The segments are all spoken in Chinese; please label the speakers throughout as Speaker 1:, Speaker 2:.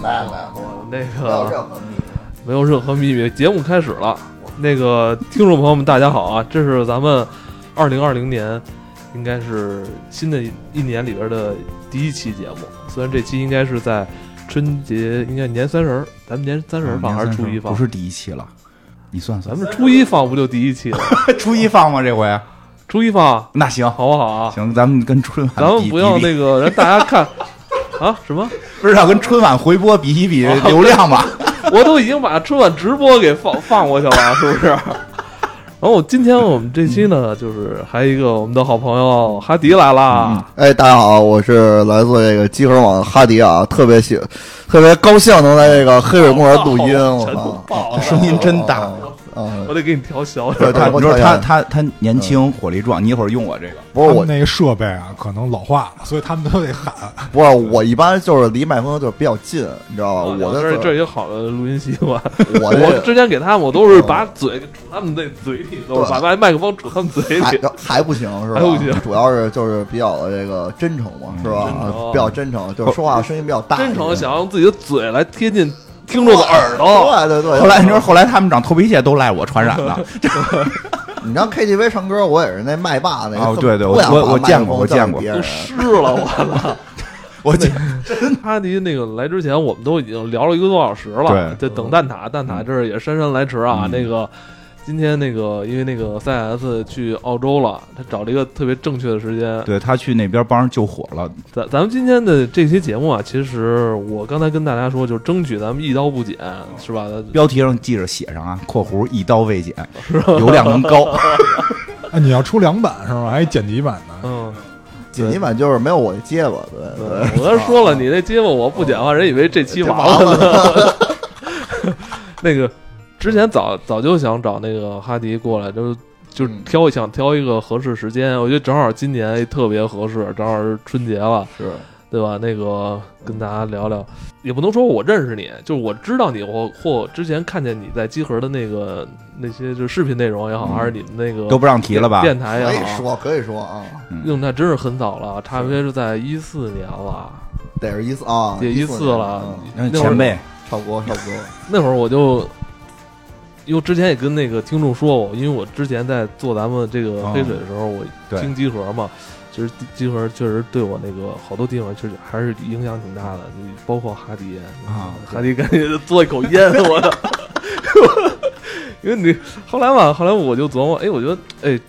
Speaker 1: 没有没有，
Speaker 2: 我那
Speaker 1: 没有
Speaker 2: 个
Speaker 1: 任何秘密。
Speaker 2: 没有任何秘密，节目开始了。那个听众朋友们，大家好啊！这是咱们二零二零年，应该是新的一年里边的第一期节目。虽然这期应该是在春节，应该年三十儿，咱们嗯年三十儿放还是初一放？
Speaker 3: 不是第一期了，你算算
Speaker 2: 咱，们初一放不就第一期了？
Speaker 3: 初一放吗？这回
Speaker 2: 初一放
Speaker 3: 那行
Speaker 2: 好不好啊？
Speaker 3: 行，咱们跟春晚
Speaker 2: 咱们
Speaker 3: 比
Speaker 2: 不要
Speaker 3: 比比
Speaker 2: 那个让大家看啊什么？
Speaker 3: 不是要跟春晚回播比一比流量吧？
Speaker 2: 我都已经把春晚直播给放放过去了，是不是？然后今天我们这期呢，就是还有一个我们的好朋友哈迪来啦。
Speaker 1: 哎，大家好，我是来自这个集合网的哈迪啊，特别喜，特别高兴能在这个黑水公园嗯录音，我
Speaker 2: 哦全都
Speaker 1: 操，
Speaker 2: 爆了，
Speaker 3: 声音真大。
Speaker 1: 啊！
Speaker 2: 我得给你调小点
Speaker 1: 对
Speaker 2: 儿。
Speaker 3: 他
Speaker 1: 太
Speaker 3: 你
Speaker 1: 过
Speaker 3: 说
Speaker 1: 太
Speaker 3: 他
Speaker 1: 远
Speaker 3: 他他年轻火力壮，你一会儿用我这个，
Speaker 1: 不是我
Speaker 4: 他们，那个设备啊，可能老化了，所以他们都得喊。
Speaker 1: 不是我，一般就是离麦克风就是比较近，你知道吧？我
Speaker 2: 这
Speaker 1: 的
Speaker 2: 这有好的录音习惯。
Speaker 1: 我
Speaker 2: 我
Speaker 1: 这
Speaker 2: 之前给他们，我都是把嘴杵他们那嘴里，都是
Speaker 1: 对哎
Speaker 2: 把麦麦克风杵他们嘴
Speaker 1: 还
Speaker 2: 里。
Speaker 1: 还不行是吧？
Speaker 2: 还不行
Speaker 1: 主要是就是比较这个真诚嘛，是吧
Speaker 2: 真诚？
Speaker 1: 比较真诚，就是说话声音比较大一点，
Speaker 2: 真诚想用自己的嘴来贴近听众的耳朵。
Speaker 1: 对对对，
Speaker 3: 后来你说后来他们长头皮屑都赖我传染的，
Speaker 1: 你让 KTV 唱歌，我也是那麦霸那个
Speaker 3: 哦
Speaker 1: 这么
Speaker 3: 对对我
Speaker 1: 不想把
Speaker 3: 我我见过
Speaker 1: 麦克风
Speaker 3: 我见
Speaker 1: 交给
Speaker 3: 过
Speaker 1: 别
Speaker 2: 都
Speaker 1: 人
Speaker 2: 湿了，我操！
Speaker 3: 我记
Speaker 2: 哈迪那个来之前，我们都已经聊了一个多小时了，
Speaker 3: 对
Speaker 2: 就等蛋挞，蛋挞这儿也姗姗来迟啊。
Speaker 3: 嗯
Speaker 2: 那个今天那个，因为那个 CIS 去澳洲了，他找了一个特别正确的时间。
Speaker 3: 对他去那边帮人救火了，
Speaker 2: 咱咱们今天的这期节目啊，其实我刚才跟大家说，就是争取咱们一刀不剪，是吧？
Speaker 3: 标题上记着写上啊，括弧一刀未剪，流量能高，
Speaker 4: 哎，你要出两版是吗？还有剪辑版呢？
Speaker 2: 嗯，
Speaker 1: 紧急版就是没有我的结巴，对对。
Speaker 2: 我刚才说了，你那结巴我不讲话，人以为这期完了呢。 那个之前早早就想找那个哈迪过来，就是就是
Speaker 1: 嗯
Speaker 2: 挑想挑一个合适时间，我觉得正好今年特别合适，正好是春节了，
Speaker 1: 是，
Speaker 2: 对吧？那个跟大家聊聊，也不能说我认识你，就是我知道你，我或之前看见你在集合的那个那些就是视频内容也好，
Speaker 3: 嗯
Speaker 2: 还是你们那个
Speaker 3: 都不让提了吧？
Speaker 2: 电台
Speaker 1: 可
Speaker 2: 也
Speaker 1: 以
Speaker 2: 好，
Speaker 1: 说可以说啊，
Speaker 2: 用那真是很早了，差不多是在一四年了。
Speaker 1: 得是一四啊，
Speaker 2: 也一
Speaker 1: 14
Speaker 2: 四了
Speaker 1: 嗯，
Speaker 3: 嗯
Speaker 2: 那会儿
Speaker 3: 前辈，
Speaker 1: 差不多差不多。
Speaker 2: 那会儿我就，因为之前也跟那个听众说过，因为我之前在做咱们这个
Speaker 3: 哦
Speaker 2: 黑水的时候，我
Speaker 3: 对
Speaker 2: 听集合嘛，其实集合确实对我那个好多地方确实还是影响挺大的，你包括哈迪
Speaker 3: 啊
Speaker 2: 哈迪赶紧就嘬一口烟，我操！ 因为你后来嘛，后来我就琢磨，哎，我觉得，哎。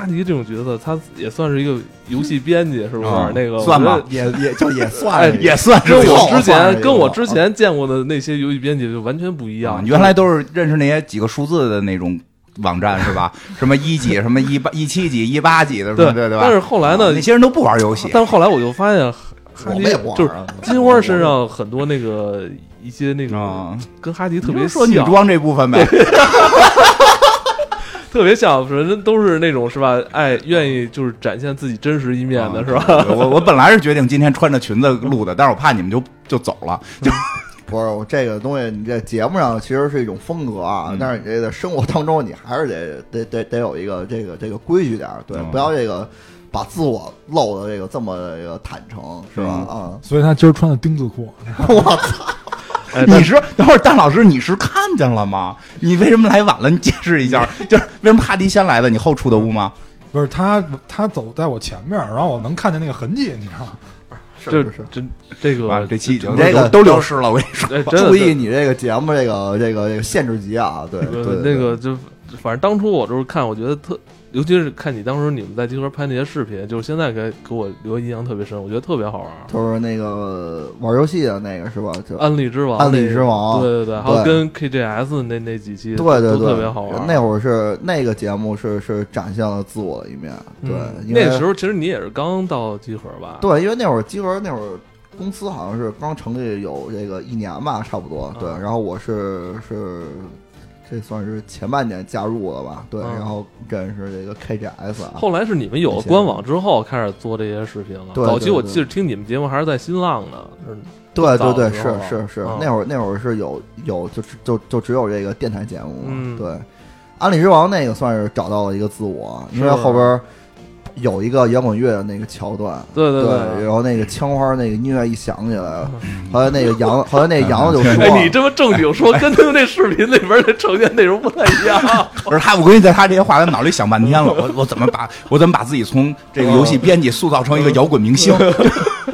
Speaker 2: 哈迪这种角色，他也算是一个游戏编辑，是不是？
Speaker 3: 啊
Speaker 2: 那个
Speaker 3: 算吧
Speaker 2: 吧，
Speaker 1: 也也就也
Speaker 2: 哎
Speaker 1: 算是
Speaker 3: 也算是
Speaker 2: 跟
Speaker 3: 有
Speaker 2: 我
Speaker 1: 好
Speaker 2: 之
Speaker 1: 算
Speaker 2: 前
Speaker 1: 是
Speaker 2: 跟
Speaker 1: 有
Speaker 2: 我
Speaker 1: 啊
Speaker 2: 之前见过的那些游戏编辑就完全不一
Speaker 3: 啊
Speaker 2: 样。，
Speaker 3: 原来都是认识那些几个数字的那种网站 是吧？什么一几，什么一八、一七几、一八几的，
Speaker 2: 对
Speaker 3: 对对吧？
Speaker 2: 但是后来呢
Speaker 3: 啊那些人都不玩游戏，
Speaker 2: 但是后来我就发现，哈
Speaker 1: 我
Speaker 2: 迪
Speaker 1: 们也不玩
Speaker 2: 就是
Speaker 1: 啊
Speaker 2: 金花身上很多那个一些那个
Speaker 3: 啊，
Speaker 2: 跟哈迪特
Speaker 3: 你
Speaker 2: 别
Speaker 3: 就
Speaker 2: 像
Speaker 3: 说，女装这部 分呗，
Speaker 2: 特别像，人都是那种是吧？爱愿意就是展现自己真实一面的是吧？
Speaker 3: 啊？我我本来是决定今天穿着裙子录的，但是我怕你们就就走了，就
Speaker 1: 不是我这个东西，你这节目上其实是一种风格啊，
Speaker 3: 嗯
Speaker 1: 但是你这个生活当中，你还是得得得得有一个这个这个规矩点儿，对，
Speaker 3: 嗯
Speaker 1: 不要这个把自我露的这个这么这个坦诚，是吧？啊，
Speaker 4: 所以他今儿穿的丁字裤，
Speaker 2: 哎，但
Speaker 3: 你是等会儿，蛋老师你是看见了吗？你为什么来晚了？你解释 一下，就是为什么哈迪先来的，你后出的屋吗？
Speaker 4: 不是他，他走在我前面，然后我能看见那个痕迹，你知道吗？
Speaker 1: 是
Speaker 2: 这
Speaker 1: 不是？
Speaker 2: 这这
Speaker 3: 完了，
Speaker 2: 个
Speaker 3: 啊这期已经
Speaker 1: 你这个
Speaker 3: 都流失了，我跟你说，
Speaker 2: 哎，真的
Speaker 1: 注意你这个节目这个这个这个限制级啊，对对
Speaker 2: 对
Speaker 1: 对
Speaker 2: 那个就反正当初我就是看，我觉得特，尤其是看你当时你们在集合拍那些视频，就是现在给给我留下印象特别深，我觉得特别好玩。
Speaker 1: 就是那个玩游戏的那个是吧？就
Speaker 2: 安利之王，
Speaker 1: 安利之王
Speaker 2: 啊对对对，还有
Speaker 1: 对
Speaker 2: 跟 KJS 那那几期，
Speaker 1: 对对
Speaker 2: 都
Speaker 1: 对，
Speaker 2: 特别好玩。
Speaker 1: 那会儿是那个节目是是展现了自我的一面，对，
Speaker 2: 嗯
Speaker 1: 因为
Speaker 2: 那个时候其实你也是刚到集合吧？
Speaker 1: 对，因为那会儿集合那会儿公司好像是刚成立有这个一年吧，差不多。对，
Speaker 2: 嗯
Speaker 1: 然后我是是这算是前半年加入的吧，对，
Speaker 2: 嗯
Speaker 1: 然后认识这个 KGS 啊，
Speaker 2: 后来是你们有了官网之后开始做这些视频了。
Speaker 1: 对
Speaker 2: 早期
Speaker 1: 对
Speaker 2: 我
Speaker 1: 对
Speaker 2: 记得听你们节目还是在新浪嗯呢，是
Speaker 1: 对对
Speaker 2: 早
Speaker 1: 对，
Speaker 2: 的时候
Speaker 1: 是
Speaker 2: 啊
Speaker 1: 是是，
Speaker 2: 嗯
Speaker 1: 那会儿那会儿是有有就只就就只有这个电台节目嘛，
Speaker 2: 嗯
Speaker 1: 对，《安利之王》那个算是找到了一个自我，因为
Speaker 2: 是
Speaker 1: 后边儿有一个摇滚乐的那个桥段，
Speaker 2: 对对
Speaker 1: 对
Speaker 2: 对。
Speaker 1: 然后那个枪花那个音乐一响起来
Speaker 2: 嗯，
Speaker 1: 后来那个 杨，后来那个杨子就说，
Speaker 2: 哎，你这么正经说，跟他们那视频里边的呈现内容不太 一样。
Speaker 3: 不是他，我估计在他这些话，他脑子里想半天了，我我怎么把我怎么把自己从这个游戏编辑塑造成一个摇滚明星？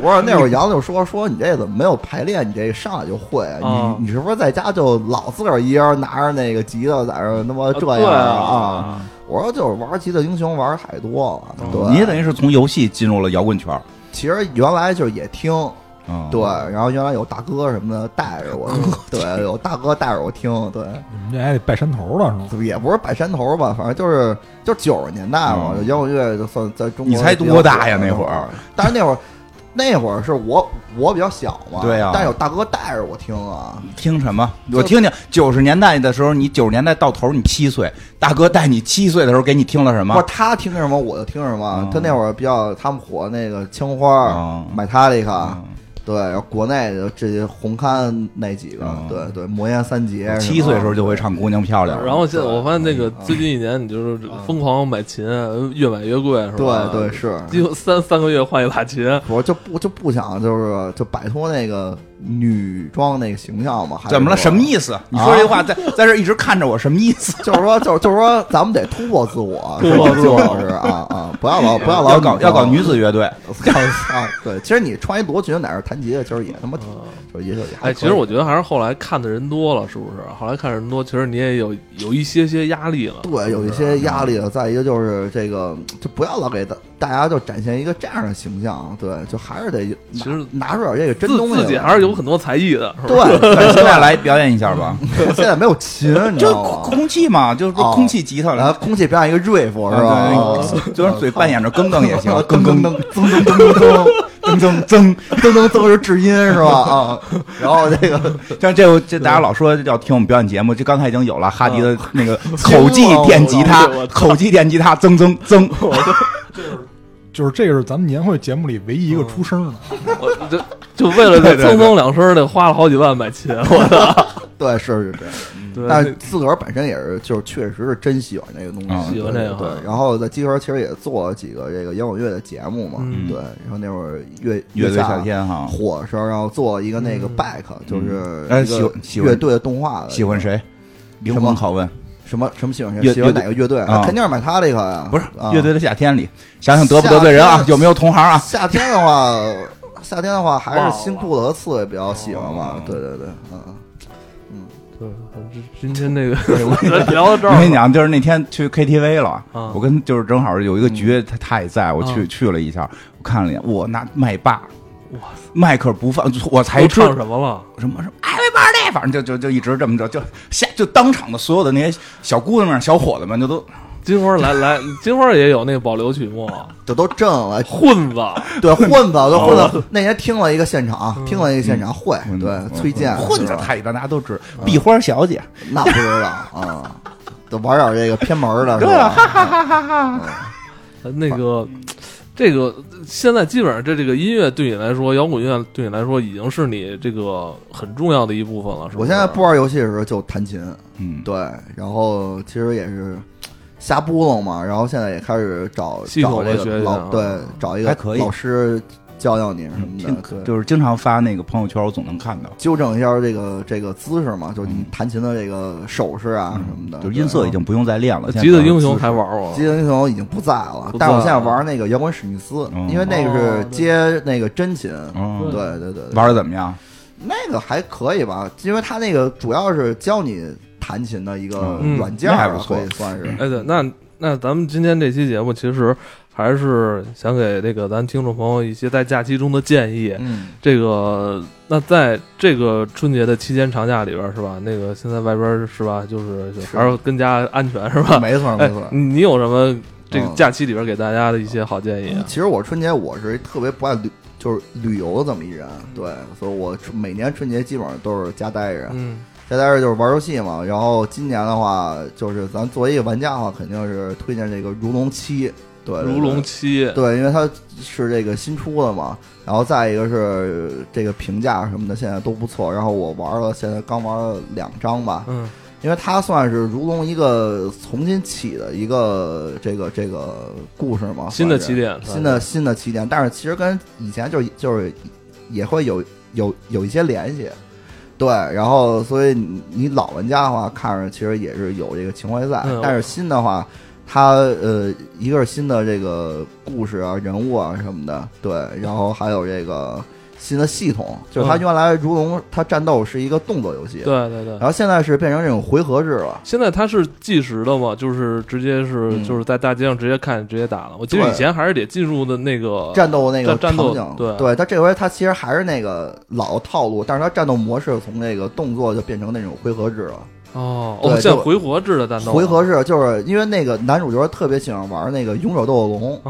Speaker 1: 不是那会儿杨子就说说你这怎么没有排练，你这上来就会啊，
Speaker 2: 啊
Speaker 1: 你你是不是在家就老自个儿一人拿着那个吉他在那儿他妈
Speaker 2: 啊
Speaker 1: 这样啊？
Speaker 3: 啊
Speaker 1: 我说就是玩极乐英雄玩太多
Speaker 2: 啊
Speaker 1: 了，对，
Speaker 3: 你也等于是从游戏进入了摇滚圈儿。
Speaker 1: 其实原来就是也听，
Speaker 3: 嗯
Speaker 1: 对，，
Speaker 2: 啊
Speaker 1: 然后原来有大哥什么的带着我，对，有大哥带着我听，对，
Speaker 4: 你们这还得拜山头了是吗？
Speaker 1: 也不是拜山头吧，反正就是就九十年代嘛，
Speaker 3: 嗯
Speaker 1: 就摇滚乐就算在中国
Speaker 3: 你才多大呀那会儿？
Speaker 1: 嗯但是那会儿。那会儿是我我比较小嘛，
Speaker 3: 对啊呀
Speaker 1: 但是有大哥带着我听啊，
Speaker 3: 听什么？
Speaker 1: 就
Speaker 3: 我听听九十年代的时候，你九十年代到头你七岁，大哥带你七岁的时候给你听了什
Speaker 1: 不是
Speaker 3: 么？
Speaker 1: 他听什么我就听什么，
Speaker 3: 嗯
Speaker 1: 他那会儿比较他们火那个青花、
Speaker 3: 嗯
Speaker 1: 买他这个，
Speaker 3: 嗯
Speaker 1: 对，然后国内的这些红刊那几个，
Speaker 3: 嗯
Speaker 1: 对对，魔岩三杰什么的，
Speaker 3: 七岁的时候就会唱《姑娘漂亮》，
Speaker 2: 然后现在我发现，那个
Speaker 1: 嗯
Speaker 2: 最近一年，你就是疯狂买琴，呃越买越贵，是吧？
Speaker 1: 对嗯对，是，
Speaker 2: 几乎三三个月换一把琴。
Speaker 1: 我就不就不想就是就摆脱那个女装那个形象嘛，还是
Speaker 3: 怎么了？
Speaker 1: 说
Speaker 3: 什么意思？你说这
Speaker 1: 啊
Speaker 3: 话在在这儿一直看着我，什么意思？
Speaker 1: 就是说，就是就是说，咱们得突破自我，
Speaker 2: 突破自我
Speaker 1: 就是啊啊，不要老 不要老啊
Speaker 3: 要搞要搞女子乐队，
Speaker 1: 操啊！对，其实你穿一罗裙在那儿弹吉他，其实也他妈挺，就是也就也还可以
Speaker 2: 哎，其实我觉得还是后来看的人多了，是不是？后来看人多，其实你也有有一些些压力了。
Speaker 1: 对有一些压力了。再一个就是这个，就不要老给大大家就展现一个这样的形象，对，就还是得拿
Speaker 2: 其实
Speaker 1: 拿出点这个真
Speaker 2: 自
Speaker 1: 东西来。
Speaker 2: 自己还是有很多才艺的，是吧？
Speaker 1: 对，
Speaker 3: 咱现在来表演一下吧。
Speaker 1: 现在没有琴，你知
Speaker 3: 就
Speaker 1: 道
Speaker 3: 空
Speaker 1: 吗？
Speaker 3: 空气嘛，就是说
Speaker 1: 哦
Speaker 3: 空气吉他
Speaker 1: 然后
Speaker 3: 了，
Speaker 1: 空气表演一个 riff 是吧？
Speaker 3: 啊对就是嘴扮演着更更也行，
Speaker 1: 噔
Speaker 3: 更
Speaker 1: 噔
Speaker 3: 更
Speaker 1: 噔噔噔噔噔
Speaker 3: 更更 增。
Speaker 1: 噔噔噔是制音是吧？ 啊，然后这个
Speaker 3: 像这这大家老说要听我们表演节目，这刚才已经有了哈迪的那 个口技电吉他
Speaker 2: 我，操
Speaker 3: 口技电吉他增增 增。
Speaker 4: 就是这个是咱们年会节目里唯一一个出声的，
Speaker 2: 我就就为了这
Speaker 3: 对对对
Speaker 2: 蹭蹭两声儿，得花了好几万买琴，我操！
Speaker 1: 对是是这样，
Speaker 2: 对
Speaker 1: 但是自个儿本身也是就是确实是真喜欢这个东
Speaker 3: 嗯
Speaker 1: 西，
Speaker 2: 啊喜欢
Speaker 1: 对
Speaker 2: 这个
Speaker 1: 对，然后在集合其实也做了几个这个摇滚乐的节目嘛，
Speaker 2: 嗯
Speaker 1: 对，然后那会儿乐
Speaker 3: 乐队夏
Speaker 1: 夏
Speaker 3: 天哈，
Speaker 1: 火的时候，然后做了一个那个
Speaker 2: 嗯
Speaker 1: back，就是
Speaker 3: 啊哎
Speaker 1: 一
Speaker 3: 喜
Speaker 1: 个
Speaker 3: 欢喜欢
Speaker 1: 乐队的动画的，
Speaker 3: 喜欢谁？灵魂拷问
Speaker 1: 什么什么喜欢谁？
Speaker 3: 乐
Speaker 1: 喜欢
Speaker 3: 乐队
Speaker 1: 哪个乐队？
Speaker 3: 啊
Speaker 1: 肯定是买他这个呀，
Speaker 3: 不是
Speaker 1: 啊
Speaker 3: 乐队的夏天里，想想得不得罪人
Speaker 1: 夏
Speaker 3: 啊？
Speaker 1: 天
Speaker 3: 有没有同行 啊？
Speaker 1: 夏天的话，夏天的话还
Speaker 2: 忘
Speaker 1: 是
Speaker 2: 了
Speaker 1: 新裤子和刺猬比较喜欢嘛
Speaker 3: 哦。
Speaker 1: 对对对，嗯，
Speaker 2: 对，今天那个咱 聊到这儿
Speaker 3: 我
Speaker 2: 吧，
Speaker 3: 跟你讲，就是那天去 KTV 了
Speaker 2: 啊，
Speaker 3: 我跟就是正好有一个局，他他也在，我去
Speaker 2: 啊
Speaker 3: 去了一下，我看了一眼，我那麦霸
Speaker 2: 哇，
Speaker 3: 麦克不放，我才
Speaker 2: 都
Speaker 3: 知
Speaker 2: 唱什么了？
Speaker 3: 什么什么哎 everybody，反正就就就一直这么着，就下就当场的所有的那些小姑娘们、小伙子们，就都
Speaker 2: 金花来来，金花也有那个保留曲目，啊
Speaker 1: 这都震了。
Speaker 2: 混子，
Speaker 1: 对，混子都混子。那天听了一个现场，啊听了一个现场会，
Speaker 3: 哦嗯
Speaker 1: 对
Speaker 3: 嗯，
Speaker 1: 崔健
Speaker 3: 混
Speaker 1: 是
Speaker 3: 子
Speaker 1: 吧嗯
Speaker 3: 太一般，大家都知道。壁花小姐，
Speaker 1: 那不知道 啊，都玩点这个偏门的是
Speaker 3: 对啊，
Speaker 1: 吧？
Speaker 3: 哈哈哈哈哈哈。
Speaker 2: 呃那个这个现在基本上这这个音乐对你来说，摇滚乐对你来说已经是你这个很重要的一部分了，是
Speaker 1: 我现在不玩游戏的时候就弹琴，
Speaker 3: 嗯，
Speaker 1: 对，然后其实也是瞎拨弄嘛，然后现在也开始找
Speaker 2: 系
Speaker 1: 找
Speaker 2: 统地
Speaker 1: 这
Speaker 2: 学
Speaker 1: 个
Speaker 2: 一下
Speaker 1: 老
Speaker 2: 啊
Speaker 1: 对找一
Speaker 3: 还
Speaker 1: 个
Speaker 3: 可以嗯
Speaker 1: 老师教教你什么
Speaker 3: 听
Speaker 1: 的，嗯对。
Speaker 3: 就是经常发那个朋友圈，我总能看到。
Speaker 1: 纠正一下这个这个姿势嘛，就是你弹琴的这个手势啊什么的。
Speaker 3: 嗯
Speaker 1: 嗯
Speaker 3: 就是音色已经不用再练了。
Speaker 2: 极乐英雄
Speaker 3: 还
Speaker 2: 还玩我
Speaker 1: 对。，极乐英雄已经不在了
Speaker 2: 不，在
Speaker 1: 但是
Speaker 2: 了
Speaker 1: 我现在玩那个摇滚史密斯
Speaker 3: 嗯，
Speaker 1: 因为那个
Speaker 2: 哦
Speaker 1: 是接那个真琴。
Speaker 3: 嗯
Speaker 1: 对对对，对
Speaker 3: 玩的怎么样？
Speaker 1: 那个还可以吧，因为它那个主要是教你弹琴的一个
Speaker 2: 嗯
Speaker 1: 软件
Speaker 3: 那
Speaker 1: 啊，
Speaker 3: 还不错嗯
Speaker 1: 可以算是。
Speaker 2: 哎，对，那那咱们今天这期节目其实还是想给这个咱听众朋友一些在假期中的建议。
Speaker 1: 嗯，
Speaker 2: 这个，那在这个春节的期间长假里边儿是吧？那个现在外边儿是吧？就是就是还是跟家安全是 吧？
Speaker 1: 没错没
Speaker 2: 哎
Speaker 1: 错，。
Speaker 2: 你你有什么这个
Speaker 1: 嗯
Speaker 2: 假期里边儿给大家的一些好建议啊？
Speaker 1: 其实我春节我是特别不爱旅，就是旅游的这么一人，对，所以我每年春节基本上都是家待着。
Speaker 2: 嗯，
Speaker 1: 在家待着就是玩游戏嘛，然后今年的话，就是咱作为一个玩家的话，肯定是推荐这个《如龙七》。对，对
Speaker 2: 嗯如龙
Speaker 1: 对
Speaker 2: 七，
Speaker 1: 对，因为它是这个新出的嘛，然后再一个是这个评价什么的，现在都不错。然后我玩了，现在刚玩了两章吧，
Speaker 2: 嗯
Speaker 1: 因为它算是如龙一个重新起的一个这个这个故事嘛，
Speaker 2: 新的
Speaker 1: 算
Speaker 2: 起
Speaker 1: 是
Speaker 2: 点，
Speaker 1: 新的新的起点，但是其实跟以前就是就是也会有有有一些联系，对，然后所以你你老玩家的话，看着其实也是有这个情怀在，
Speaker 2: 嗯
Speaker 1: 但是新的话，它呃一个是新的这个故事啊、人物啊什么的，对，然后还有这个新的系统，就是它
Speaker 2: 嗯
Speaker 1: 原来如龙它战斗是一个动作游戏，
Speaker 2: 对对对。
Speaker 1: 然后现在是变成这种回合制了。
Speaker 2: 现在它是计时的嘛，就是直接是、
Speaker 1: 嗯
Speaker 2: 就是在大街上直接看直接打了。我记得
Speaker 1: 对
Speaker 2: 以前还是得进入的那个
Speaker 1: 战斗那个
Speaker 2: 战战
Speaker 1: 场
Speaker 2: 斗
Speaker 1: 景，
Speaker 2: 对
Speaker 1: 他这回他其实还是那个老套路，但是他战斗模式从那个动作就变成那种回合制了。
Speaker 2: 哦，
Speaker 1: 对
Speaker 2: 哦，现在
Speaker 1: 就
Speaker 2: 回合制的战啊斗了，
Speaker 1: 回合制就是因为那个男主角特别喜欢玩那个勇者斗恶 龙，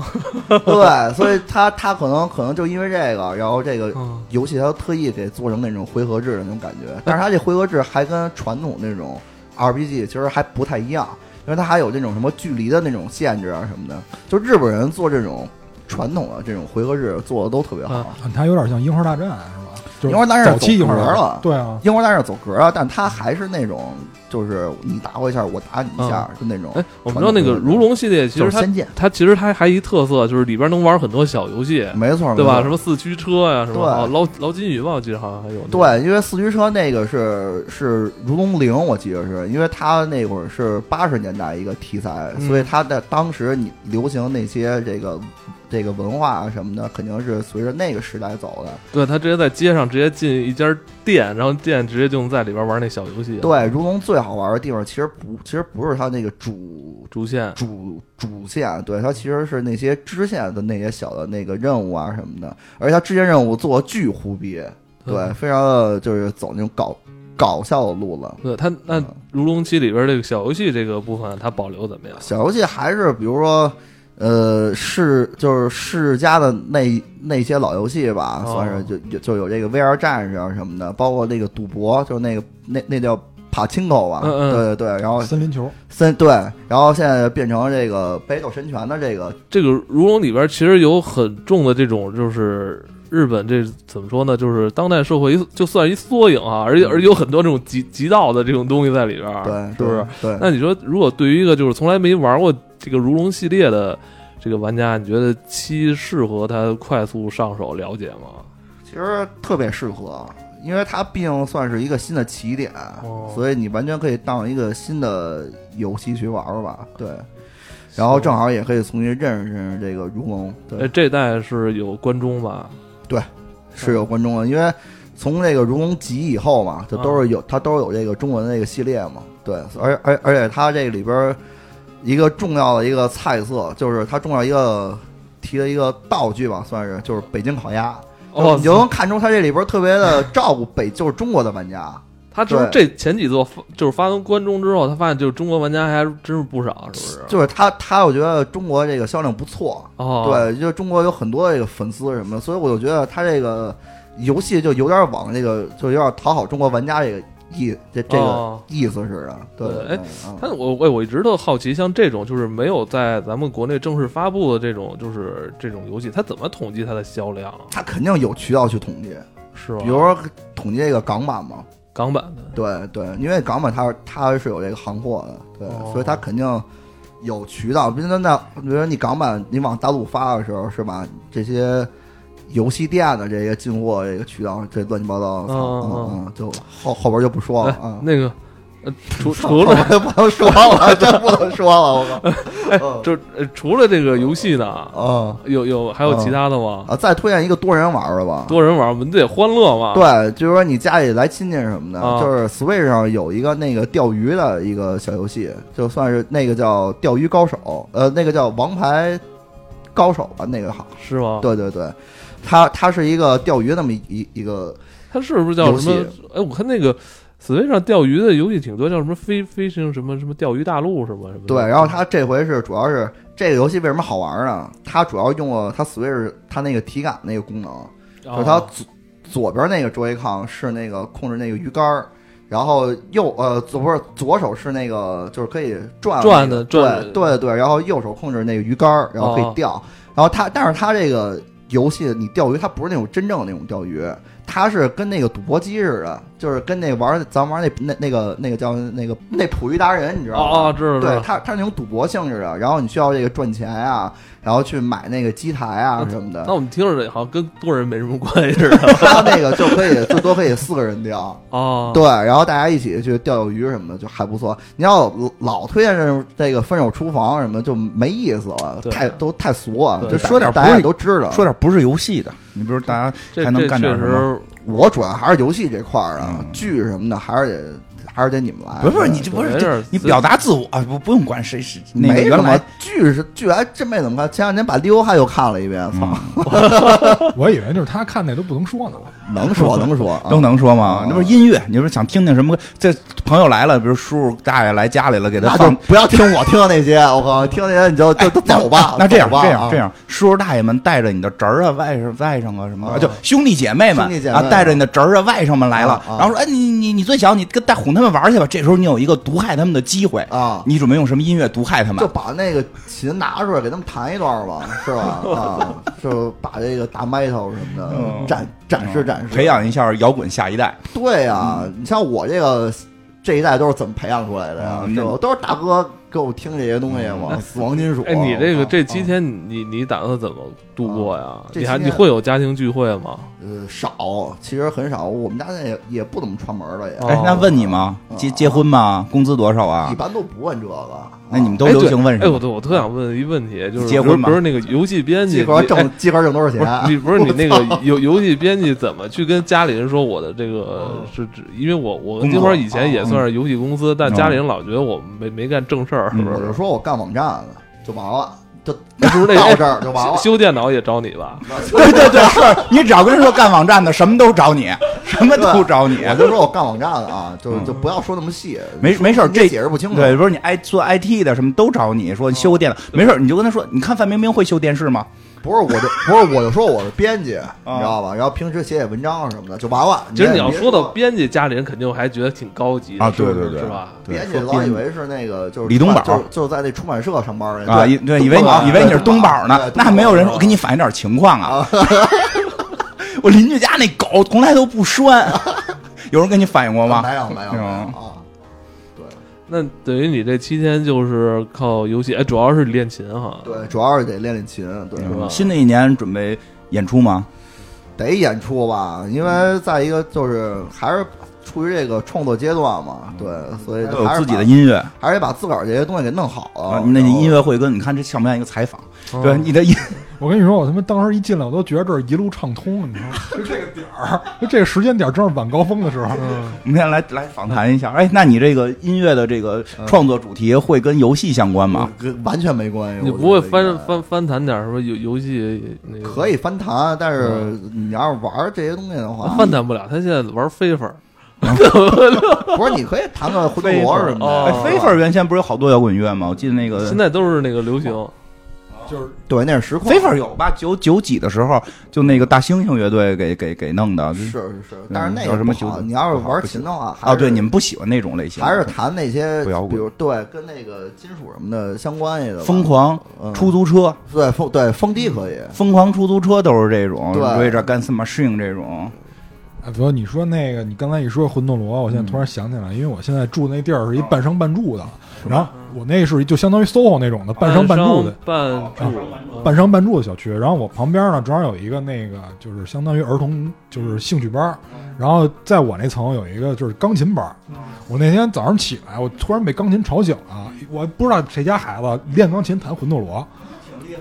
Speaker 1: 对，所以他他可能可能就因为这个，然后这个
Speaker 2: 嗯，
Speaker 1: 游戏他特意给做成那种回合制的那种感觉，但是他这回合制还跟传统那种 RPG 其实还不太一样，因为它还有那种什么距离的那种限制啊什么的，就日本人做这种。传统的这种回合制做的都特别好，
Speaker 2: 嗯
Speaker 4: 它有点像樱花大战是吧？就是
Speaker 1: 樱花大战
Speaker 4: 早期樱花大
Speaker 1: 走格
Speaker 4: 战
Speaker 1: 了
Speaker 4: 对啊，
Speaker 1: 英国大战走格啊，但他还是那种，就是你打我一下，我打你一下，就那种。
Speaker 2: 哎，我们知道那个如龙系列，其
Speaker 1: 就
Speaker 2: 实
Speaker 1: 是
Speaker 2: 它
Speaker 1: 仙剑，
Speaker 2: 它其实它还一特色就是里边能玩很多小游戏，
Speaker 1: 没错，
Speaker 2: 对
Speaker 1: 没
Speaker 2: 吧？
Speaker 1: 错
Speaker 2: 什么四驱车呀、什么
Speaker 1: 对
Speaker 2: 哦捞捞金鱼吧，我记得好像还有那个
Speaker 1: 对，因为四驱车那个是是如龙零，我记得是因为它那会儿是八十年代一个题材，
Speaker 2: 嗯
Speaker 1: 所以它在当时你流行那些这个这个文化啊什么的，肯定是随着那个时代走的。
Speaker 2: 对，他直接在街上直接进一家店，然后店直接就能在里边玩那小游戏。，
Speaker 1: 对，如龙最好玩的地方其实不，其实不是它那个主
Speaker 2: 主线
Speaker 1: 主主线，对它其实是那些支线的那些小的那个任务啊什么的，而且它支线任务做得巨胡逼，对，
Speaker 2: 嗯
Speaker 1: 非常的就是走那种搞搞笑的路了。
Speaker 2: 对他那《
Speaker 1: 嗯
Speaker 2: 如龙七》里边这个小游戏这个部分，它保留怎么样？
Speaker 1: 小游戏还是比如说，呃，世就是世嘉的那那些老游戏吧，
Speaker 2: 哦
Speaker 1: 算是就就就有这个 VR 战士啊什么的，包括那个赌博，就是那个那那叫。帕青口吧，
Speaker 2: 嗯嗯
Speaker 1: 对对对，然后
Speaker 4: 森林球
Speaker 1: 森对，然后现在变成这个北斗神拳的这个
Speaker 2: 这个《如龙》里边其实有很重的这种就是。日本这怎么说呢？就是当代社会一就算一缩影啊，而且而且有很多这种极极道的这种东西在里边儿，
Speaker 1: 嗯对，
Speaker 2: 是不是？
Speaker 1: 对？对，
Speaker 2: 那你说，如果对于一个就是从来没玩过这个如龙系列的这个玩家，你觉得七适合他快速上手了解吗？
Speaker 1: 其实特别适合，因为它毕竟算是一个新的起点，
Speaker 2: 哦
Speaker 1: 所以你完全可以当一个新的游戏去玩玩吧。对，然后正好也可以重新认识认识这个如龙。对，
Speaker 2: 哎，这代是有关中吧？
Speaker 1: 是有观众的，因为从这个如龙集以后
Speaker 2: 啊
Speaker 1: 嘛，就都是有它都是有这个中文的这个系列嘛。对，而而而且它这里边儿一个重要的一个菜色，就是它重要一个提了一个道具吧，算是就是北京烤鸭。
Speaker 2: 哦
Speaker 1: 你，就能看出它这里边儿特别 的照顾北，就是中国的玩家。
Speaker 2: 他就是这前几座发就是发完关中之后，他发现就是中国玩家还真是不少，是不是？
Speaker 1: 就是他，他我觉得中国这个销量不错，
Speaker 2: 哦，，
Speaker 1: 对，就中国有很多这个粉丝什么的，所以我就觉得他这个游戏就有点往这个，就有点讨好中国玩家这个意这这个
Speaker 2: 哦
Speaker 1: 意思似的。对，
Speaker 2: 对
Speaker 1: 对
Speaker 2: 哎，
Speaker 1: 嗯
Speaker 2: 但我我我一直都好奇，像这种就是没有在咱们国内正式发布的这种就是这种游戏，它怎么统计它的销量啊？
Speaker 1: 他肯定有渠道去统计，
Speaker 2: 是吧？
Speaker 1: 比如说统计这个港版嘛，
Speaker 2: 港版的，
Speaker 1: 对对，因为港版它是它是有这个行货的，对，
Speaker 2: 哦
Speaker 1: 所以它肯定有渠道。比如说那，比如说你港版你往大陆发的时候，是吧？这些游戏店的这些进货这个渠道，这乱七八糟，的，
Speaker 2: 嗯
Speaker 1: 嗯
Speaker 2: 嗯
Speaker 1: 嗯，就后后边就不说了
Speaker 2: 哎
Speaker 1: 啊。
Speaker 2: 那个，呃，除除了
Speaker 1: 就不能说了，真不能说了，我靠！
Speaker 2: 就呃除了这个游戏呢，
Speaker 1: 嗯
Speaker 2: 有有还有其他的吗？
Speaker 1: 啊，再推荐一个多人玩的吧。
Speaker 2: 多人玩，我们得欢乐嘛。，
Speaker 1: 对，就是说你家里来亲戚什么的，
Speaker 2: 啊
Speaker 1: 就是 Switch 上有一个那个钓鱼的一个小游戏，就算是那个叫《钓鱼高手》，呃，那个叫《王牌高手》吧，那个好，
Speaker 2: 是吗？，
Speaker 1: 对对对，它它是一个钓鱼那么一一个，
Speaker 2: 它是不是叫什么
Speaker 1: 游？
Speaker 2: 哎，我看那个 Switch 上钓鱼的游戏挺多，叫什么飞飞行什么什么钓鱼大陆什么什么的。
Speaker 1: 对，然后它这回是主要是这个游戏为什么好玩呢？它主要用了它 Switch 它那个体感那个功能，
Speaker 2: 啊
Speaker 1: 就是它左左边那个 Joy-Con 是那个控制那个鱼竿儿，然后右呃左不是左手是那个就是可以转
Speaker 2: 转
Speaker 1: 那个
Speaker 2: 的转
Speaker 1: 对对对，然后右手控制那个鱼竿儿，然后可
Speaker 2: 哦
Speaker 1: 以钓。然后它但是它这个游戏你钓鱼它不是那种真正的那种钓鱼，它是跟那个赌博机似的，就是跟那玩儿咱玩儿那那那个那个叫那个那捕鱼达人，你知道吗？
Speaker 2: 哦哦，知道知
Speaker 1: 对，
Speaker 2: 道，
Speaker 1: 它它是那种赌博性质的，然后你需要这个赚钱啊，然后去买那个机台啊
Speaker 2: 那
Speaker 1: 什么的，
Speaker 2: 那我们听着这好像跟多人没什么关系似的。
Speaker 1: 它那个就可以最多可以四个人钓，
Speaker 2: 哦，
Speaker 1: 对，然后大家一起去钓钓鱼什么的就还不错。你要老推荐这种这个分手厨房什么的就没意思了，
Speaker 2: 对
Speaker 1: 太都太俗了，
Speaker 2: 对
Speaker 1: 就
Speaker 3: 说点
Speaker 1: 大家
Speaker 3: 不
Speaker 1: 也
Speaker 3: 是
Speaker 1: 都知道。
Speaker 3: 说点不是游戏的，你比如大家
Speaker 2: 这
Speaker 3: 还能
Speaker 2: 这
Speaker 3: 干
Speaker 2: 确
Speaker 3: 点什么
Speaker 2: 实
Speaker 1: 我主要还是游戏这块儿啊
Speaker 3: 嗯，
Speaker 1: 剧什么的还是得还是得你们来。
Speaker 3: 不是不是
Speaker 1: 对
Speaker 3: 你这不是
Speaker 2: 没事
Speaker 3: 这你表达自我啊，不不用管谁是那个
Speaker 1: 没
Speaker 3: 原
Speaker 1: 什么
Speaker 3: 来
Speaker 1: 剧是剧，还真没怎么看。前两天把《利欧汉》又看了一遍，操，
Speaker 4: 我以为就是他看那都不能说呢，
Speaker 3: 嗯
Speaker 1: 能 说能说啊
Speaker 3: 都能说吗
Speaker 1: 啊？
Speaker 3: 那不是音乐，你说想听听什么歌？这朋友来了，比如叔叔大爷来家里了，给他
Speaker 1: 那就
Speaker 3: 放。
Speaker 1: 不要听我听的那些，我靠，听那些你就就就
Speaker 3: 那
Speaker 1: 走吧。
Speaker 3: 那这样
Speaker 1: 走吧
Speaker 3: 这样这，
Speaker 1: 啊
Speaker 3: 样，叔叔大爷们带着你的侄儿啊、外甥、外甥啊什么的，
Speaker 1: 啊
Speaker 3: 就兄弟姐妹们
Speaker 1: 兄弟姐妹
Speaker 3: 啊，带着你的侄儿啊、外甥们来了
Speaker 1: 啊，啊
Speaker 3: 然后说：“哎，你你你最小，你跟带哄他们玩去吧。”这时候你有一个毒害他们的机会
Speaker 1: 啊
Speaker 3: 你准备用什么音乐毒害他们
Speaker 1: 就？把那个琴拿出来给他们弹一段 吧，是吧？啊，就把这个大麦头什么的
Speaker 3: 嗯
Speaker 1: 展展示
Speaker 3: 嗯
Speaker 1: 展示，
Speaker 3: 培。养一嗯下摇滚下一代。
Speaker 1: 对呀，你像我这个这一代都是怎么培养出来的呀？
Speaker 3: 嗯
Speaker 1: 是吧？都是大哥给我听这些东西 嘛，死亡金属。
Speaker 2: 哎，你这个
Speaker 1: 啊
Speaker 2: 这七天你你打算怎么度过呀？
Speaker 1: 哦这
Speaker 2: 你还
Speaker 1: 七
Speaker 2: 你
Speaker 1: 天
Speaker 2: 会有家庭聚会吗？
Speaker 1: 呃少，其实很少。我们家那也也不怎么串门了，也、
Speaker 2: 哦
Speaker 3: 哎，那问你吗？结结婚吗？工资多少
Speaker 1: 哦一
Speaker 3: 啊？
Speaker 1: 般都不问这个。
Speaker 3: 那你们都
Speaker 2: 哎对
Speaker 3: 流行问
Speaker 2: 哎，
Speaker 3: 什
Speaker 2: 我
Speaker 3: 么？
Speaker 2: 对我特想问一问题，就是
Speaker 3: 结
Speaker 2: 比如
Speaker 3: 婚吗
Speaker 2: 比如那个游戏编辑，
Speaker 1: 鸡
Speaker 2: 你
Speaker 1: 壳
Speaker 2: 哎
Speaker 1: 啊挣鸡壳挣多少
Speaker 2: 不是
Speaker 1: 钱？啊
Speaker 2: 你不是你那
Speaker 1: 我
Speaker 2: 个
Speaker 1: 操
Speaker 2: 游游戏编辑怎么去跟家里人说我的这
Speaker 1: 哦
Speaker 2: 个是指？因为我我跟
Speaker 3: 工
Speaker 2: 金
Speaker 3: 作
Speaker 2: 花以前也算是游戏公司，但
Speaker 3: 嗯
Speaker 2: 家里人老觉得我没没干正事儿，是
Speaker 3: 嗯
Speaker 2: 不？
Speaker 1: 我就是说我干网站了，就完了，就
Speaker 2: 不是那
Speaker 1: 到这儿就完了
Speaker 2: 修。修电脑也找你吧？
Speaker 1: 嗯
Speaker 3: 对对对，是你只要跟人说干网站的，什么都找你，什么都找你。
Speaker 1: 我就说我干网站了啊，就
Speaker 3: 嗯
Speaker 1: 就不要说那么细，
Speaker 3: 没没事儿，
Speaker 1: 你也
Speaker 3: 这
Speaker 1: 解释不清楚。
Speaker 3: 对，不是你 I 做 IT 的什么都找你说你修个
Speaker 1: 哦
Speaker 3: 电脑，没事儿，你就跟他说，你看范冰冰会修电视吗？
Speaker 1: 不是我就不是我就说我是编辑，
Speaker 3: 啊
Speaker 1: 你知道吧？然后平时写写文章什么的就完了。
Speaker 2: 其实你
Speaker 1: 也
Speaker 2: 要
Speaker 1: 别
Speaker 2: 说到编辑，家里人肯定还觉得挺高级的
Speaker 3: 啊对
Speaker 2: 是不是
Speaker 3: 对对
Speaker 2: 是吧？
Speaker 3: 对
Speaker 1: 编辑
Speaker 3: 说
Speaker 1: 老以
Speaker 3: 编
Speaker 1: 为是那个就是
Speaker 3: 李
Speaker 1: 出
Speaker 3: 东
Speaker 1: 版就
Speaker 3: 宝
Speaker 1: 是就是在那出版社上班的
Speaker 3: 啊，
Speaker 1: 哎对
Speaker 3: 以对，以为
Speaker 1: 东宝
Speaker 3: 你以为你是
Speaker 1: 对
Speaker 3: 东宝呢，
Speaker 1: 对哦
Speaker 3: 那没有人
Speaker 1: 东
Speaker 3: 说
Speaker 1: 宝
Speaker 3: 我给你反映点情况啊。 我邻居家那狗从来都 不拴，有人跟你反映过吗？
Speaker 1: 没有没有没有
Speaker 3: 嗯
Speaker 1: 啊，对。
Speaker 2: 那等于你这七天就是靠游戏，哎，主要是练琴哈。
Speaker 1: 对，主要是得练练琴，对，
Speaker 2: 是吧
Speaker 3: 新的一年准备演出吗？
Speaker 1: 得演出吧，因为再一个就是还是处于这个创作阶段嘛，对，所以
Speaker 3: 都
Speaker 1: 就还
Speaker 3: 嗯有
Speaker 1: 是哦
Speaker 3: 自己
Speaker 1: 把
Speaker 3: 的，音乐
Speaker 1: 还是得把自个儿这些东西给弄好
Speaker 3: 啊
Speaker 1: 了。，
Speaker 3: 那
Speaker 1: 然后
Speaker 3: 音乐会跟你看这像不像一个采访？
Speaker 1: 哦
Speaker 2: 嗯
Speaker 3: 对，你的音
Speaker 4: 我跟你说，我他妈当时一进来，我都觉得这儿一路畅通，你知道吗？就这个点儿，就这个时间点儿正是晚高峰的时候。
Speaker 3: 我们现在来来访谈一下，哎，那你这个音乐的这个创作主题会跟游戏相关吗？
Speaker 1: 跟完全没关系。
Speaker 2: 你
Speaker 1: 我
Speaker 2: 不会
Speaker 1: 觉得应
Speaker 2: 翻
Speaker 1: 该
Speaker 2: 翻翻弹点什么游游戏那个？
Speaker 1: 可以翻弹，但是
Speaker 3: 嗯
Speaker 1: 你要是玩这些东西的 话，
Speaker 2: 翻弹不了，他现在玩飞粉儿。
Speaker 1: 不是你可以弹个回陀螺什么
Speaker 2: 哦
Speaker 1: 的是
Speaker 3: 哎，
Speaker 1: 吧。
Speaker 3: 飞粉原先不是有好多摇滚乐吗？我记得那个
Speaker 2: 现在都是那个流行，
Speaker 4: 就是
Speaker 1: 对，那是实况。
Speaker 3: 飞粉有吧？九九几的时候，就那个大猩猩乐队给给给弄的
Speaker 1: 是是是，但是那
Speaker 3: 叫
Speaker 1: 个
Speaker 3: 嗯什么
Speaker 1: 不好
Speaker 3: 九
Speaker 1: 你要是
Speaker 3: 不好
Speaker 1: 玩
Speaker 3: 不
Speaker 1: 琴
Speaker 3: 行
Speaker 1: 的话，还
Speaker 3: 啊，对，
Speaker 1: 是
Speaker 3: 你们不喜欢那种类型，
Speaker 1: 还是弹那些
Speaker 3: 不摇，滚
Speaker 1: 比如对跟那个金属什么的相关系的吧
Speaker 3: 疯狂
Speaker 1: 嗯
Speaker 3: 出租车，
Speaker 1: 对风对风低可以，
Speaker 3: 疯狂出租车都是这种
Speaker 1: 对
Speaker 3: ，Rage Against the Machine 这种，
Speaker 4: 哎，不，你说那个，你刚才一说魂斗罗，我现在突然想起来，因为我现在住那地儿是一半商半住的，然后我那是一就相当于 SOHO 那种的半商半住的，
Speaker 2: 半住
Speaker 4: 半商半住的小区，然后我旁边呢正好有一个那个就是相当于儿童就是兴趣班儿，然后在我那层有一个就是钢琴班儿。我那天早上起来，我突然被钢琴吵醒了，我不知道谁家孩子练钢琴弹魂斗罗，
Speaker 3: 啊挺厉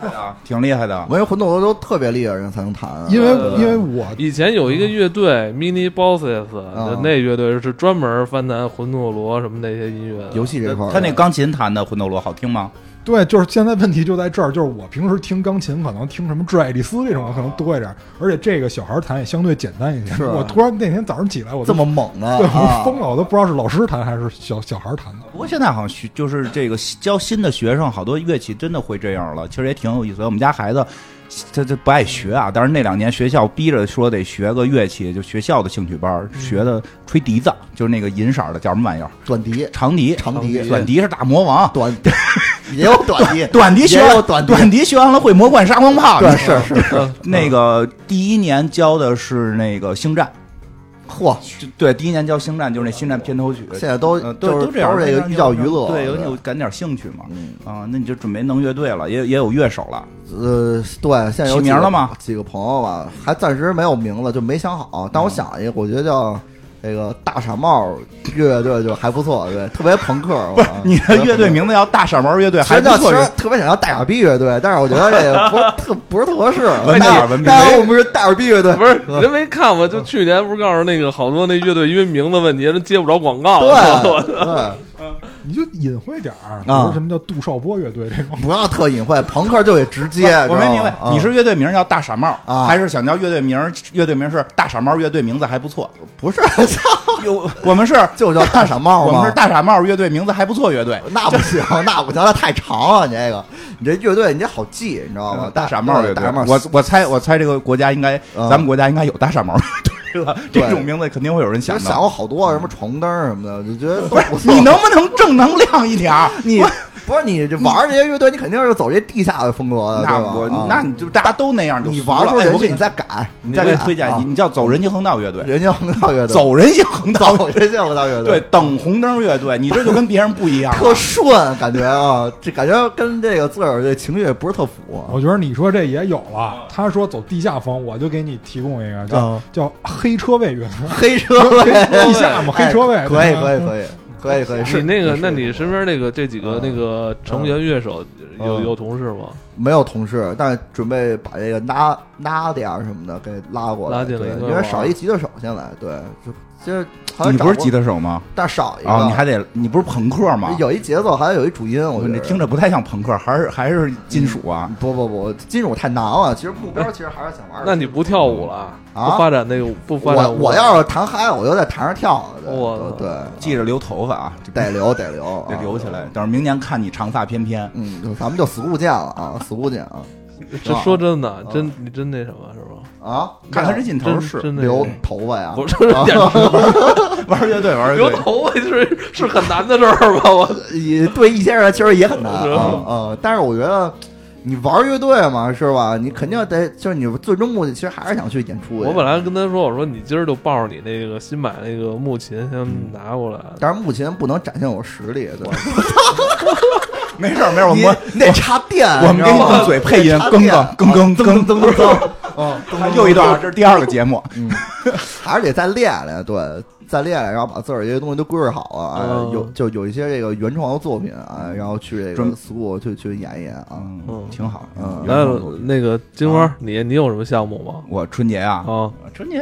Speaker 3: 害的
Speaker 1: 我。觉得魂斗罗都特别厉害的人才能弹啊，
Speaker 4: 因为
Speaker 2: 对对
Speaker 4: 因为我
Speaker 2: 以前有一个乐队 Mini Bosses，
Speaker 1: 啊
Speaker 2: 那乐队是专门翻弹魂斗罗什么那些音乐的
Speaker 1: 游戏这块儿
Speaker 3: 他那钢琴弹的《魂斗罗》好听吗？
Speaker 4: 对，就是现在问题就在这儿，就是我平时听钢琴可能听什么致爱丽丝这种的可能多一点，而且这个小孩弹也相对简单一些。
Speaker 1: 是啊
Speaker 4: 我突然那天早上起来，我
Speaker 1: 这
Speaker 4: 都
Speaker 1: 么猛呢，
Speaker 4: 对，
Speaker 1: 啊
Speaker 4: 我疯了，我都不知道是老师弹还是小小孩弹的。
Speaker 3: 不过现在好像学就是这个教新的学生，好多乐器真的会这样了，其实也挺有意思的。我们家孩子他他不爱学啊，但是那两年学校逼着说得学个乐器，就学校的兴趣班
Speaker 1: 嗯
Speaker 3: 儿学的吹笛子，就是那个银色儿的叫什么玩意儿？
Speaker 1: 短笛、
Speaker 3: 长笛，
Speaker 1: 长笛、
Speaker 3: 短笛是大魔王，
Speaker 1: 短 也有短 笛，
Speaker 3: 短笛学
Speaker 1: 也有
Speaker 3: 完
Speaker 1: 短笛
Speaker 3: 短笛学完了会魔幻杀光炮，
Speaker 1: 对嗯
Speaker 3: 你知道吗
Speaker 1: 是是
Speaker 2: 是
Speaker 3: 那个第一年教的是那个星战，
Speaker 1: 嚯，
Speaker 3: 就对，第一年教星战就是那星战片头曲，
Speaker 1: 现在都
Speaker 3: 呃都
Speaker 1: 就是
Speaker 3: 都这样，
Speaker 1: 都是这个
Speaker 3: 让
Speaker 1: 寓教于乐，
Speaker 3: 对，有有感点兴趣嘛。
Speaker 1: 嗯，
Speaker 3: 啊，那你就准备弄乐队了，也也有乐手了，
Speaker 1: 呃，对，现在有几
Speaker 3: 起名
Speaker 1: 个
Speaker 3: 了吗？
Speaker 1: 几个朋友吧，还暂时没有名字，就没想好。
Speaker 3: 嗯
Speaker 1: 但我想一个，我觉得叫这个大傻帽乐队就还不错，对，特别朋 克。
Speaker 3: 不 是
Speaker 1: 我
Speaker 3: 啊你
Speaker 1: 特
Speaker 3: 的
Speaker 1: 别
Speaker 3: 乐队
Speaker 1: 朋克
Speaker 3: 名字叫大傻猫乐队，
Speaker 1: 其
Speaker 3: 还
Speaker 1: 实
Speaker 3: 不
Speaker 1: 叫其
Speaker 3: 错
Speaker 1: 实
Speaker 3: 人。
Speaker 1: 特别想要大傻逼乐队，但是我觉得这个 不是特不是特合适。
Speaker 3: 文
Speaker 1: 大
Speaker 3: 明文明
Speaker 1: 当然我们是大傻逼乐队，
Speaker 2: 不是，你都没看吗？就去年不是告诉那个好多那乐队，因为名字问题都接不着广告。
Speaker 1: 对对，
Speaker 4: 你就隐晦点儿，比
Speaker 1: 啊
Speaker 4: 如什么叫杜少波乐队这种，
Speaker 1: 不要特隐晦，朋克就得直接。
Speaker 3: 我没
Speaker 1: 知道吗
Speaker 3: 明白，
Speaker 1: 啊
Speaker 3: 你是乐队名叫大傻帽，
Speaker 1: 啊
Speaker 3: 还是想叫乐队名？乐队名是大傻帽乐队，名字还不 错。
Speaker 1: 不是操
Speaker 3: 有我们是
Speaker 1: 就叫大傻帽
Speaker 3: 我
Speaker 1: 吗？
Speaker 3: 们是大傻帽乐队，名字还不错乐队。
Speaker 1: 那不行，那不行，那太长了。你这个，你这乐队，你这好记，你知道吗？
Speaker 3: 嗯大傻帽乐
Speaker 1: 对大
Speaker 3: 队
Speaker 1: 傻帽，
Speaker 3: 我我猜我猜这个国家应该，
Speaker 1: 嗯
Speaker 3: 咱们国家应该有大傻帽乐队了。
Speaker 1: 对
Speaker 3: 这种名字肯定会有人
Speaker 1: 其实
Speaker 3: 想
Speaker 1: 想
Speaker 3: 到。
Speaker 1: 过好多什么床单儿什么的，就觉得都
Speaker 3: 不是
Speaker 1: 不错
Speaker 3: 你能不能正能量一点儿？
Speaker 1: 你不是你这玩儿这些乐队，你肯定是走这地下的风格的，
Speaker 3: 那
Speaker 1: 对吧
Speaker 3: 我
Speaker 1: 啊
Speaker 3: 那你就大家都那样就
Speaker 1: 你
Speaker 3: 服了
Speaker 1: 玩出
Speaker 3: 哎
Speaker 1: 人
Speaker 3: 我
Speaker 1: 去，
Speaker 3: 给
Speaker 1: 你
Speaker 3: 你
Speaker 1: 再改，你再
Speaker 3: 我给
Speaker 1: 给
Speaker 3: 你推荐你，你叫走人行横道乐队，
Speaker 1: 人家红道乐队，
Speaker 3: 走人行横道
Speaker 1: 走人家红道乐
Speaker 3: 对
Speaker 1: 队，，
Speaker 3: 等红灯乐队，你这就跟别人不一样了。
Speaker 1: 特顺感觉啊，这感觉跟这个自个儿这情绪不是特符啊。
Speaker 3: 哦
Speaker 4: 我觉得你说这也有了。他说走地下风，我就给你提供一个叫、
Speaker 1: 啊
Speaker 4: 叫黑车位乐队，
Speaker 1: 黑车位，
Speaker 4: 地下嘛，黑车位，
Speaker 1: 哎可以可以
Speaker 4: 以。
Speaker 1: 可以可以可以，
Speaker 2: 你
Speaker 1: 是
Speaker 2: 那个，
Speaker 1: 是
Speaker 2: 那你身边那个这几个
Speaker 1: 嗯
Speaker 2: 那个成员乐手
Speaker 1: 嗯
Speaker 2: 有有同事吗？
Speaker 1: 没有同事，但是准备把这个拉拉点儿什么的给拉过来，
Speaker 2: 拉进来
Speaker 1: 对
Speaker 2: 一块
Speaker 1: 因为
Speaker 2: 玩
Speaker 1: 少一吉他手现在，对，就就是好像
Speaker 3: 你不是
Speaker 1: 找
Speaker 3: 吉他手吗？
Speaker 1: 但少一个，
Speaker 3: 啊，你还得，你不是朋克吗？
Speaker 1: 有一节奏，还有一嗯主音，我觉
Speaker 3: 你
Speaker 1: 得
Speaker 3: 听着不太像朋克，还是还是金属啊？
Speaker 1: 不不不，金属太难了。其实目标其实还是想玩儿。
Speaker 2: 那你不跳舞了？
Speaker 1: 啊
Speaker 2: 不发展那个不发
Speaker 1: 我
Speaker 2: 展舞
Speaker 1: 我要是弹嗨，我就在台上跳，对
Speaker 2: 我
Speaker 1: 对，
Speaker 3: 记着留头发啊，
Speaker 1: 得留得留
Speaker 3: 得
Speaker 1: 啊
Speaker 3: 留起来。等着明年看你长发翩翩，
Speaker 1: 嗯，就咱们就死固见了啊，死固见啊
Speaker 2: 这
Speaker 1: 啊
Speaker 2: 说真的
Speaker 1: 啊，
Speaker 2: 真你真那什么是吧？
Speaker 1: 啊！
Speaker 3: 看看这劲头
Speaker 2: 真
Speaker 3: 是。
Speaker 2: 真那
Speaker 1: 留
Speaker 2: 个
Speaker 1: 头发呀，
Speaker 2: 不是点
Speaker 3: 玩乐队，玩乐
Speaker 2: 留
Speaker 3: 队，
Speaker 2: 头发是是很难的事儿吧？我
Speaker 1: 也对一些人其实也很难
Speaker 2: 是
Speaker 1: 啊
Speaker 2: 吧
Speaker 1: 啊！但是我觉得你玩乐队嘛，是吧？你肯定得就是你最终目的，其实还是想去演出去。
Speaker 2: 我本来跟他说，我说你今儿就抱着你那个新买那个木琴先
Speaker 1: 嗯
Speaker 2: 拿过来，
Speaker 1: 但是目前不能展现我实力，对吧？
Speaker 3: 没事儿没事儿，我
Speaker 1: 你
Speaker 3: 们
Speaker 1: 你得插电，
Speaker 3: 我们给你
Speaker 1: 知道吗
Speaker 3: 用嘴配音，
Speaker 1: 插
Speaker 3: 更
Speaker 1: 电
Speaker 3: 更更
Speaker 1: 噔
Speaker 3: 更更
Speaker 1: 噔噔噔，嗯，
Speaker 3: 更， 又一段，这是第二个节目。
Speaker 1: 还是得再练练，对，再练练，然后把自个儿这些东西都归置好了啊，
Speaker 2: 嗯
Speaker 1: 有就有一些这个原创的作品啊，然后去这
Speaker 3: 准
Speaker 1: 个 school 去去演一演啊，
Speaker 3: 嗯
Speaker 2: 嗯，
Speaker 3: 挺好。
Speaker 1: 嗯
Speaker 2: 来
Speaker 3: 原创作品
Speaker 2: 那个金
Speaker 1: 啊
Speaker 2: 花，你你有什么项目吗？
Speaker 3: 我春节啊，
Speaker 2: 啊，
Speaker 3: 春节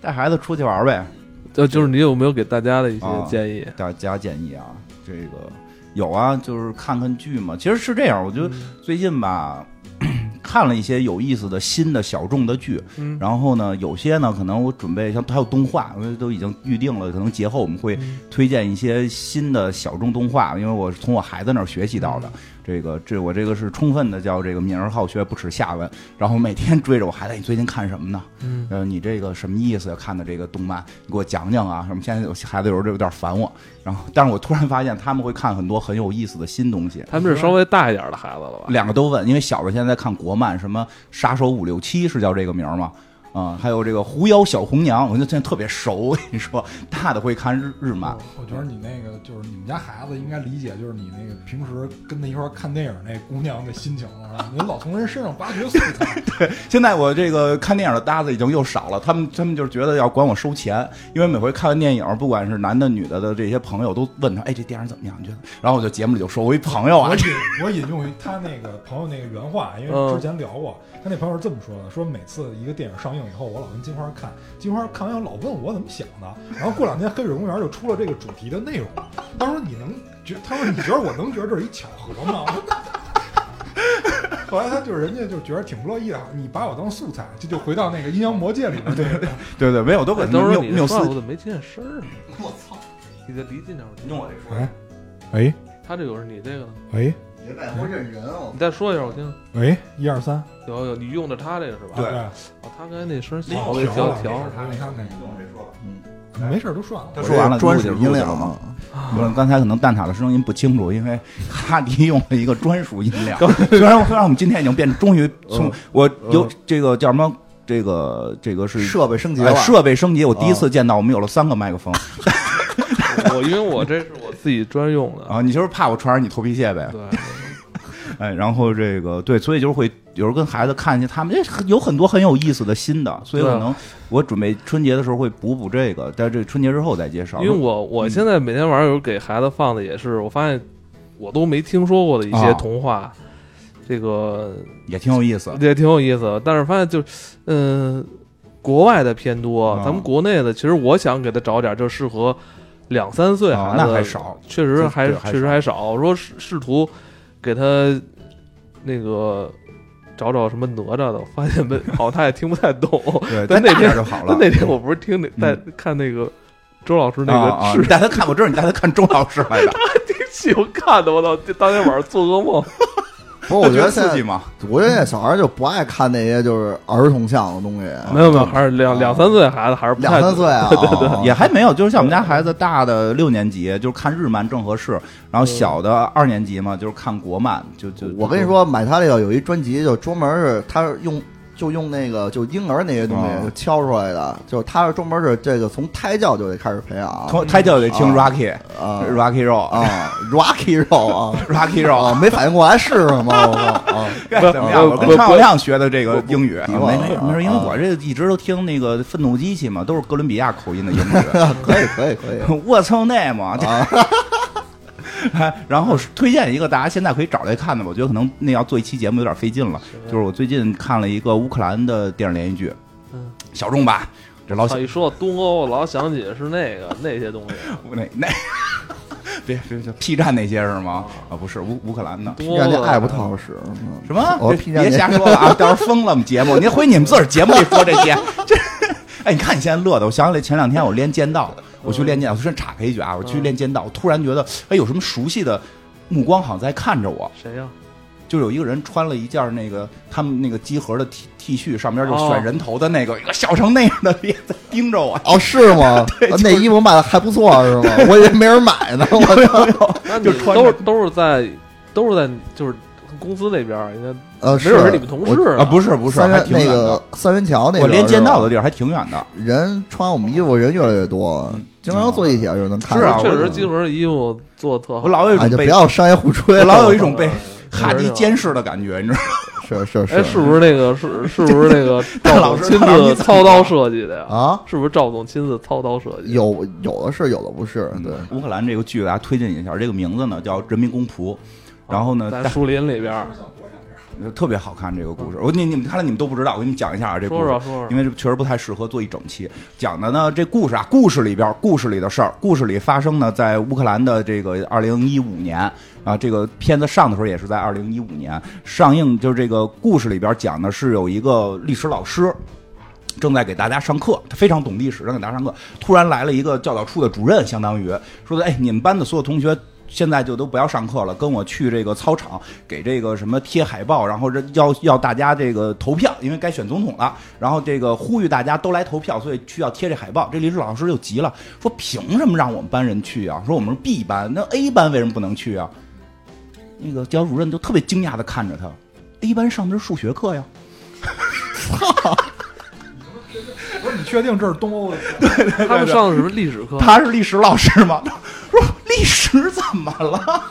Speaker 3: 带孩子出去玩儿呗，
Speaker 2: 就就是你有没有给大家的一些
Speaker 3: 啊
Speaker 2: 建议？
Speaker 3: 大家建议啊，这个有啊，就是看看剧嘛。其实是这样，我就最近吧。 看了一些有意思的新的小众的剧，
Speaker 2: 嗯
Speaker 3: 然后呢，有些呢可能我准备像还有动画，因为都已经预定了，可能节后我们会
Speaker 2: 嗯
Speaker 3: 推荐一些新的小众动画，因为我是从我孩子那儿学习到的。这个这我这个是充分的叫这个敏而好学，不耻下问。然后每天追着我孩子，你最近看什么呢？
Speaker 2: 嗯，
Speaker 3: 呃，你这个什么意思？看的这个动漫，你给我讲讲啊。什么？现在有些孩子有时候有点烦我，然后，但是我突然发现他们会看很多很有意思的新东西。
Speaker 2: 他们是稍微大一点的孩子了吧？
Speaker 3: 两个都问，因为小的现在在看国漫，什么《杀手五六七》是叫这个名儿吗？啊、还有这个《狐妖小红娘》，我就现在特别熟。我跟你说，大的会看日日漫，
Speaker 4: 嗯我觉得你那个就是你们家孩子应该理解，就是你那个平时跟他一块儿看电影那姑娘的心情啊，你老从人身上挖掘素材。
Speaker 3: 现在我这个看电影的搭子已经又少了，他们他们就是觉得要管我收钱，因为每回看完电影，不管是男的女的的这些朋友都问他，哎，这电影怎么样？你觉得？然后我就节目里就说，我一朋友啊
Speaker 4: 我，引我引用于他那个朋友那个原话，因为之前聊过，他那朋友是这么说的：说每次一个电影上映以后，我老跟金花看，金花看完以后老问我怎么想的，然后过两天《黑水公园》就出了这个主题的内容，他说你能觉，他说你觉得我能觉得这是一巧合吗？ 后来他就是人家就觉得挺不乐意的，你把我当素材，这就回到那个《阴阳魔界》里面那个。
Speaker 3: 对对，没有都给
Speaker 2: 都是
Speaker 3: 缪
Speaker 2: 你
Speaker 3: 缪斯
Speaker 2: 算了，我怎么没听见声儿呢？
Speaker 1: 我操，
Speaker 2: 你得离近点，我听
Speaker 3: 用我这说。
Speaker 4: 哎，喂
Speaker 2: 他这有是你这个呢？
Speaker 4: 喂
Speaker 1: 别在乎认人哦
Speaker 2: 你，再说一下我听。
Speaker 4: 喂，哎一二三，啊
Speaker 2: 有有，你用的他这个是吧？
Speaker 3: 对
Speaker 2: 哦，他刚才那声儿小，
Speaker 4: 调
Speaker 2: 我给调
Speaker 4: 了
Speaker 2: 调
Speaker 4: 他你看看，
Speaker 1: 嗯，
Speaker 4: 没事儿都算了。
Speaker 3: 说完了
Speaker 1: 专
Speaker 3: 录
Speaker 1: 属
Speaker 3: 就
Speaker 1: 音
Speaker 3: 录
Speaker 1: 量
Speaker 3: 了吗
Speaker 1: 啊，
Speaker 3: 不是，刚才可能蛋挞的声音不清楚，因为哈迪用了 一
Speaker 2: 嗯
Speaker 3: 个专属音量。虽然虽然我们今天已经变，终于从我有这个叫什么这个这个是
Speaker 1: 设备升级
Speaker 3: 哎
Speaker 1: 了，
Speaker 3: 设备升级，我第一
Speaker 1: 啊
Speaker 3: 次见到我们有了三个麦克
Speaker 2: 啊
Speaker 3: 风
Speaker 2: 我因为我这是我自己专用的，
Speaker 3: 啊！你就是怕我传染你头皮屑呗？
Speaker 2: 对，
Speaker 3: 哎，然后这个对，所以就是会有时候跟孩子看见他们，这有很多很有意思的新的，所以
Speaker 2: 对啊
Speaker 3: 可能我准备春节的时候会补补这个，但是这春节之后再介绍。
Speaker 2: 因为我我现在每天晚上有时候给孩子放的也是，我发现我都没听说过的一
Speaker 3: 啊
Speaker 2: 些童话，这个
Speaker 3: 也挺有意思，
Speaker 2: 也挺有意思的。但是发现就，嗯、国外的偏多，
Speaker 3: 啊
Speaker 2: 咱们国内的其实我想给他找点就适合两三岁
Speaker 3: 啊
Speaker 2: 孩子，
Speaker 3: 那还少，
Speaker 2: 确实
Speaker 3: 这
Speaker 2: 还
Speaker 3: 这还
Speaker 2: 确实
Speaker 3: 少
Speaker 2: 还少。我说试试图给他那个找找什么哪吒的，我发现没，好像他也听不太 懂。
Speaker 3: 对，
Speaker 2: 但
Speaker 3: 但
Speaker 2: 那
Speaker 3: 那
Speaker 2: 天
Speaker 3: 边就好
Speaker 2: 那
Speaker 3: 了。嗯
Speaker 2: 那天我不是听那在看那个周老师那
Speaker 3: 啊
Speaker 2: 个
Speaker 3: 啊！
Speaker 2: 视
Speaker 3: 你带他看，我知道你带他看钟老师 来的，
Speaker 2: 频戏，我看的我操，当天晚上做噩
Speaker 3: 啊
Speaker 2: 梦。
Speaker 1: 不是，我觉得现
Speaker 3: 刺激
Speaker 1: 在，
Speaker 3: 嘛，
Speaker 1: 我觉得现在小孩就不爱看那些就是儿童向的东西，
Speaker 2: 没有
Speaker 3: 啊
Speaker 2: 没有，还是两两三岁孩子还是不
Speaker 1: 两
Speaker 2: 哦太
Speaker 1: 三岁 啊，啊
Speaker 3: 也还没有，就是像我们家孩子大的六年级，就是看日漫正合适，然后小的二年级嘛，就是看国漫，就就
Speaker 1: 我跟你，说，买他这个有一专辑，就专门是他是用就用那个就婴儿那些东
Speaker 3: 哦
Speaker 1: 西就敲出来的，就是他是专门是这个从胎教就得开始培养 啊
Speaker 3: 从胎教得听
Speaker 1: 啊
Speaker 3: Rocky
Speaker 1: 啊
Speaker 3: Rocky Roll
Speaker 1: 啊，Rocky 肉
Speaker 3: Rocky
Speaker 1: 啊
Speaker 3: Roll，
Speaker 1: 啊，没反应过来是什么，我操啊！
Speaker 3: 怎么样？
Speaker 2: 不
Speaker 3: 哦我
Speaker 2: 不
Speaker 3: 跟张小亮学的这个英语，啊
Speaker 1: 不
Speaker 3: 没
Speaker 1: 不
Speaker 3: 没没事，因为
Speaker 1: 啊
Speaker 3: 我这一直都听那个愤怒机器嘛，都是哥伦比亚口音的英语。
Speaker 1: 可以可以可以，
Speaker 3: 我操那嘛！
Speaker 2: 啊
Speaker 3: 然后是推荐一个大家现在可以找来看的吧，我觉得可能那要做一期节目有点费劲了。就是我最近看了一个乌克兰的电视连续剧，
Speaker 2: 嗯
Speaker 3: 小众吧，这老
Speaker 2: 操！
Speaker 3: 小
Speaker 2: 一说到东欧，我老想起是那个那些东西，
Speaker 3: 那那 别别别，P 站那些是吗？
Speaker 2: 哦
Speaker 3: 啊，不是乌乌克兰的。
Speaker 2: 东欧
Speaker 1: 让
Speaker 2: 的
Speaker 1: 人爱不透视。嗯
Speaker 3: 什么？
Speaker 1: 我
Speaker 3: 别
Speaker 1: P 站
Speaker 3: 别
Speaker 1: 那
Speaker 3: 瞎说了啊！到时候封了我们节目，您回你们自个儿节目里说这些。这，哎，你看你现在乐的，我想起来前两天我练剑道，我去练剑道，我顺便岔开一句啊，我去
Speaker 1: 嗯
Speaker 3: 练剑道，突然觉得哎，有什么熟悉的目光好像在看着我，
Speaker 2: 谁呀、
Speaker 3: 就有一个人穿了一件那个他们那个集合的 T T 恤，上面就
Speaker 1: 哦
Speaker 3: 选人头的那个，一个笑成那样的 脸在盯着我。
Speaker 1: 哦，是 吗？那衣服卖的还不错是吗？我以为没人买 呢，我操！
Speaker 2: 那你
Speaker 3: 就穿
Speaker 2: 都
Speaker 3: 着
Speaker 2: 是都是在都是在就是公司那边儿，应该
Speaker 1: 呃，
Speaker 2: 没准是你们同事
Speaker 1: 我
Speaker 3: 啊，不是不是，
Speaker 1: 三
Speaker 3: 还
Speaker 1: 元
Speaker 3: 挺
Speaker 1: 那
Speaker 3: 远
Speaker 1: 个
Speaker 3: 的。
Speaker 1: 三元桥那边啊
Speaker 3: 我连剑道
Speaker 1: 是
Speaker 3: 的地儿还挺远的。
Speaker 1: 吧人穿我们衣服人越来越多，经常坐地铁就能看
Speaker 3: 嗯是啊
Speaker 1: 到。
Speaker 2: 确
Speaker 3: 我
Speaker 2: 实金轮衣服做的特好。
Speaker 3: 我老有一
Speaker 1: 哎，
Speaker 3: 种
Speaker 1: 就不
Speaker 3: 被
Speaker 1: 要商业互吹了，
Speaker 3: 我 老有一种被
Speaker 2: 嗯
Speaker 3: 哈迪监视的感觉，你知道吗？
Speaker 1: 是是
Speaker 2: 哎，是不是那个是是不是那 个
Speaker 3: 大
Speaker 2: 赵
Speaker 3: 老
Speaker 2: 总
Speaker 3: 师
Speaker 2: 亲
Speaker 3: 大老师
Speaker 2: 自操刀设计的呀？
Speaker 1: 啊？
Speaker 2: 是不是赵总亲自操刀设计？
Speaker 1: 有有的是，有的不是，对。
Speaker 3: 嗯乌克兰这个剧，大家推荐一下，这个名字呢叫《人民公仆》，然后呢，
Speaker 2: 在
Speaker 3: 但
Speaker 2: 树林里边儿，
Speaker 3: 特别好看这个故事。我你你们看来你们都不知道，我给你们讲一下啊，这故
Speaker 2: 说
Speaker 3: 事。
Speaker 2: 嗯说说
Speaker 3: 因
Speaker 2: 说，
Speaker 3: 为这确实不太适合做一整期。讲的呢，这故事啊，故事里边，故事里的事儿，故事里发生呢，在乌克兰的这个二零一五年啊，这个片子上的时候也是在二零一五年上映，就是这个故事里边讲的是有一个历史老师。正在给大家上课，他非常懂历史，正在给大家上课。突然来了一个教导处的主任，相当于说的：“哎，你们班的所有同学现在就都不要上课了，跟我去这个操场给这个什么贴海报，然后这要要大家这个投票，因为该选总统了。然后这个呼吁大家都来投票，所以需要贴这海报。这李志老师就急了，说凭什么让我们班人去啊？说我们是 B 班，那 A 班为什么不能去啊？那个教导主任就特别惊讶的看着他，A 班上的是数学课呀。
Speaker 4: 不是你确定这是东欧的？
Speaker 2: 他们上的什么历史课？
Speaker 3: 他是历史老师吗？ 说历史怎么了？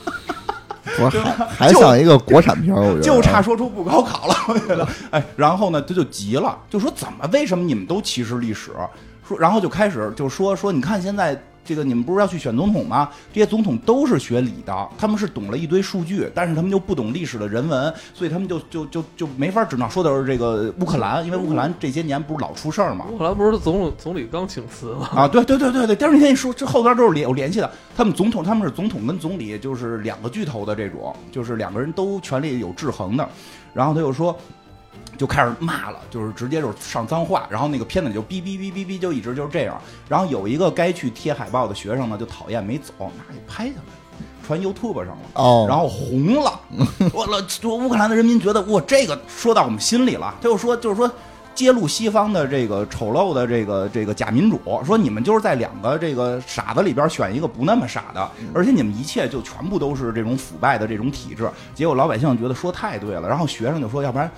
Speaker 1: 我还还像一个国产片儿，我觉得
Speaker 3: 就差说出不高考了，我觉得。哎，然后呢，他就急了，就说怎么为什么你们都歧视历史？说，然后就开始就说说，你看现在这个你们不是要去选总统吗？这些总统都是学理的，他们是懂了一堆数据，但是他们就不懂历史的人文，所以他们就就就就没法指导。说的是这个乌克兰，因为乌克兰这些年不是老出事儿吗？
Speaker 2: 乌克啊兰不是总理总理刚请辞吗？
Speaker 3: 啊，对对对对对，但是你看你说这后边都是联有联系的，他们总统他们是总统跟总理就是两个巨头的这种，就是两个人都权力有制衡的，然后他又说。就开始骂了，就是直接就是上脏话，然后那个片子里就哔哔哔哔哔，就一直就是这样。然后有一个该去贴海报的学生呢，就讨厌没走，那给拍下来，传 YouTube 上了。
Speaker 1: 哦，
Speaker 3: 然后红了。我了，说乌克兰的人民觉得，哇，这个说到我们心里了。他又说，就是说。揭露西方的这个丑陋的这个这个假民主，说你们就是在两个这个傻子里边选一个不那么傻的，而且你们一切就全部都是这种腐败的这种体制。结果老百姓觉得说太对了，然后学生就说，要不然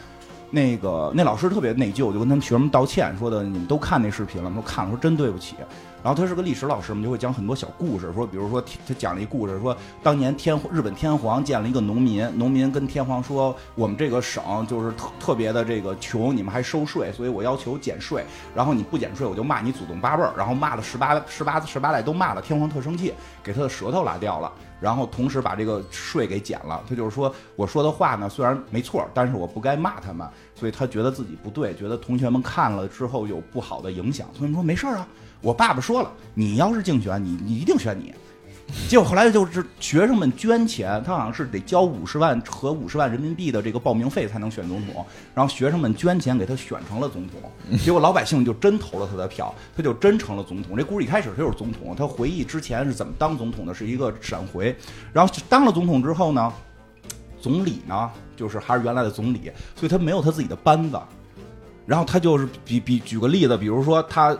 Speaker 3: 那个那老师特别内疚，就跟他们学生们道歉，说的你们都看那视频了吗？说看了，我说真对不起。然后他是个历史老师，我们就会讲很多小故事，说比如说他讲了一故事，说当年天日本天皇见了一个农民，农民跟天皇说，我们这个省就是特特别的这个穷，你们还收税，所以我要求减税，然后你不减税，我就骂你祖宗八辈儿，然后骂了十八十八十八代都骂了，天皇特生气，给他的舌头拉掉了。然后同时把这个税给减了，他就是说我说的话呢，虽然没错，但是我不该骂他们，所以他觉得自己不对，觉得同学们看了之后有不好的影响。同学们说没事儿啊，我爸爸说了，你要是竞选，你你一定选你。结果后来就是学生们捐钱，他好像是得交五十万和五十万人民币的这个报名费才能选总统，然后学生们捐钱给他选成了总统，结果老百姓就真投了他的票，他就真成了总统。这故事一开始他就是总统，他回忆之前是怎么当总统的，是一个闪回，然后当了总统之后呢，总理呢就是还是原来的总理，所以他没有他自己的班子，然后他就是比比举个例子，比如说他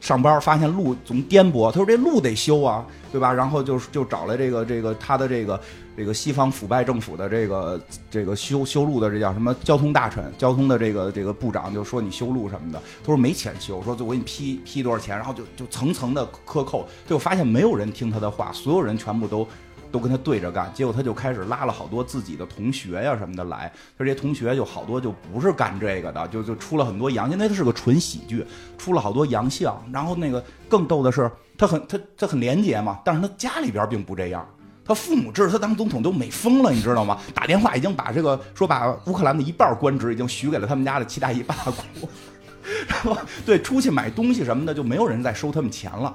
Speaker 3: 上班发现路总颠簸，他说这路得修啊，对吧？然后就就找来这个这个他的这个这个西方腐败政府的这个这个修修路的这叫什么交通大臣、交通的这个这个部长，就说你修路什么的，他说没钱修，说就我给你批批多少钱，然后就就层层的克扣，最后发现没有人听他的话，所有人全部都。都跟他对着干，结果他就开始拉了好多自己的同学呀、什么的来，他这些同学就好多就不是干这个的，就就出了很多洋，因为他是个纯喜剧，出了好多洋相。然后那个更逗的是，他很他他很廉洁嘛，但是他家里边并不这样。他父母知道他当总统都美疯了，你知道吗？打电话已经把这个说把乌克兰的一半官职已经许给了他们家的七大姨八姑， 然后对出去买东西什么的就没有人再收他们钱了。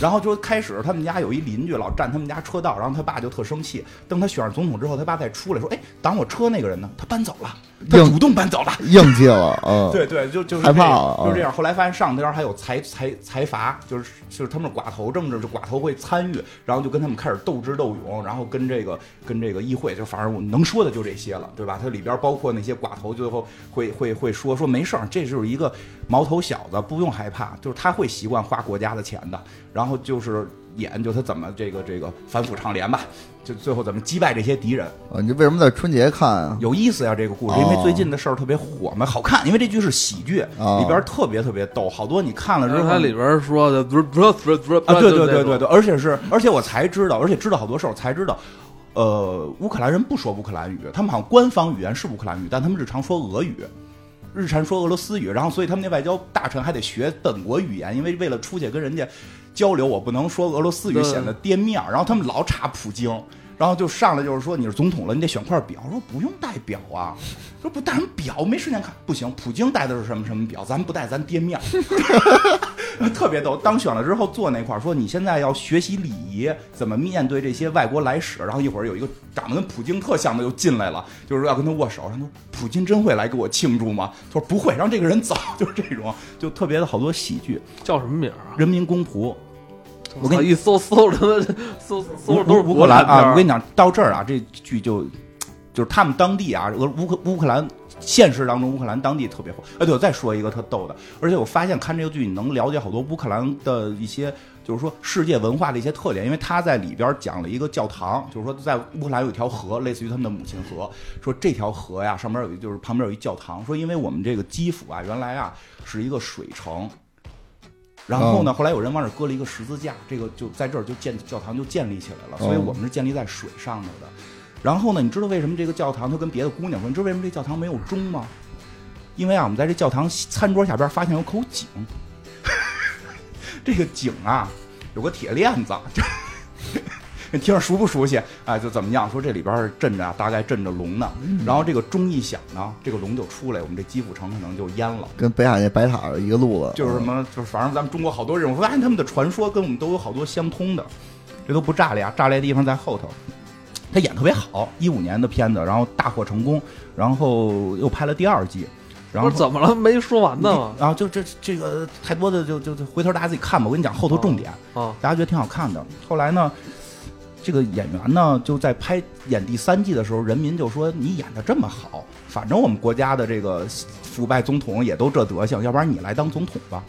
Speaker 3: 然后就开始他们家有一邻居老占他们家车道，然后他爸就特生气。等他选上总统之后，他爸再出来说：“哎，挡我车那个人呢？他搬走了，他
Speaker 1: 硬
Speaker 3: 主动搬走了。”
Speaker 1: 硬气了，嗯，
Speaker 3: 对对，就就是
Speaker 1: 害怕
Speaker 3: 这
Speaker 1: 了啊
Speaker 3: 就这样。后来发现上边还有财财财阀，就是就是他们是寡头政治，就寡头会参与，然后就跟他们开始斗智斗勇，然后跟这个跟这个议会，就反正我能说的就这些了，对吧？它里边包括那些寡头，最后会会会说说没事儿，这就是一个毛头小子，不用害怕，就是他会习惯花国家的钱的，然后就是演就他怎么这个这个反腐倡廉吧，就最后怎么击败这些敌人。
Speaker 1: 啊你为什么在春节看啊？
Speaker 3: 有意思呀、这个故事，
Speaker 1: 哦
Speaker 3: 因为最近的事儿特别火嘛，好看。因为这剧是喜剧，
Speaker 1: 哦
Speaker 3: 里边儿特别特别逗，好多你看了之
Speaker 2: 然后
Speaker 3: 后
Speaker 2: 呃它里边说的不是不是不是不是
Speaker 3: 啊，对对对
Speaker 2: 对
Speaker 3: 对，对，而且是而且我才知道，而且知道好多事儿，我才知道，呃，乌克兰人不说乌克兰语，他们好像官方语言是乌克兰语，但他们日常说俄语。日常说俄罗斯语，然后所以他们那外交大臣还得学本国语言，因为为了出去跟人家交流，我不能说俄罗斯语
Speaker 2: 对
Speaker 3: 显得跌面儿。然后他们老查普京，然后就上来就是说你是总统了，你得选块表。我说不用带表啊，说不带什么表，没时间看。不行，普京带的是什么什么表，咱不带咱跌面儿。特别逗。当选了之后坐那块儿说，你现在要学习礼仪，怎么面对这些外国来使。然后一会儿有一个长得跟普京特像的就进来了，就是要跟他握手。他说：“普京真会来给我庆祝吗？”他说：“不会，让这个人走。” 就是这种，就特别的好多喜剧。
Speaker 2: 叫什么名儿啊？
Speaker 3: 人民公仆，我跟
Speaker 2: 操
Speaker 3: 你
Speaker 2: 一搜搜着他搜搜着都是
Speaker 3: 乌乌克兰啊！我跟你
Speaker 2: 你
Speaker 3: 讲，到这儿啊，这剧就就是他们当地啊，俄乌克乌克兰现实当中，乌克兰当地特别火。哎，对，我再说一个特逗的，而且我发现看这个剧，你能了解好多乌克兰的一些，就是说世界文化的一些特点，因为他在里边讲了一个教堂，就是说在乌克兰有一条河，类似于他们的母亲河，说这条河呀上边有一就是旁边有一教堂，说因为我们这个基辅啊，原来啊是一个水城。然后呢？后来有人往这儿搁了一个十字架，这个就在这儿就建教堂就建立起来了，所以
Speaker 1: 嗯
Speaker 3: 我们是建立在水上头的。然后呢，你知道为什么这个教堂它跟别的姑娘说，你知道为什么这教堂没有钟吗？因为啊，我们在这教堂餐桌下边发现有口井， 这个井啊有个铁链子， 你听着熟不熟悉？哎，就怎么样？说这里边儿镇着啊，大概镇着龙呢。然后这个钟一响呢，这个龙就出来，我们这基辅城可能就淹了。
Speaker 1: 跟北海那白塔一个路子，嗯
Speaker 3: 就是什么，就是反正咱们中国好多人，我发现他们的传说跟我们都有好多相通的，这都不炸裂啊，炸裂的地方在后头。他演特别好，一五年的片子，然后大获成功，然后又拍了第二季，然
Speaker 2: 不
Speaker 3: 后
Speaker 2: 是怎么了？没说完呢
Speaker 3: 然后就这这个太多的就就就回头大家自己看吧，我跟你讲后头重点，
Speaker 2: 啊！
Speaker 3: 大家觉得挺好看的。后来呢，这个演员呢就在拍演第三季的时候，人民就说你演的这么好，反正我们国家的这个腐败总统也都这德行，要不然你来当总统吧。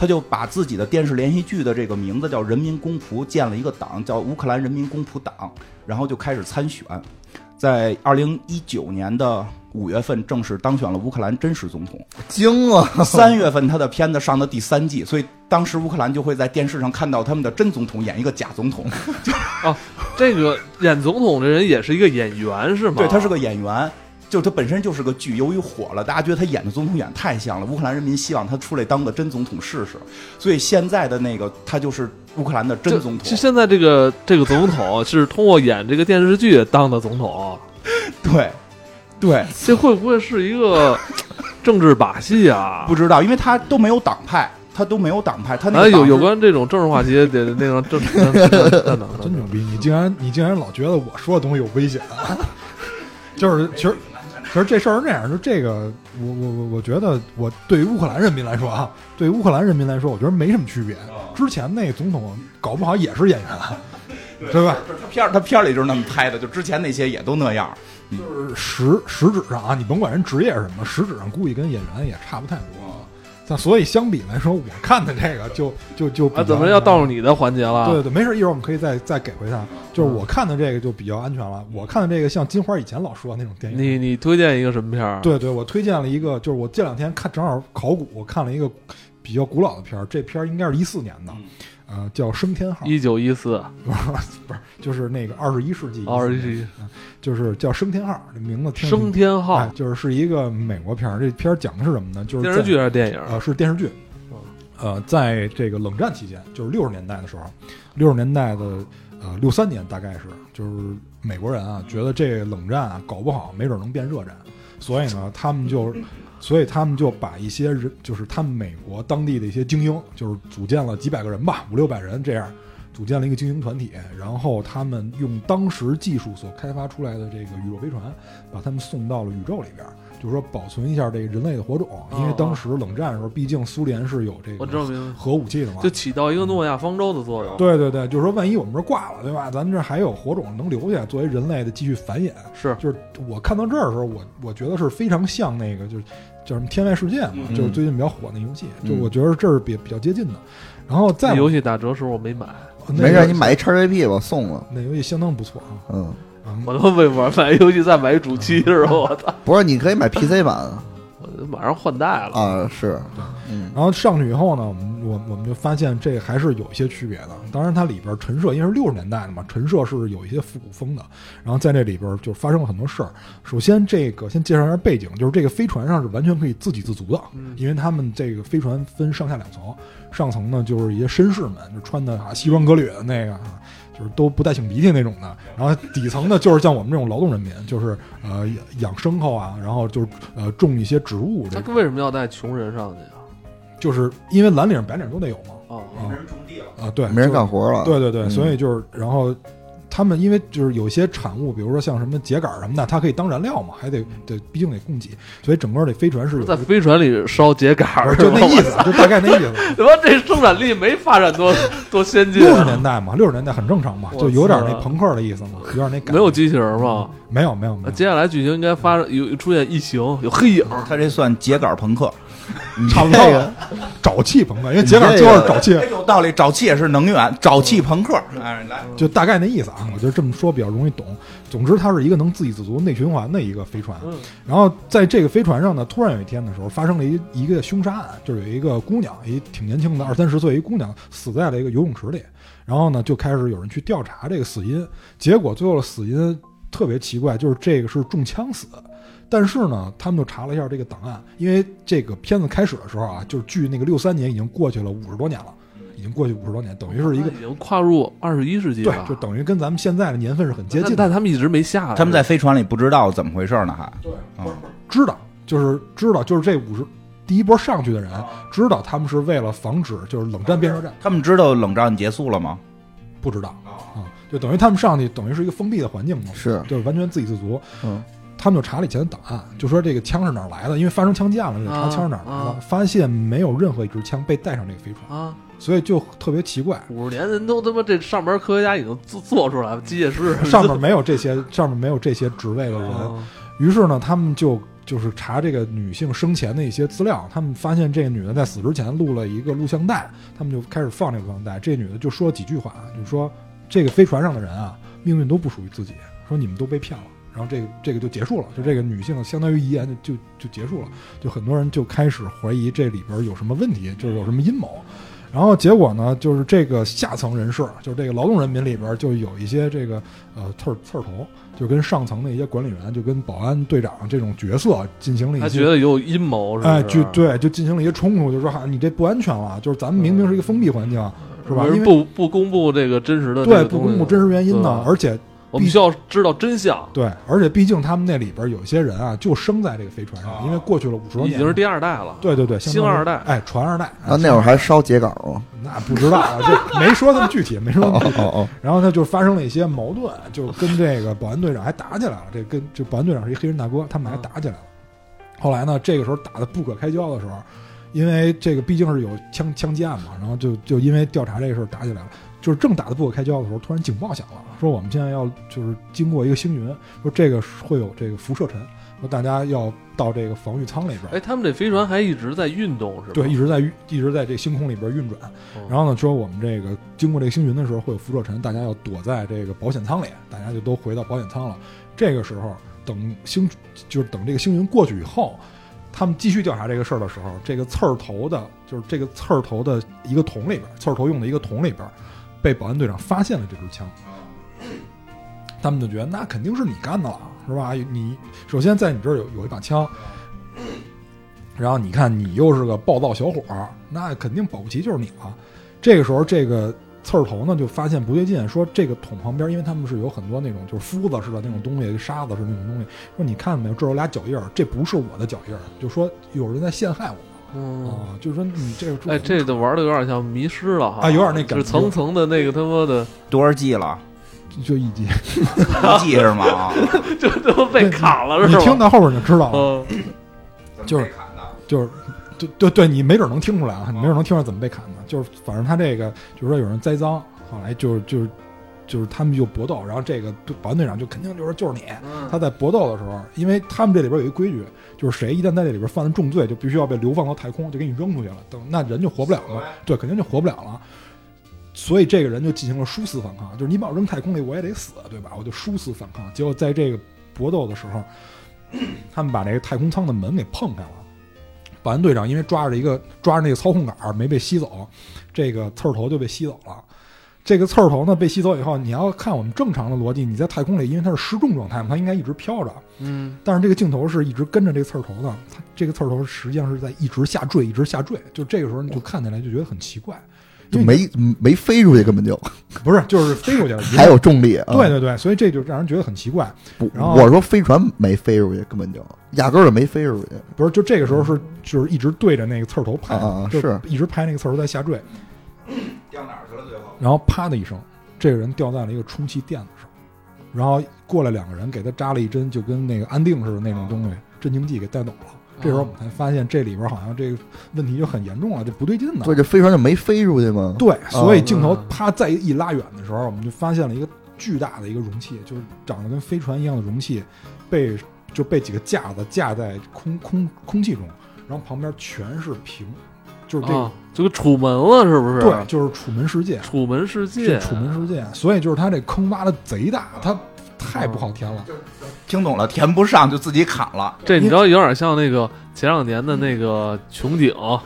Speaker 3: 他就把自己的电视连续剧的这个名字叫“人民公仆”，建了一个党叫乌克兰人民公仆党，然后就开始参选，在二零一九年的五月份正式当选了乌克兰真实总统，
Speaker 1: 惊了，
Speaker 3: 三月份他的片子上的第三季，所以当时乌克兰就会在电视上看到他们的真总统演一个假总统，
Speaker 2: 这个演总统的人也是一个演员是吗？
Speaker 3: 对他是个演员，就他本身就是个剧，由于火了，大家觉得他演的总统演得太像了，乌克兰人民希望他出来当个真总统试试，所以现在的那个他就是乌克兰的真
Speaker 2: 就
Speaker 3: 总统
Speaker 2: 就，现在这个这个总统是通过演这个电视剧当的总统，
Speaker 3: 对，对，
Speaker 2: 这会不会是一个政治把戏啊？
Speaker 3: 不知道，因为他都没有党派，他都没有党派，他那
Speaker 2: 啊，
Speaker 3: 个党
Speaker 2: 有
Speaker 3: 是
Speaker 2: 有关这种政治话题得那种政治，真
Speaker 4: 真牛逼！你竟然你竟然老觉得我说的东西有危险， 就是其实其实这事儿是这样，就这个我我我我觉得我对于乌克兰人民来说啊，对于乌克兰人民来说，我觉得没什么区别。之前那总统搞不好也是演员，对吧？
Speaker 3: 他片儿他片儿里就是那么拍的，就之前那些也都那样。
Speaker 4: 就是实实质上啊，你甭管人职业是什么，实质上估计跟演员也差不太多。但所以相比来说，我看的这个就就就比较
Speaker 2: 啊，怎么要到你的环节了？
Speaker 4: 对对，没事，一会儿我们可以再再给回他。就是
Speaker 2: 嗯
Speaker 4: 我看的这个就比较安全了，我看的这个像金花以前老说的那种电影。
Speaker 2: 你你推荐一个什么片儿？
Speaker 4: 对对，我推荐了一个，就是我这两天看正好考古，我看了一个比较古老的片儿，这片儿应该是一四年的，呃，叫《升天号》，
Speaker 2: 嗯一九一四，
Speaker 4: 不是，就是那个二十一世纪，
Speaker 2: 二十一，
Speaker 4: 就是叫《升天号》，这名字听着
Speaker 2: 升天号
Speaker 4: 哎，就是是一个美国片儿。这片儿讲的是什么呢？就是
Speaker 2: 电视
Speaker 4: 在
Speaker 2: 剧还是电影？啊
Speaker 4: 呃，是电视剧。呃，在这个冷战期间，就是六十年代的时候，六十年代的呃六三年大概是，就是美国人啊觉得这冷战啊搞不好没准能变热战，所以呢，他们就，所以他们就把一些人，就是他们美国当地的一些精英，就是组建了几百个人吧，五六百人这样。组建了一个精英团体，然后他们用当时技术所开发出来的这个宇宙飞船，把他们送到了宇宙里边儿，就是说保存一下这个人类的火种，因为当时冷战的时候，毕竟苏联是有这
Speaker 2: 我知道
Speaker 4: 个
Speaker 2: 明白，
Speaker 4: 核武器的嘛
Speaker 2: 就。起到一个诺亚方舟的作用。
Speaker 4: 对对对，就是说，万一我们这儿挂了，对吧？咱们这儿还有火种能留下，作为人类的继续繁衍。
Speaker 2: 是
Speaker 4: 就是我看到这儿的时候，我我觉得是非常像那个，就是叫什么《天外世界》嘛，
Speaker 3: 嗯
Speaker 4: 就是最近比较火那游戏，
Speaker 3: 嗯
Speaker 4: 就我觉得这是比比较接近的。然后再
Speaker 2: 那
Speaker 4: 往
Speaker 2: 游戏打折时候我没买，
Speaker 4: 那
Speaker 1: 没
Speaker 4: 个
Speaker 1: 事，你买一 XGP 吧，送了。
Speaker 4: 那游戏相当不错啊。
Speaker 1: 嗯，
Speaker 4: 嗯
Speaker 2: 我他妈为玩买游戏再买一主机是吧？我操，
Speaker 1: 不是，你可以买 PC 版
Speaker 2: 我马上换代了。
Speaker 1: 啊，是，嗯，
Speaker 4: 然后上去以后呢，我们我我们就发现这还是有一些区别的。当然，它里边陈设因为是六十年代的嘛，陈设是有一些复古风的。然后在这里边就发生了很多事儿。首先，这个先介绍一下背景，就是这个飞船上是完全可以自给自足的，因为他们这个飞船分上下两层，上层呢就是一些绅士们，就穿的啊西装革履的那个。啊就是都不带擤鼻涕那种的，然后底层呢就是像我们这种劳动人民，就是呃养牲口啊，然后就是呃种一些植物这
Speaker 2: 他
Speaker 4: 种，
Speaker 2: 为什么要带穷人上去啊？
Speaker 4: 就是因为蓝领白领都得有嘛，
Speaker 2: 哦，
Speaker 4: 啊
Speaker 3: 嗯人种地了，
Speaker 4: 啊，对，
Speaker 1: 没人
Speaker 4: 就是
Speaker 1: 干活了。
Speaker 4: 对对对，
Speaker 1: 嗯
Speaker 4: 所以就是，然后他们因为就是有些产物，比如说像什么秸秆什么的，它可以当燃料嘛，还得得毕竟得供给，所以整个这飞船是有
Speaker 2: 在飞船里烧秸秆
Speaker 4: 不
Speaker 2: 儿，
Speaker 4: 是哦就
Speaker 2: 是
Speaker 4: 那
Speaker 2: 吧
Speaker 4: 意思，就大概那意思。
Speaker 2: 他妈这生产力没发展多多先进
Speaker 4: 六十
Speaker 2: 啊，
Speaker 4: 年代嘛，六十年代很正常嘛，
Speaker 2: 我
Speaker 4: 就有点
Speaker 2: 操
Speaker 4: 那朋克的意思嘛，有点那感觉。
Speaker 2: 没有机器人吗？
Speaker 4: 没有没有没
Speaker 2: 那
Speaker 4: 有，
Speaker 2: 接下来剧情应该发有出现异形，有黑影，
Speaker 3: 他这算秸秆朋克，
Speaker 4: 差不多了。沼气朋 克，因为秸秆就是沼气
Speaker 3: 哎，有道理。沼气也是能源，沼气朋克。哎，来，
Speaker 4: 就大概那意思啊。我觉得这么说比较容易懂。总之，它是一个能自给自足、内循环的一个飞船。
Speaker 2: 嗯
Speaker 4: 然后在这个飞船上呢，突然有一天的时候，发生了一一个凶杀案，就是有一个姑娘，一挺年轻的二三十岁一姑娘死在了一个游泳池里。然后呢，就开始有人去调查这个死因，结果最后的死因特别奇怪，就是这个是中枪死。但是呢，他们就查了一下这个档案，因为这个片子开始的时候啊，就是距那个六三年已经过去了五十多年了，已经过去五十多年，等于是一个
Speaker 2: 已经跨入二十一世纪
Speaker 4: 对
Speaker 2: 了，，
Speaker 4: 就等于跟咱们现在的年份是很接
Speaker 2: 但
Speaker 4: 近
Speaker 2: 但
Speaker 4: 的。
Speaker 2: 他们一直没下来，
Speaker 3: 他们在飞船里不知道怎么回事呢，还
Speaker 4: 对，
Speaker 3: 啊，
Speaker 4: 知道就是知道，就是这五十第一波上去的人知道他们是为了防止就是冷战变热战，
Speaker 3: 他们知道冷战结束了吗？
Speaker 4: 不知道啊，就等于他们上去等于是一个封闭的环境嘛，
Speaker 1: 是
Speaker 4: 就是完全自给自足。
Speaker 1: 嗯，
Speaker 4: 他们就查了以前的档案，就说这个枪是哪儿来的，因为发生枪击案了，就查枪是哪儿来
Speaker 2: 啊
Speaker 4: 的，发现没有任何一支枪被带上这个飞船，
Speaker 2: 啊，
Speaker 4: 所以就特别奇怪。
Speaker 2: 五十年人都他妈这上边科学家已经做做出来了，机械师
Speaker 4: 上 嗯面没有这些，上面没有这些职位的人，
Speaker 2: 哦
Speaker 4: 于是呢，他们就就是查这个女性生前的一些资料，他们发现这个女的在死之前录了一个录像带，他们就开始放这个录像带。这女的就说几句话，就说这个飞船上的人啊，命运都不属于自己，说你们都被骗了，然后这个这个就结束了，就这个女性的相当于遗言就就就结束了，就很多人就开始怀疑这里边有什么问题，就是有什么阴谋。然后结果呢，就是这个下层人士，就是这个劳动人民里边就有一些这个呃刺儿刺儿头，就跟上层的一些管理员，就跟保安队长这种角色进行了一
Speaker 2: 他
Speaker 4: 些
Speaker 2: 觉得有阴谋是不是？
Speaker 4: 哎，就，对，就进行了一些冲突，就说哈、你这不安全了，就是咱们明明是一个封闭环境，是吧？因为
Speaker 2: 嗯不不公布这个真实的这
Speaker 4: 对
Speaker 2: 个
Speaker 4: 不
Speaker 2: 东西
Speaker 4: 公布真实原因呢，
Speaker 2: 对啊
Speaker 4: 而且
Speaker 2: 我们需要知道真相，
Speaker 4: 对，而且毕竟他们那里边有些人啊，就生在这个飞船上，
Speaker 3: 啊
Speaker 4: 因为过去了五十多
Speaker 2: 已
Speaker 4: 年，
Speaker 2: 经是第二代了。
Speaker 4: 对对对，相当于
Speaker 2: 星二代
Speaker 4: 哎，传二代，哎
Speaker 1: 那那会儿还烧秸秆吗？
Speaker 4: 那不知道啊，这没说那么具体，没说那么
Speaker 1: 哦
Speaker 4: 具体。
Speaker 1: 哦哦，
Speaker 4: 然后他就发生了一些矛盾，就跟这个保安队长还打起来了。这跟就保安队长是一黑人大哥，他们还打起来了。后来呢，这个时候打的不可开交的时候，因为这个毕竟是有枪枪击案嘛，然后就就因为调查这个事儿打起来了。就是正打的不可开交的时候，突然警报响了，说我们现在要就是经过一个星云，说这个会有这个辐射尘，说大家要到这个防御舱里边儿。
Speaker 2: 哎，他们这飞船还一直在运动是吧？哦
Speaker 4: 对，一直在一直在这星空里边运转。然后呢，说我们这个经过这个星云的时候会有辐射尘，大家要躲在这个保险舱里，大家就都回到保险舱了。这个时候，等星就是等这个星云过去以后，他们继续调查这个事儿的时候，这个刺儿头的，就是这个刺儿头的一个桶里边，刺儿头用的一个桶里边，被保安队长发现了这支枪。
Speaker 2: 哦
Speaker 4: 他们就觉得那肯定是你干的了，是吧？你首先在你这儿有有一把枪，然后你看你又是个暴躁小伙儿，那肯定保不齐就是你了。这个时候，这个刺儿头呢就发现不对劲，说这个桶旁边，因为他们是有很多那种就是梳子似的那种东西，沙子似的那种东西，说你看到没有，这有俩脚印儿，这不是我的脚印儿，就说有人在陷害我
Speaker 2: 嗯，
Speaker 4: 啊，就是说你这个
Speaker 2: 哎，这个玩的有点像迷失了哈，
Speaker 4: 啊有点那感
Speaker 2: 就
Speaker 4: 觉
Speaker 2: 是层层的那个他妈 的，
Speaker 3: 多少季了？
Speaker 4: 就一集，
Speaker 3: 一季是吗？ 啊
Speaker 2: 就他妈被砍了
Speaker 4: 你
Speaker 2: 是吧？
Speaker 4: 听到后边你就知道了，
Speaker 2: 嗯，
Speaker 4: 就是就是，对对对，你没准能听出来啊，你没准能听出来怎么被砍的。就是反正他这个，就是说有人栽赃，后来就是就是就是他们就搏斗，然后这个保安队长就肯定就是就是你。
Speaker 2: 嗯
Speaker 4: 他在搏斗的时候，因为他们这里边有一规矩，就是谁一旦在这里边犯了重罪，就必须要被流放到太空，就给你扔出去了，等那人就活不了了，对，肯定就活不了了。所以这个人就进行了殊死反抗，就是你把我扔太空里，我也得死，对吧？我就殊死反抗。结果在这个搏斗的时候， 他们把这个太空舱的门给碰开了。保安队长因为抓着一个抓着那个操控杆儿没被吸走，这个刺儿头就被吸走了。这个刺儿头呢被吸走以后，你要看我们正常的逻辑，你在太空里，因为它是失重状态嘛，它应该一直飘着。
Speaker 2: 嗯，
Speaker 4: 但是这个镜头是一直跟着这个刺儿头的，它这个刺儿头实际上是在一直下坠，一直下坠。就这个时候你就看起来就觉得很奇怪，
Speaker 1: 就没没飞出去，根本就
Speaker 4: 不是就是飞过 去了，
Speaker 1: 还有重力啊。
Speaker 4: 对对对，所以这就让人觉得很奇怪。
Speaker 1: 不，
Speaker 4: 然后
Speaker 1: 我说飞船没飞出去，根本就压根儿就没飞出去。
Speaker 4: 不是，就这个时候
Speaker 1: 嗯
Speaker 4: 是就是一直对着那个刺儿头拍，
Speaker 1: 啊啊啊
Speaker 4: 就是一直拍那个刺儿头在下坠，
Speaker 3: 掉哪儿去了？最后
Speaker 4: 然后啪的一声，这个人掉在了一个充气垫子上，然后过来两个人给他扎了一针，就跟那个安定似的那
Speaker 1: 嗯
Speaker 4: 种东西，镇静剂给带走了。这时候我们才发现这里边好像这个问题就很严重了，这不对劲呢。
Speaker 1: 对，这飞船就没飞出去嘛。
Speaker 4: 对，所以镜头
Speaker 2: 嗯
Speaker 4: 啪再一拉远的时候，我们就发现了一个巨大的一个容器，就是长得跟飞船一样的容器，被就被几个架子架在空空空气中，然后旁边全是屏，就是这个、
Speaker 2: 啊，这个楚门了是不是？
Speaker 4: 对，，哦就是楚门世界，
Speaker 2: 楚门世界，
Speaker 4: 是啊楚门世界，所以就是他这坑挖的贼大，他太不好填了。
Speaker 3: 听懂了，填不上就自己砍了
Speaker 2: 这你知道有点像那个前两年的那个穹顶，
Speaker 3: 啊！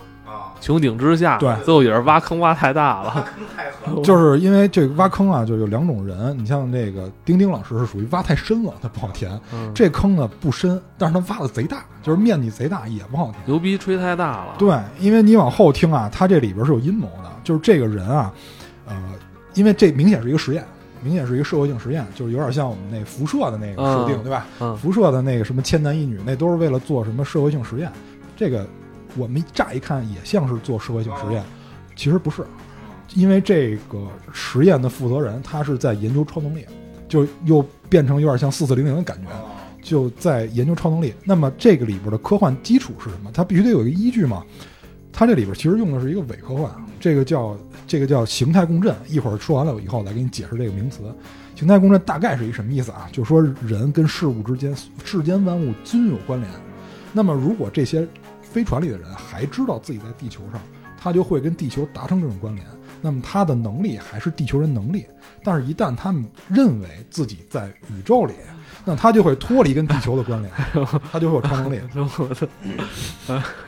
Speaker 2: 穹顶之下，
Speaker 4: 对
Speaker 2: 最后也是挖坑挖太大了，
Speaker 4: 就是因为这个挖坑啊，就有两种人，你像那个丁丁老师是属于挖太深了，他不好填。
Speaker 2: 嗯
Speaker 4: 这坑呢不深，但是他挖的贼大，就是面积贼大，也不好填。
Speaker 2: 牛逼吹太大 了，
Speaker 4: 对，因为你往后听啊，他这里边是有阴谋的，就是这个人啊，呃，因为这明显是一个实验，明显是一个社会性实验，就是有点像我们那辐射的那个设定，
Speaker 2: 嗯
Speaker 4: 对吧？
Speaker 2: 嗯
Speaker 4: 辐射的那个什么千男一女，那都是为了做什么社会性实验。这个我们乍一看也像是做社会性实验，其实不是，因为这个实验的负责人他是在研究超能力，就又变成有点像四四零零的感觉。就在研究超能力。那么这个里边的科幻基础是什么？它必须得有一个依据嘛。它这里边其实用的是一个伪科幻，啊这个叫这个叫形态共振。一会儿说完了以后，再给你解释这个名词。形态共振大概是一什么意思啊？就是说人跟事物之间，世间万物均有关联。那么如果这些飞船里的人还知道自己在地球上，他就会跟地球达成这种关联。那么他的能力还是地球人能力，但是一旦他们认为自己在宇宙里那它就会脱离跟地球的关 联，它就会有超能力。
Speaker 3: 嗯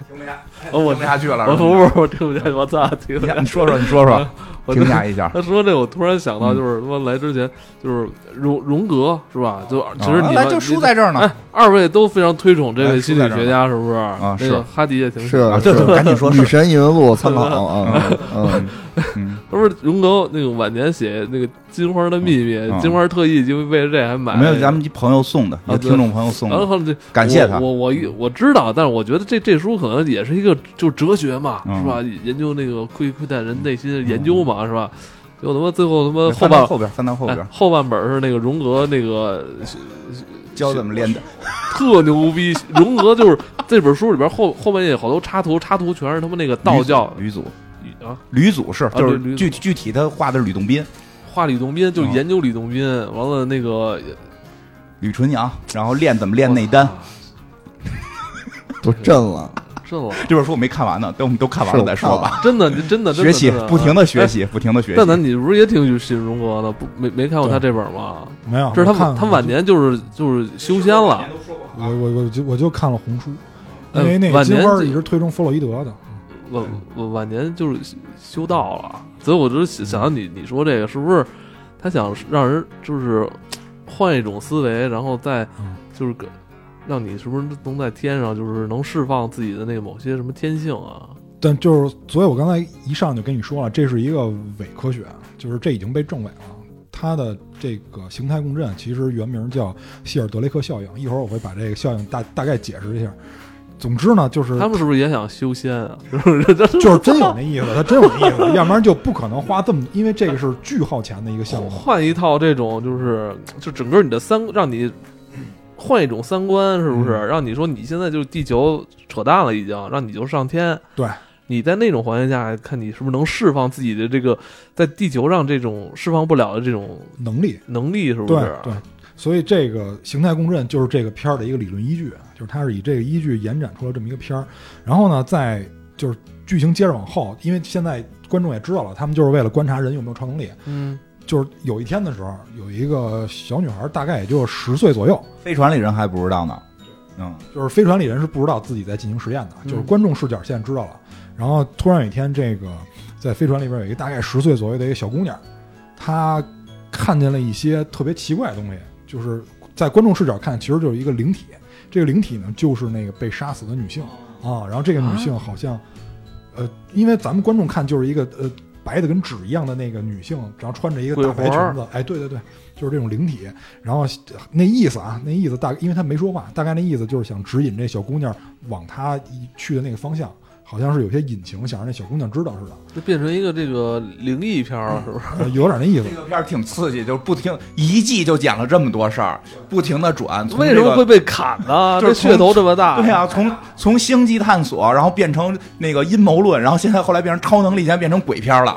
Speaker 3: 听不下，
Speaker 2: 哎哦我
Speaker 3: 听不下去了。
Speaker 2: 我不是我听不见，我操！听不
Speaker 3: 你
Speaker 2: 见
Speaker 3: 看，你说说，你说说，
Speaker 2: 我
Speaker 3: 评价一下。
Speaker 2: 他说这，我突然想
Speaker 3: 嗯
Speaker 2: 到，就是他妈来之前，就是荣荣格是吧？就其实
Speaker 3: 啊
Speaker 2: 你
Speaker 3: 来
Speaker 2: 们
Speaker 3: 就输在这儿呢
Speaker 2: 哎，二位都非常推崇这位
Speaker 3: 哎
Speaker 2: 心
Speaker 3: 输
Speaker 2: 理
Speaker 3: 在这儿
Speaker 2: 学家，是不是？啊
Speaker 3: 是
Speaker 2: 哈迪也挺喜
Speaker 1: 是
Speaker 2: 欢
Speaker 3: 啊，对对，赶紧说
Speaker 1: 女神异闻录参考啊，嗯，
Speaker 3: 嗯，
Speaker 2: 他不是荣格那个晚年写那个《金花的秘密》
Speaker 3: 嗯
Speaker 2: 金花特意就为这还买
Speaker 3: 没有咱们一朋友送的，有
Speaker 2: 哎啊对呃
Speaker 3: 听众朋友送
Speaker 2: 然后
Speaker 3: 的，
Speaker 2: 后来就
Speaker 3: 感谢他
Speaker 2: 我我我我知道，但是我觉得这这书可能也是一个就哲学嘛，
Speaker 3: 嗯
Speaker 2: 是吧？研究那个窥窥探人内心的研究嘛，是吧？结果他妈最后他妈后
Speaker 3: 翻到
Speaker 2: 半
Speaker 3: 嗯后边，翻到后边
Speaker 2: 哎，后半本是那个荣格那个
Speaker 3: 教怎么练的。
Speaker 2: 特牛逼，荣格就是这本书里边后后半页有好多插图，插图全是他们那个道教
Speaker 3: 吕祖，
Speaker 2: 啊，
Speaker 3: 吕祖是
Speaker 2: 对
Speaker 3: 就是
Speaker 2: 吕祖
Speaker 3: 具具体他画的是吕洞宾、
Speaker 2: 画李洞宾，就
Speaker 3: 嗯
Speaker 2: 研究李洞宾，完了那个
Speaker 3: 吕纯阳，然后练怎么练内丹。
Speaker 1: 都震了，
Speaker 2: 真了，
Speaker 3: 这本书我没看完呢，等我们都看完了再说 吧。
Speaker 2: 真的，真的，啊真
Speaker 3: 学
Speaker 2: 的
Speaker 3: 习
Speaker 2: 真的，
Speaker 3: 不停的学
Speaker 2: 哎
Speaker 3: 习，不停的学习
Speaker 2: 蛋。蛋，你不是也挺喜欢荣格的？不，没没看过他这本吗？
Speaker 4: 没有，
Speaker 2: 这是他晚
Speaker 4: 我看了
Speaker 2: 他晚，年就是就是修仙了，
Speaker 4: 我我我就我就看了红书，
Speaker 2: 呃
Speaker 4: 因为那个
Speaker 2: 晚
Speaker 4: 金
Speaker 2: 年
Speaker 4: 花
Speaker 2: 就
Speaker 4: 一直推崇弗洛伊德的。
Speaker 2: 晚晚晚年就是修道了。所以我就想到你你说这个是不是他想让人就是换一种思维，然后再
Speaker 4: 嗯
Speaker 2: 就是个让你是不是能在天上就是能释放自己的那个某些什么天性啊？
Speaker 4: 但就是，所以我刚才一上就跟你说了，这是一个伪科学，就是这已经被证伪了。它的这个形态共振其实原名叫希尔德雷克效应，一会儿我会把这个效应大大概解释一下。总之呢，就是
Speaker 2: 他们是不是也想修仙啊？是不是？
Speaker 4: 就是真有那意思，它真有那意思，要不然就不可能花这么，因为这个是巨耗钱的一个项目。
Speaker 2: 换一套这种，就是就整个你的三，让你换一种三观，是不是？
Speaker 4: 嗯
Speaker 2: 让你说你现在就是地球扯淡了，已经，让你就上天。
Speaker 4: 对，
Speaker 2: 你在那种环境下，看你是不是能释放自己的这个在地球上这种释放不了的这种
Speaker 4: 能力，
Speaker 2: 能力，是不
Speaker 4: 对
Speaker 2: 是？
Speaker 4: 对，所以这个形态共振就是这个片儿的一个理论依据，就是它是以这个依据延展出了这么一个片儿。然后呢，在就是剧情接着往后，因为现在观众也知道了，他们就是为了观察人有没有超能力。
Speaker 2: 嗯，
Speaker 4: 就是有一天的时候，有一个小女孩，大概也就十岁左右，
Speaker 3: 飞船里人还不知道呢，嗯，
Speaker 4: 就是飞船里人是不知道自己在进行实验的，
Speaker 2: 嗯
Speaker 4: 就是观众视角现在知道了。然后突然有一天，这个在飞船里边有一个大概十岁左右的一个小姑娘，她看见了一些特别奇怪的东西，就是在观众视角看，其实就是一个灵体。这个灵体呢，就是那个被杀死的女性啊。然后这个女性好像，呃，因为咱们观众看就是一个呃白的跟纸一样的那个女性，然后穿着一个
Speaker 2: 鬼
Speaker 4: 大白
Speaker 2: 魂儿
Speaker 4: 裙子，哎，对对对，就是这种灵体。然后那意思啊，那意思大，因为他没说话，大概那意思就是想指引这小姑娘往她去的那个方向，好像是有些隐情，想让那小姑娘知道似的，
Speaker 2: 就变成一个这个灵异片儿了，是不是？
Speaker 4: 呃有点那意思
Speaker 3: 这。个片儿挺刺激，就是不停一季就讲了这么多事儿，不停的转。从
Speaker 2: 为
Speaker 3: 这
Speaker 2: 什
Speaker 3: 个
Speaker 2: 么会被砍呢？
Speaker 3: 就是
Speaker 2: 这噱头这么大，
Speaker 3: 对啊，从从星际探索，然后变成那个阴谋论，然后现在后来变成超能力，现在变成鬼片了。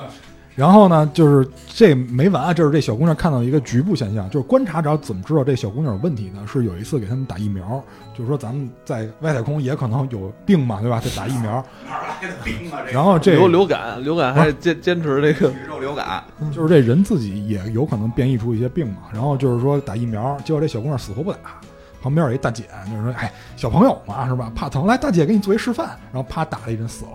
Speaker 4: 然后呢，就是这没完啊，就是这小姑娘看到一个局部现象，就是观察者怎么知道这小姑娘有问题呢？是有一次给他们打疫苗，就是说咱们在外太空也可能有病嘛，对吧？得打疫苗。
Speaker 3: 哪儿来的病啊？
Speaker 4: 然后这
Speaker 2: 流流感，流感还是坚坚持这个
Speaker 3: 宇宙流
Speaker 2: 啊
Speaker 3: 感，
Speaker 4: 就是这人自己也有可能变异出一些病嘛。然后就是说打疫苗，结果这小姑娘死活不打。旁边有一大姐，就是说，哎，小朋友嘛，是吧？怕疼，来，大姐给你做一示范。然后啪打了一针死了。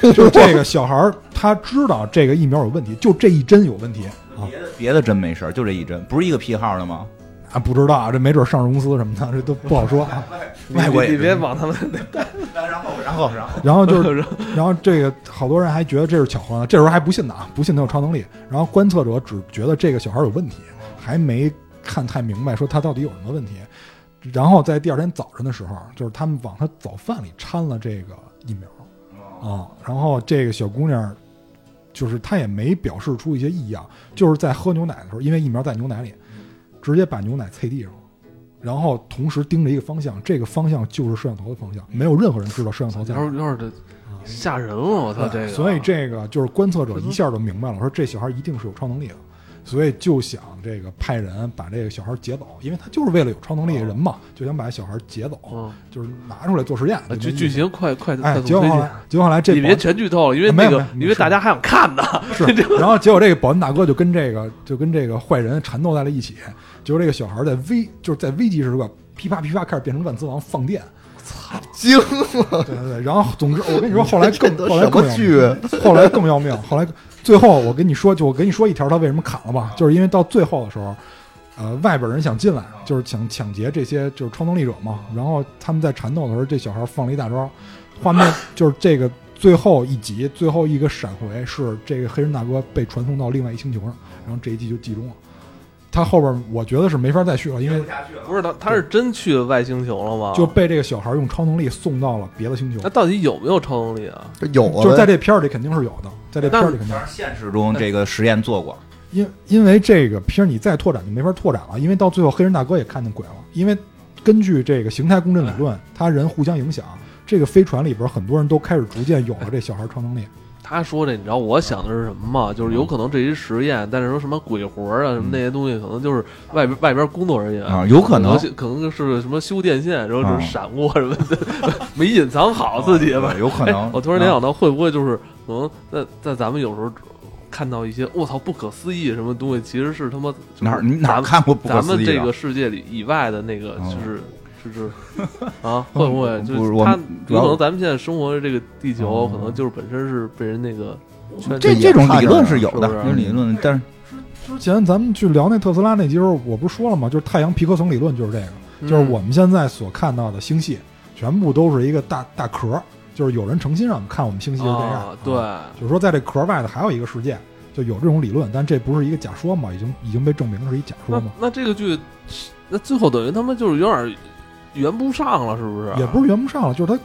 Speaker 4: 就是这个小孩儿，他知道这个疫苗有问题，就这一针有问题啊
Speaker 3: 别的别的真没事儿，就这一针，不是一个批号的吗？
Speaker 4: 啊！不知道啊，这没准上市公司什么的，这都不好说啊。
Speaker 2: 你
Speaker 3: 外国
Speaker 2: 你
Speaker 3: 也
Speaker 2: 你别
Speaker 3: 是。
Speaker 2: 往他们
Speaker 3: 然后然后然后，
Speaker 4: 然后就是，然后这个好多人还觉得这是巧合呢，这时候还不信呢啊，不信他有超能力。然后观测者只觉得这个小孩有问题，还没看太明白说他到底有什么问题。然后在第二天早晨的时候，就是他们往他早饭里掺了这个疫苗啊、然后这个小姑娘就是她也没表示出一些异样，就是在喝牛奶的时候，因为疫苗在牛奶里，直接把牛奶啐地上了。然后同时盯着一个方向，这个方向就是摄像头的方向，没有任何人知道摄像头在
Speaker 2: 有
Speaker 4: 哪
Speaker 2: 点。
Speaker 4: 儿
Speaker 2: 有点的吓人了，我操这个！
Speaker 4: 啊所以这个就是观测者一下就明白了，说这小孩一定是有超能力的。所以就想这个派人把这个小孩劫走，因为他就是为了有超能力的人嘛，就想把小孩劫走，
Speaker 2: 嗯，
Speaker 4: 就是拿出来做实验。
Speaker 2: 啊
Speaker 4: 就
Speaker 2: 剧剧，情快快快
Speaker 4: 哎，
Speaker 2: 速
Speaker 4: 结果
Speaker 2: 推
Speaker 4: 后
Speaker 2: 进
Speaker 4: 来，，结果后来这
Speaker 2: 你
Speaker 4: 保
Speaker 2: 别全剧透了，因为
Speaker 4: 啊没
Speaker 2: 那
Speaker 4: 有
Speaker 2: 个
Speaker 4: 没有
Speaker 2: 因为大家还想看呢。
Speaker 4: 是，然后结果这个保安大哥就跟这个就跟这个坏人缠斗在了一起，结果这个小孩在危就是在危机时刻噼啪噼啪开始变成万磁王放电，
Speaker 1: 惊
Speaker 4: 对对对，然后总之我跟你说，后来
Speaker 1: 这
Speaker 4: 更
Speaker 1: 都
Speaker 4: 后来
Speaker 1: 什么
Speaker 4: 更要
Speaker 1: 剧啊
Speaker 4: 命， 后来更要命，后来最后我跟你说，就我跟你说一条他为什么砍了吧，就是因为到最后的时候。呃，外边人想进来，就是想抢劫这些就是超能力者嘛。然后他们在缠斗的时候，这小孩放了一大招，画面就是这个最后一集最后一个闪回是这个黑人大哥被传送到另外一星球上，然后这一季就集中了。他后边我觉得是没法再续了，因为
Speaker 2: 不是他，他是真去外星球了吗？
Speaker 4: 就被这个小孩用超能力送到了别的星球
Speaker 2: 那。到底有没有超能力啊？
Speaker 1: 这有
Speaker 4: 就是在
Speaker 1: 这
Speaker 4: 这片儿里肯定是有的，在这片儿里肯定
Speaker 3: 当
Speaker 4: 有
Speaker 3: 然，现实中这个实验做过，
Speaker 4: 因因为这个片儿你再拓展就没法拓展了，因为到最后黑人大哥也看见鬼了，因为根据这个形态共振理论，他人互相影响，这个飞船里边很多人都开始逐渐有了这小孩超能力，
Speaker 2: 他说这，你知道我想的是什么吗？就是
Speaker 4: 嗯
Speaker 2: 有可能这一实验，但是说什么鬼魂啊，什么那些东西，可能就是外边外边工作人员
Speaker 3: 啊有可能
Speaker 2: 是可能是什么修电线，然后
Speaker 3: 啊
Speaker 2: 就是闪过什么的， 没隐藏好自己吧。
Speaker 3: 有可能 啊
Speaker 2: 哎。我突然联想到，会不会就是可能在在咱们有时候看到一些我操不可思议什么东西，其实是他妈
Speaker 3: 哪儿你哪
Speaker 2: 咱
Speaker 3: 儿
Speaker 2: 们
Speaker 3: 看过不可
Speaker 2: 咱
Speaker 3: 思
Speaker 2: 们
Speaker 3: 议
Speaker 2: 这
Speaker 3: 啊
Speaker 2: 个世界里以外的那个
Speaker 3: 哦
Speaker 2: 就是。就是，啊，会不会就
Speaker 3: 不是
Speaker 2: 是
Speaker 3: 我
Speaker 2: 他
Speaker 3: 们主
Speaker 2: 有
Speaker 3: 要
Speaker 2: 可能咱们现在生活的这个地球，
Speaker 3: 哦
Speaker 2: 可能就是本身是被人那个圈
Speaker 3: 这
Speaker 1: 也
Speaker 3: 这种
Speaker 1: 看
Speaker 3: 理
Speaker 1: 着
Speaker 3: 论
Speaker 1: 呢
Speaker 3: 是有
Speaker 2: 是
Speaker 3: 的
Speaker 2: 不，是
Speaker 3: 有理论，但是
Speaker 4: 之前咱们去聊那特斯拉那集时候，我不是说了吗？就是太阳皮壳层理论就是这
Speaker 2: 嗯
Speaker 4: 个，就是我们现在所看到的星系，全部都是一个大大壳，就是有人诚心让我们看我们星系是这样，
Speaker 2: 啊，对，
Speaker 4: 就是说在这壳外的还有一个世界，就有这种理论，但这不是一个假说嘛，已经已经被证明是一假说
Speaker 2: 那
Speaker 4: 嘛，
Speaker 2: 那这个剧，那最后等于他们就是有点圆不上了，是不是？
Speaker 4: 也不是圆不上了，就是它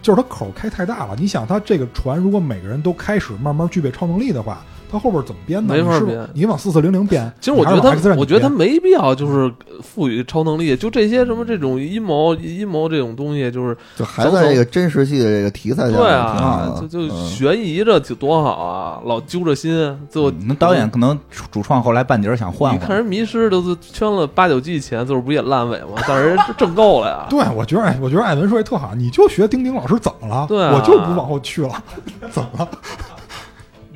Speaker 4: 就是它口开太大了。你想，它这个船如果每个人都开始慢慢具备超能力的话，它后边怎么编呢？
Speaker 2: 没法
Speaker 4: 你是不
Speaker 2: 编
Speaker 4: 你往四四零零编，
Speaker 2: 其实我觉
Speaker 4: 你
Speaker 2: 得
Speaker 4: 还是往 X
Speaker 2: 他，
Speaker 4: 战
Speaker 2: 我觉得他
Speaker 4: 警
Speaker 2: 没必要就是赋予超能力，就这些什么这种阴谋、阴谋这种东西，就是
Speaker 1: 就还在这个真实系的这个题材下
Speaker 2: 对
Speaker 1: 面挺
Speaker 2: 啊
Speaker 1: 好，的，
Speaker 2: 就就
Speaker 1: 嗯
Speaker 2: 悬疑着就多好啊，老揪着心，最后
Speaker 3: 嗯那导演可能主主创后来半截儿想换
Speaker 2: 你看
Speaker 3: 换，
Speaker 2: 人迷失都是圈了八九季钱，最后不也烂尾吗？但是人挣够了呀。
Speaker 4: 对，我觉得，哎，我觉得艾文说的特好，你就学丁丁老师怎么了？
Speaker 2: 对啊
Speaker 4: 我就不往后去了， 怎么了？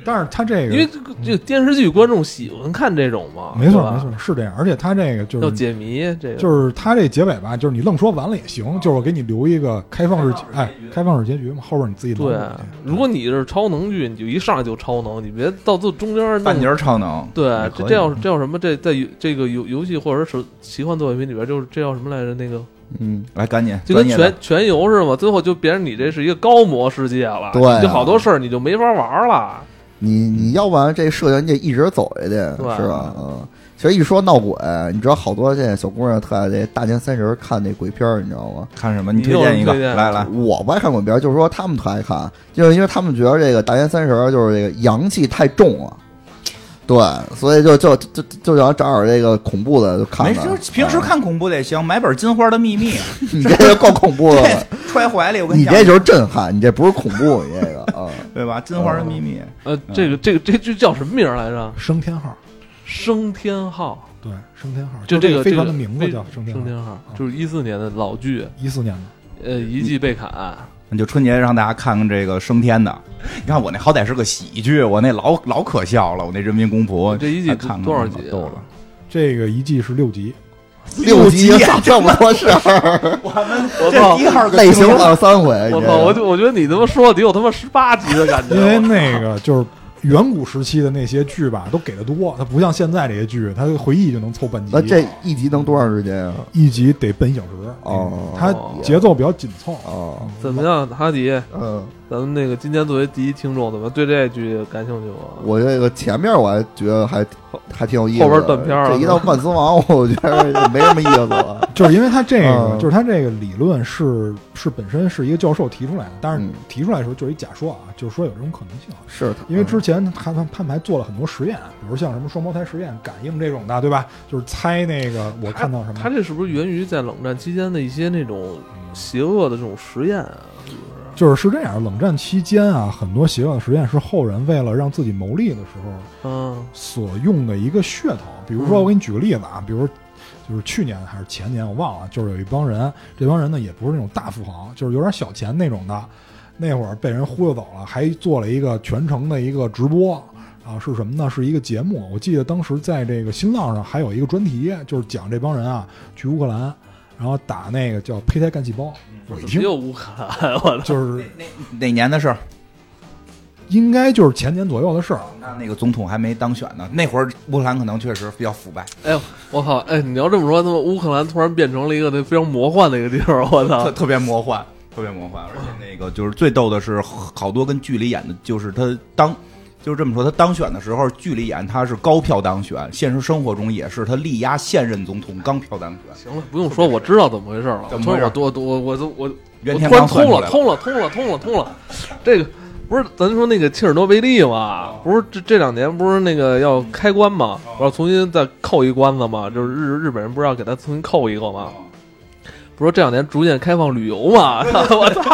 Speaker 4: 但是他这个
Speaker 2: 因为这个这个电视剧观众喜欢看这种嘛，
Speaker 4: 没错
Speaker 2: 对吧
Speaker 4: 没，错是这样，而且他这个就是
Speaker 2: 要解谜这个
Speaker 4: 就是他这结尾吧，就是你愣说完了也
Speaker 2: 哦
Speaker 4: 行，就是我给你留一个开放式，哎，开放式结局嘛，后边你自己
Speaker 2: 对啊
Speaker 4: 弄吧。，
Speaker 2: 如果你是超能剧，你就一上来就超能，你别到最中间儿弄
Speaker 3: 半截儿超能。
Speaker 2: 对
Speaker 3: 也，
Speaker 2: 这这
Speaker 3: 可以嗯
Speaker 2: 叫这叫什么？这在游这个游游戏或者是奇幻作品里边，就是这叫什么来着？那个
Speaker 1: 嗯，
Speaker 3: 来赶紧
Speaker 2: 就跟
Speaker 3: 专业的
Speaker 2: 全全游似的嘛。最后就别人你这是一个高模世界了，
Speaker 1: 对啊
Speaker 2: 你就好多事儿你就没法玩了。
Speaker 1: 你你要不然这设定你得一直走下去，
Speaker 2: 对
Speaker 1: 是吧？嗯，其实一说闹鬼，你知道好多现在小姑娘特爱这大年三十看那鬼片儿，你知道吗？
Speaker 3: 看什么？你
Speaker 2: 你
Speaker 3: 推
Speaker 2: 有
Speaker 3: 荐
Speaker 2: 人
Speaker 3: 一个
Speaker 2: 推荐
Speaker 3: 来来，
Speaker 1: 我不爱看鬼片儿，就是说他们特爱看，就是因为他们觉得这个大年三十儿就是这个阳气太重了，对，所以就就就就就想找点这个恐怖的就看
Speaker 3: 没
Speaker 1: 看。
Speaker 3: 事，平时
Speaker 1: 啊，
Speaker 3: 看恐怖得行，买本《金花的秘密》
Speaker 1: 你这就够恐怖了吧，
Speaker 3: 揣怀里，我跟
Speaker 1: 你
Speaker 3: 讲
Speaker 1: 这，就是震撼，你这不是恐怖，你这个啊，
Speaker 3: 对吧？《金花的秘密》
Speaker 2: 呃，这个这个这剧叫什么名儿来着？
Speaker 4: 升天号，
Speaker 2: 升天号，
Speaker 4: 对，升天号，
Speaker 2: 就
Speaker 4: 这
Speaker 2: 这个
Speaker 4: 飞
Speaker 2: 这个
Speaker 4: 船的名字
Speaker 2: 飞
Speaker 4: 叫升天
Speaker 2: 升
Speaker 4: 号，
Speaker 2: 天号，
Speaker 3: 嗯
Speaker 2: 就是一四年的老剧，
Speaker 4: 一四年的。
Speaker 2: 呃，一季被砍。
Speaker 3: 你就春节让大家看看这个升天的。你看我那好歹是个喜剧，我那老老可笑了，我那人民公仆
Speaker 2: 这一季
Speaker 3: 哎看看
Speaker 2: 多少集啊
Speaker 3: 老逗了，
Speaker 4: 这个一季是六集，
Speaker 1: 六级
Speaker 3: 六级
Speaker 1: 咋这么多事儿？
Speaker 2: 我
Speaker 3: 这
Speaker 2: 操
Speaker 3: 第！二个
Speaker 1: 类
Speaker 3: 惊
Speaker 1: 型
Speaker 3: 人
Speaker 1: 换了三回，你
Speaker 2: 我
Speaker 1: 这
Speaker 2: 操！
Speaker 1: 个
Speaker 2: 我就我觉得你他妈说的得有他妈十八集的感觉。
Speaker 4: 因为
Speaker 2: 我操
Speaker 4: 那个就是远古时期的那些剧吧，都给的多，它不像现在这些剧，它回忆就能凑半集。
Speaker 1: 那这一集能多长时间啊？
Speaker 4: 一集得奔一小时，
Speaker 1: 哦
Speaker 4: 它节奏比较紧凑。
Speaker 1: 哦，
Speaker 2: 怎么样，哈迪？
Speaker 1: 嗯，
Speaker 2: 咱们那个今天作为第一听众，怎么对这剧感兴趣吗？
Speaker 1: 我这个前面我还觉得还还挺有意思的，
Speaker 2: 后边断片儿了
Speaker 1: 这一到万磁王，我觉得就没什么意思了。
Speaker 4: 就是因为它这个，
Speaker 1: 嗯
Speaker 4: 就是它这个理论是是本身是一个教授提出来的，但是
Speaker 1: 嗯
Speaker 4: 提出来的时候就是一假说啊，就是说有这种可能性。啊
Speaker 1: 是，
Speaker 4: 因为之前他们他们还做了很多实验，比如像什么双胞胎实验、感应这种的，对吧？就是猜那个我看到什
Speaker 2: 他
Speaker 4: 么，
Speaker 2: 这是不是源于在冷战期间的一些那种邪恶的这种实验啊？是不是？
Speaker 4: 就是是这样，冷战期间啊，很多邪恶的实验是后人为了让自己谋利的时候
Speaker 2: 嗯
Speaker 4: 所用的一个噱头。比如说，
Speaker 2: 嗯
Speaker 4: 我给你举个例子啊，比如就是去年还是前年，我忘了，就是有一帮人，这帮人呢也不是那种大富豪，就是有点小钱那种的。那会儿被人忽悠走了，还做了一个全程的一个直播啊，是什么呢？是一个节目。我记得当时在这个新浪上还有一个专题，就是讲这帮人啊去乌克兰，然后打那个叫胚胎干细胞。我一听
Speaker 2: 又乌克兰， 我操！
Speaker 4: 就是
Speaker 3: 哪年的事儿？
Speaker 4: 应该就是前年左右的事儿。
Speaker 3: 那那个总统还没当选呢，那会儿乌克兰可能确实比较腐败，
Speaker 2: 哎呦，我靠！哎，你要这么说，他妈乌克兰突然变成了一个那非常魔幻的一个地方，我操
Speaker 3: 特！特别魔幻，特别魔幻。而且那个就是最逗的是，好多跟剧里演的，就是他当。就是这么说，他当选的时候，剧里演他是高票当选，现实生活中也是他力压现任总统高票当选。
Speaker 2: 行了，不用说，我知道怎么回事了。
Speaker 3: 怎么回事
Speaker 2: 我突然我我我我我
Speaker 3: 袁
Speaker 2: 我
Speaker 3: 天
Speaker 2: 突然
Speaker 3: 罡算
Speaker 2: 通
Speaker 3: 出
Speaker 2: 了，
Speaker 3: 来了，
Speaker 2: 通了，通了，通了，通了。这个不是咱说那个切尔诺贝利嘛？不是这这两年不是那个要开关嘛？
Speaker 3: 嗯
Speaker 2: 我要重新再扣一关子嘛？就是日日本人不是要给他重新扣一个嘛？不是说这两年逐渐开放旅游嘛？ 我操！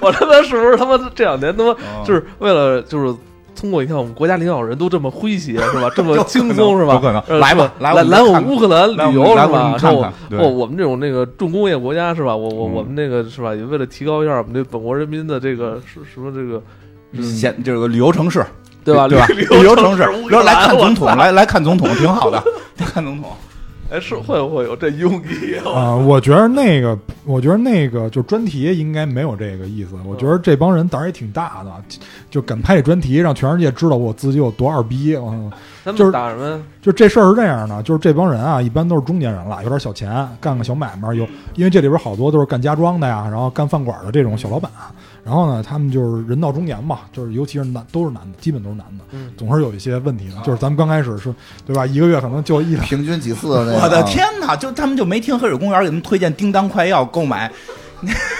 Speaker 2: 我他妈是不是他妈这两年他妈
Speaker 3: 嗯
Speaker 2: 就是为了就是通过你看我们国家领导人都这么诙谐是吧？ 这么
Speaker 3: 有可能
Speaker 2: 轻松是吧？
Speaker 3: 有可能
Speaker 2: 呃
Speaker 3: 来吧
Speaker 2: 是
Speaker 3: 来
Speaker 2: 来
Speaker 3: 我们
Speaker 2: 来我
Speaker 3: 看
Speaker 2: 们乌克兰
Speaker 3: 来我
Speaker 2: 旅
Speaker 3: 们
Speaker 2: 游
Speaker 3: 来
Speaker 2: 是
Speaker 3: 我们
Speaker 2: 吧？
Speaker 3: 看
Speaker 2: 我
Speaker 3: 看对
Speaker 2: 哦，我们这种那个重工业国家是吧？我我
Speaker 3: 嗯
Speaker 2: 我们那个是吧？也为了提高一下我们这本国人民的这个是什么这个
Speaker 3: 现这个旅游城市，
Speaker 2: 对吧？
Speaker 3: 对吧？
Speaker 2: 旅
Speaker 3: 旅游城市，
Speaker 2: 乌
Speaker 3: 然
Speaker 2: 克
Speaker 3: 后来
Speaker 2: 兰
Speaker 3: 看
Speaker 2: 我
Speaker 3: 总统，来来看总统，挺好的， 来看总统。
Speaker 2: 哎是会不会有这庸医？
Speaker 4: 啊、我觉得那个，我觉得那个就专题应该没有这个意思。我觉得这帮人胆儿也挺大的，就敢拍这专题，让全世界知道我自己有多二逼。嗯，
Speaker 2: 他
Speaker 4: 就是
Speaker 2: 们打什么呀？
Speaker 4: 就这事儿是这样的，就是这帮人啊，一般都是中年人了，有点小钱，干个小买卖，有因为这里边好多都是干家装的呀，然后干饭馆的这种小老板。然后呢，他们就是人到中年嘛，就是尤其是男，都是男的，基本都是男的，
Speaker 2: 嗯
Speaker 4: 总是有一些问题的。就是咱们刚开始是，对吧？一个月可能就一两
Speaker 1: 平均几次的那个。啊
Speaker 3: 我的！天哪！就他们就没听黑水公园给他们推荐叮当快药购买，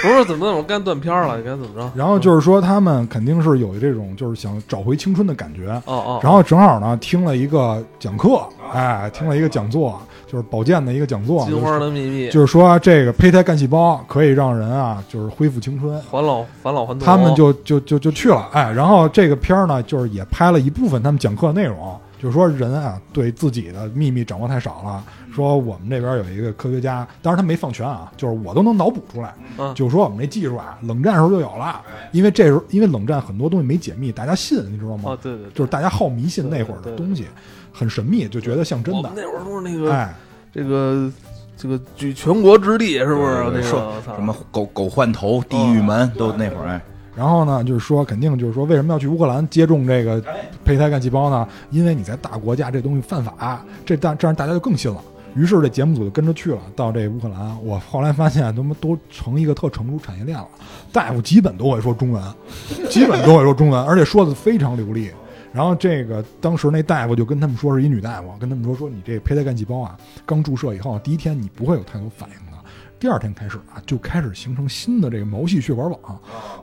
Speaker 2: 不是怎么怎么干断片儿了？你看怎么着？
Speaker 4: 然后就是说，他们肯定是有这种就是想找回青春的感觉。
Speaker 2: 哦哦，
Speaker 4: 然后正好呢，听了一个讲课，哎，听了一个讲座，就是保健的一个讲座，
Speaker 2: 金花的秘密
Speaker 4: 就是说啊这个胚胎干细胞可以让人啊，就是恢复青春。
Speaker 2: 返老返老还童，
Speaker 4: 他们就就就就去了，哎，然后这个片儿呢，就是也拍了一部分他们讲课内容，就是说人啊对自己的秘密掌握太少了。说我们这边有一个科学家，当然他没放全啊，就是我都能脑补出来，
Speaker 2: 嗯
Speaker 4: 就是说我们这技术啊，冷战时候就有了，因为这时候因为冷战很多东西没解密，大家信，你知道吗
Speaker 2: 哦？对对对，
Speaker 4: 就是大家好迷信那会儿
Speaker 2: 对对对
Speaker 4: 的东西，很神秘，就觉得像真
Speaker 2: 我
Speaker 4: 的
Speaker 2: 们。那会儿都是那个
Speaker 4: 哎，
Speaker 2: 这个这个举全国之力是不是？那个
Speaker 3: 对对对呃说
Speaker 2: 我操哦
Speaker 3: 什么狗狗换头、地狱门，都那会儿哎，
Speaker 4: 然后呢，就是说肯定就是说，为什么要去乌克兰接种这个胚胎干细胞呢？因为你在大国家这东西犯法，这大这样大家就更信了。于是这节目组就跟着去了，到这乌克兰。我后来发现，他们都成一个特成熟产业链了，大夫基本都会说中文，基本都会说中文，而且说的非常流利。然后这个当时那大夫就跟他们说是一女大夫，跟他们说说你这胚胎干细胞啊，刚注射以后，第一天你不会有太多反应的，第二天开始啊就开始形成新的这个毛细血管网。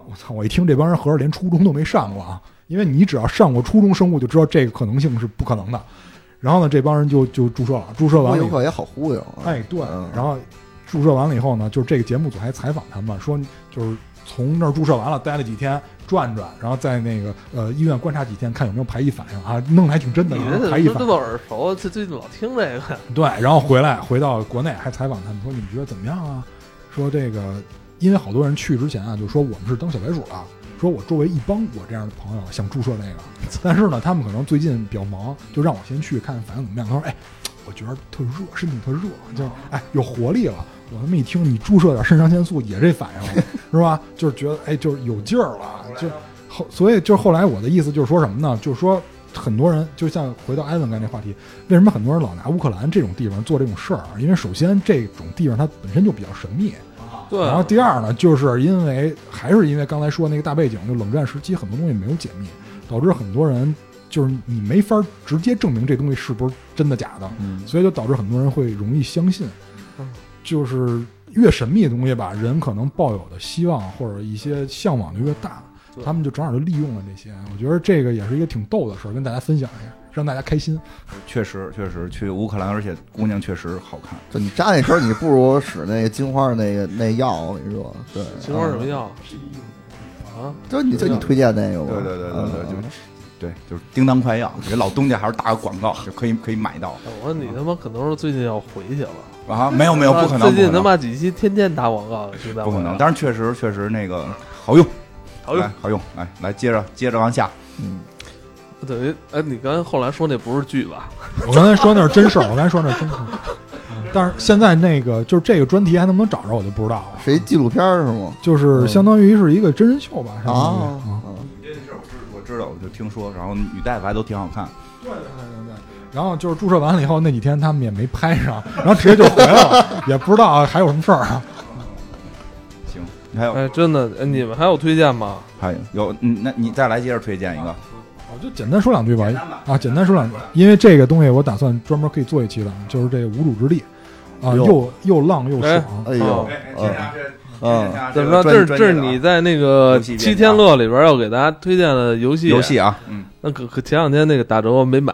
Speaker 4: 我操！我一听这帮人合着连初中都没上过啊，因为你只要上过初中生物，就知道这个可能性是不可能的。然后呢，这帮人就就注射了，注射
Speaker 1: 不过
Speaker 4: 完了
Speaker 1: 游
Speaker 4: 以后，
Speaker 1: 客也好忽悠啊。
Speaker 4: 哎，对
Speaker 1: 嗯，
Speaker 4: 然后注射完了以后呢，就是这个节目组还采访他们说，就是从那儿注射完了，待了几天转转，然后在那个呃医院观察几天，看有没有排异反应啊，弄得还挺真的
Speaker 2: 你这
Speaker 4: 呢，排异
Speaker 2: 这
Speaker 4: 反
Speaker 2: 这
Speaker 4: 应。
Speaker 2: 么耳熟，这最近老听这个，
Speaker 4: 对，然后回来回到国内还采访他们说你们觉得怎么样啊？说这个，因为好多人去之前啊，就说我们是当小白鼠了，啊说我周围一帮我这样的朋友想注射这个， 但是呢，他们可能最近比较忙，就让我先去看看反应怎么样。他说，哎，我觉得特热，身体特热，就是哎有活力了。我他妈一听你注射点肾上腺素也这反应了， 是吧？就是觉得哎，就是有劲儿了，啊就后，所以就是后来我的意思就是说什么呢？就是说很多人就像回到艾文刚才那话题，为什么很多人老拿乌克兰这种地方做这种事儿？啊因为首先这种地方它本身就比较神秘，
Speaker 2: 对，
Speaker 4: 然后第二呢，就是因为还是因为刚才说那个大背景，就冷战时期很多东西没有解密，导致很多人就是你没法直接证明这东西是不是真的假的，
Speaker 3: 嗯
Speaker 4: 所以就导致很多人会容易相信
Speaker 2: 嗯，
Speaker 4: 就是越神秘的东西吧，人可能抱有的希望或者一些向往就越大
Speaker 2: 对，
Speaker 4: 他们就正好就利用了这些。我觉得这个也是一个挺逗的事儿，跟大家分享一下，让大家 开心。
Speaker 3: 确实确实去乌克兰，而且姑娘确实好看。
Speaker 1: 就你扎那身儿，你不如使那个金花那个那药，我跟你说，对，啊
Speaker 2: 情况什么样？啊，
Speaker 1: 就是你就你推荐那个吧，
Speaker 3: 对对对对对，
Speaker 1: 嗯
Speaker 3: 就对，就是叮当快药，给老东家还是打个广告就可以可以买到
Speaker 2: 我说你他妈可能是最近要回去了，
Speaker 3: 啊！没有没有，不可能，
Speaker 2: 最近他
Speaker 3: 不可能
Speaker 2: 妈几期天天打广告，就在
Speaker 3: 不可
Speaker 2: 我
Speaker 3: 能，
Speaker 2: 这儿
Speaker 3: 但是确实确实那个好用，
Speaker 2: 好用
Speaker 3: 来好用，来来接着接着往下，
Speaker 1: 嗯
Speaker 2: 等于哎，你刚才后来说那不是剧吧？
Speaker 4: 我刚才说那是真事儿，我刚才说那是真事儿。但是现在那个就是这个专题还能不能找着我就不知道了，
Speaker 1: 是一纪录片儿是吗？
Speaker 4: 就是
Speaker 3: 嗯
Speaker 4: 相当于是一个真人秀吧，相当于
Speaker 3: 哦
Speaker 1: 啊，
Speaker 4: 啊。
Speaker 3: 这事我知我知道，我就听说，然后女大夫还都挺好看，
Speaker 4: 对对对对。然后就是注射完了以后，那几天他们也没拍上， 然后直接就回来了， 也不知道还有什么事儿啊。
Speaker 3: 行，还有
Speaker 2: 哎，真的，哎你们还有推荐吗？
Speaker 3: 还有有，嗯，那你再来接着推荐一个，
Speaker 4: 我哦就简单说两句吧
Speaker 3: 简单吧，
Speaker 4: 啊，简单说两句，因为这个东西我打算专门可以做一期的，就是这个无主之地，啊，
Speaker 1: 哟
Speaker 4: 又又浪又爽，
Speaker 1: 哎呦
Speaker 2: 哦，
Speaker 3: 啊
Speaker 1: 嗯
Speaker 2: 怎么着？这是这是你在那个
Speaker 3: 游戏
Speaker 2: 《
Speaker 3: 变
Speaker 2: 七天乐》里边要给大家推荐的游戏
Speaker 3: 游戏啊，嗯，
Speaker 2: 那可可前两天那个打折我没买，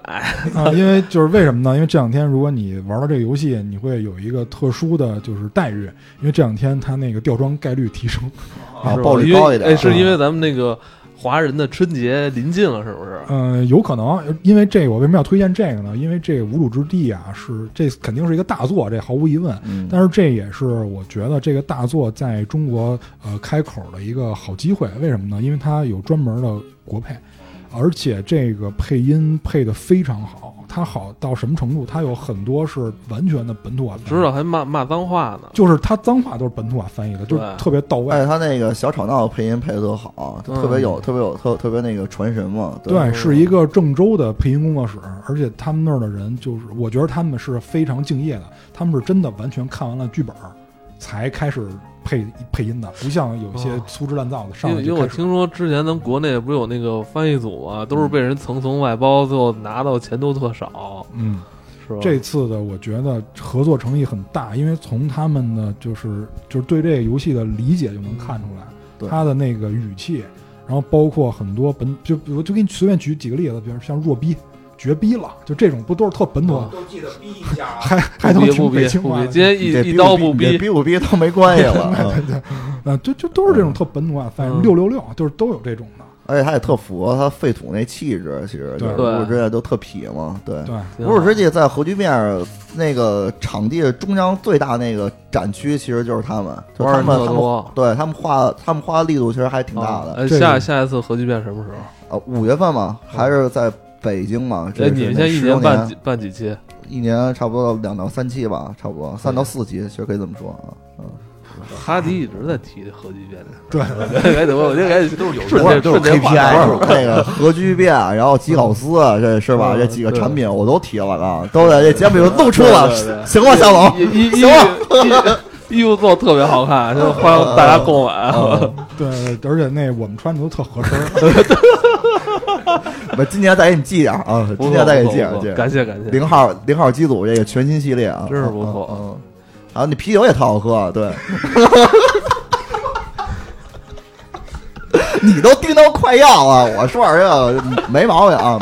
Speaker 4: 啊，因为就是为什么呢？因为这两天如果你玩到这个游戏，你会有一个特殊的就是待遇，因为这两天它那个吊装概率提升，
Speaker 1: 啊
Speaker 3: 哦
Speaker 2: 是，吧
Speaker 1: 暴力
Speaker 2: 因为
Speaker 1: 高一点，
Speaker 2: 哎，是因为咱们那个华人的春节临近了，是不是？
Speaker 4: 嗯、有可能，因为这个我为什么要推荐这个呢？因为这个《无主之地》啊，是这肯定是一个大作，这毫无疑问。
Speaker 1: 嗯
Speaker 4: 但是这也是我觉得这个大作在中国呃开口的一个好机会。为什么呢？因为它有专门的国配，而且这个配音配的非常好。它好到什么程度？它有很多是完全的本土化翻译，
Speaker 2: 知道还骂骂脏话呢，
Speaker 4: 就是它脏话都是本土化翻译的，就是
Speaker 2: 对
Speaker 4: 特别到位。
Speaker 1: 而哎且他那个小吵闹配音配的特好，就特别
Speaker 2: 嗯
Speaker 1: 有特别有特特别那个传神嘛，
Speaker 4: 对，是一个郑州的配音工作室，而且他们那儿的人就是，我觉得他们是非常敬业的，他们是真的完全看完了剧本儿才开始配配音的，不像有一些
Speaker 2: 哦
Speaker 4: 粗制滥造的上
Speaker 2: 因
Speaker 4: 来
Speaker 2: 为因为
Speaker 4: 就
Speaker 2: 我
Speaker 4: 开始。
Speaker 2: 听说之前咱们国内不是有那个翻译组嘛，都是被人层层外包，最后拿到钱都特少，
Speaker 4: 嗯，
Speaker 2: 是吧？
Speaker 4: 这次的我觉得合作诚意很大，因为从他们的就是就是对这个游戏的理解就
Speaker 2: 嗯
Speaker 4: 能看出来，
Speaker 1: 对
Speaker 4: 他的那个语气，然后包括很多本就我就给你随便举几个例子，比如像弱逼、绝逼了，就这种不都是特本土，
Speaker 2: 哦
Speaker 3: 都记得逼一下啊。
Speaker 4: 还还
Speaker 2: 不
Speaker 4: 能
Speaker 2: 逼
Speaker 4: 挺
Speaker 2: 不
Speaker 4: 北
Speaker 2: 逼
Speaker 4: 京
Speaker 2: 不
Speaker 4: 话
Speaker 2: 逼，
Speaker 4: 的。
Speaker 2: 今天
Speaker 1: 你这
Speaker 2: 一一
Speaker 1: 逼
Speaker 2: 刀
Speaker 1: 不
Speaker 2: 不
Speaker 1: 逼，你这
Speaker 2: 逼，
Speaker 1: 逼不逼都没关系了。嗯
Speaker 4: 啊，就就都是这种特本土化翻译，
Speaker 2: 嗯
Speaker 4: 六六六就是都有这种的。
Speaker 1: 而哎且他也特符合他废土那气质，其实就是
Speaker 4: 对
Speaker 1: 无主之地都特痞嘛，对。
Speaker 4: 对，
Speaker 2: 挺好
Speaker 1: 无主之地在核聚变那个场地中央最大那个展区，其实就是他们，就他
Speaker 2: 玩儿人
Speaker 1: 们他
Speaker 2: 特
Speaker 1: 们
Speaker 2: 多
Speaker 1: 对他们花他们花的力度其实还挺大
Speaker 2: 啊
Speaker 1: 的。
Speaker 2: 哎
Speaker 4: 这
Speaker 2: 下
Speaker 4: 个
Speaker 2: 下一次核聚变什么时候？
Speaker 1: 呃，五月份嘛，还是在北京嘛，这
Speaker 2: 哎，
Speaker 1: 是
Speaker 2: 你们
Speaker 1: 那
Speaker 2: 现在一
Speaker 1: 10
Speaker 2: 年
Speaker 1: 周
Speaker 2: 办几办几期？啊
Speaker 1: 一年差不多两到三期吧，差不多三到四期，其实可以这么说啊。嗯，
Speaker 2: 哈迪一直在提核聚变，
Speaker 4: 对，
Speaker 2: 赶紧 我就赶紧都是有
Speaker 1: 不是
Speaker 2: 顺
Speaker 1: 都
Speaker 2: 这
Speaker 1: 是
Speaker 2: 顺这话
Speaker 1: KPI，是吧那个核聚变，然后吉考斯，这是吧？
Speaker 2: 嗯
Speaker 1: 这几个
Speaker 2: 对
Speaker 1: 产品我都提了啊，都在这节目里露出
Speaker 2: 对对
Speaker 1: 了，
Speaker 2: 对
Speaker 1: 行吗，夏总？
Speaker 2: 衣衣衣衣衣服做得特别好看，就欢迎大家购买。
Speaker 4: 对，而且那我们穿的都特合身儿。
Speaker 1: 不，今年再给你寄点儿啊，
Speaker 2: 不
Speaker 1: 今
Speaker 2: 错
Speaker 1: 年再给你
Speaker 2: 不错
Speaker 1: 寄点儿
Speaker 2: 不错
Speaker 1: 寄点儿。
Speaker 2: 感谢感谢。
Speaker 1: 零号零号机组这个全新系列啊，
Speaker 2: 真是不错
Speaker 1: 嗯。嗯嗯还有你啤酒也特好喝，对。 你都叮当快药了，我说点这个没毛病啊，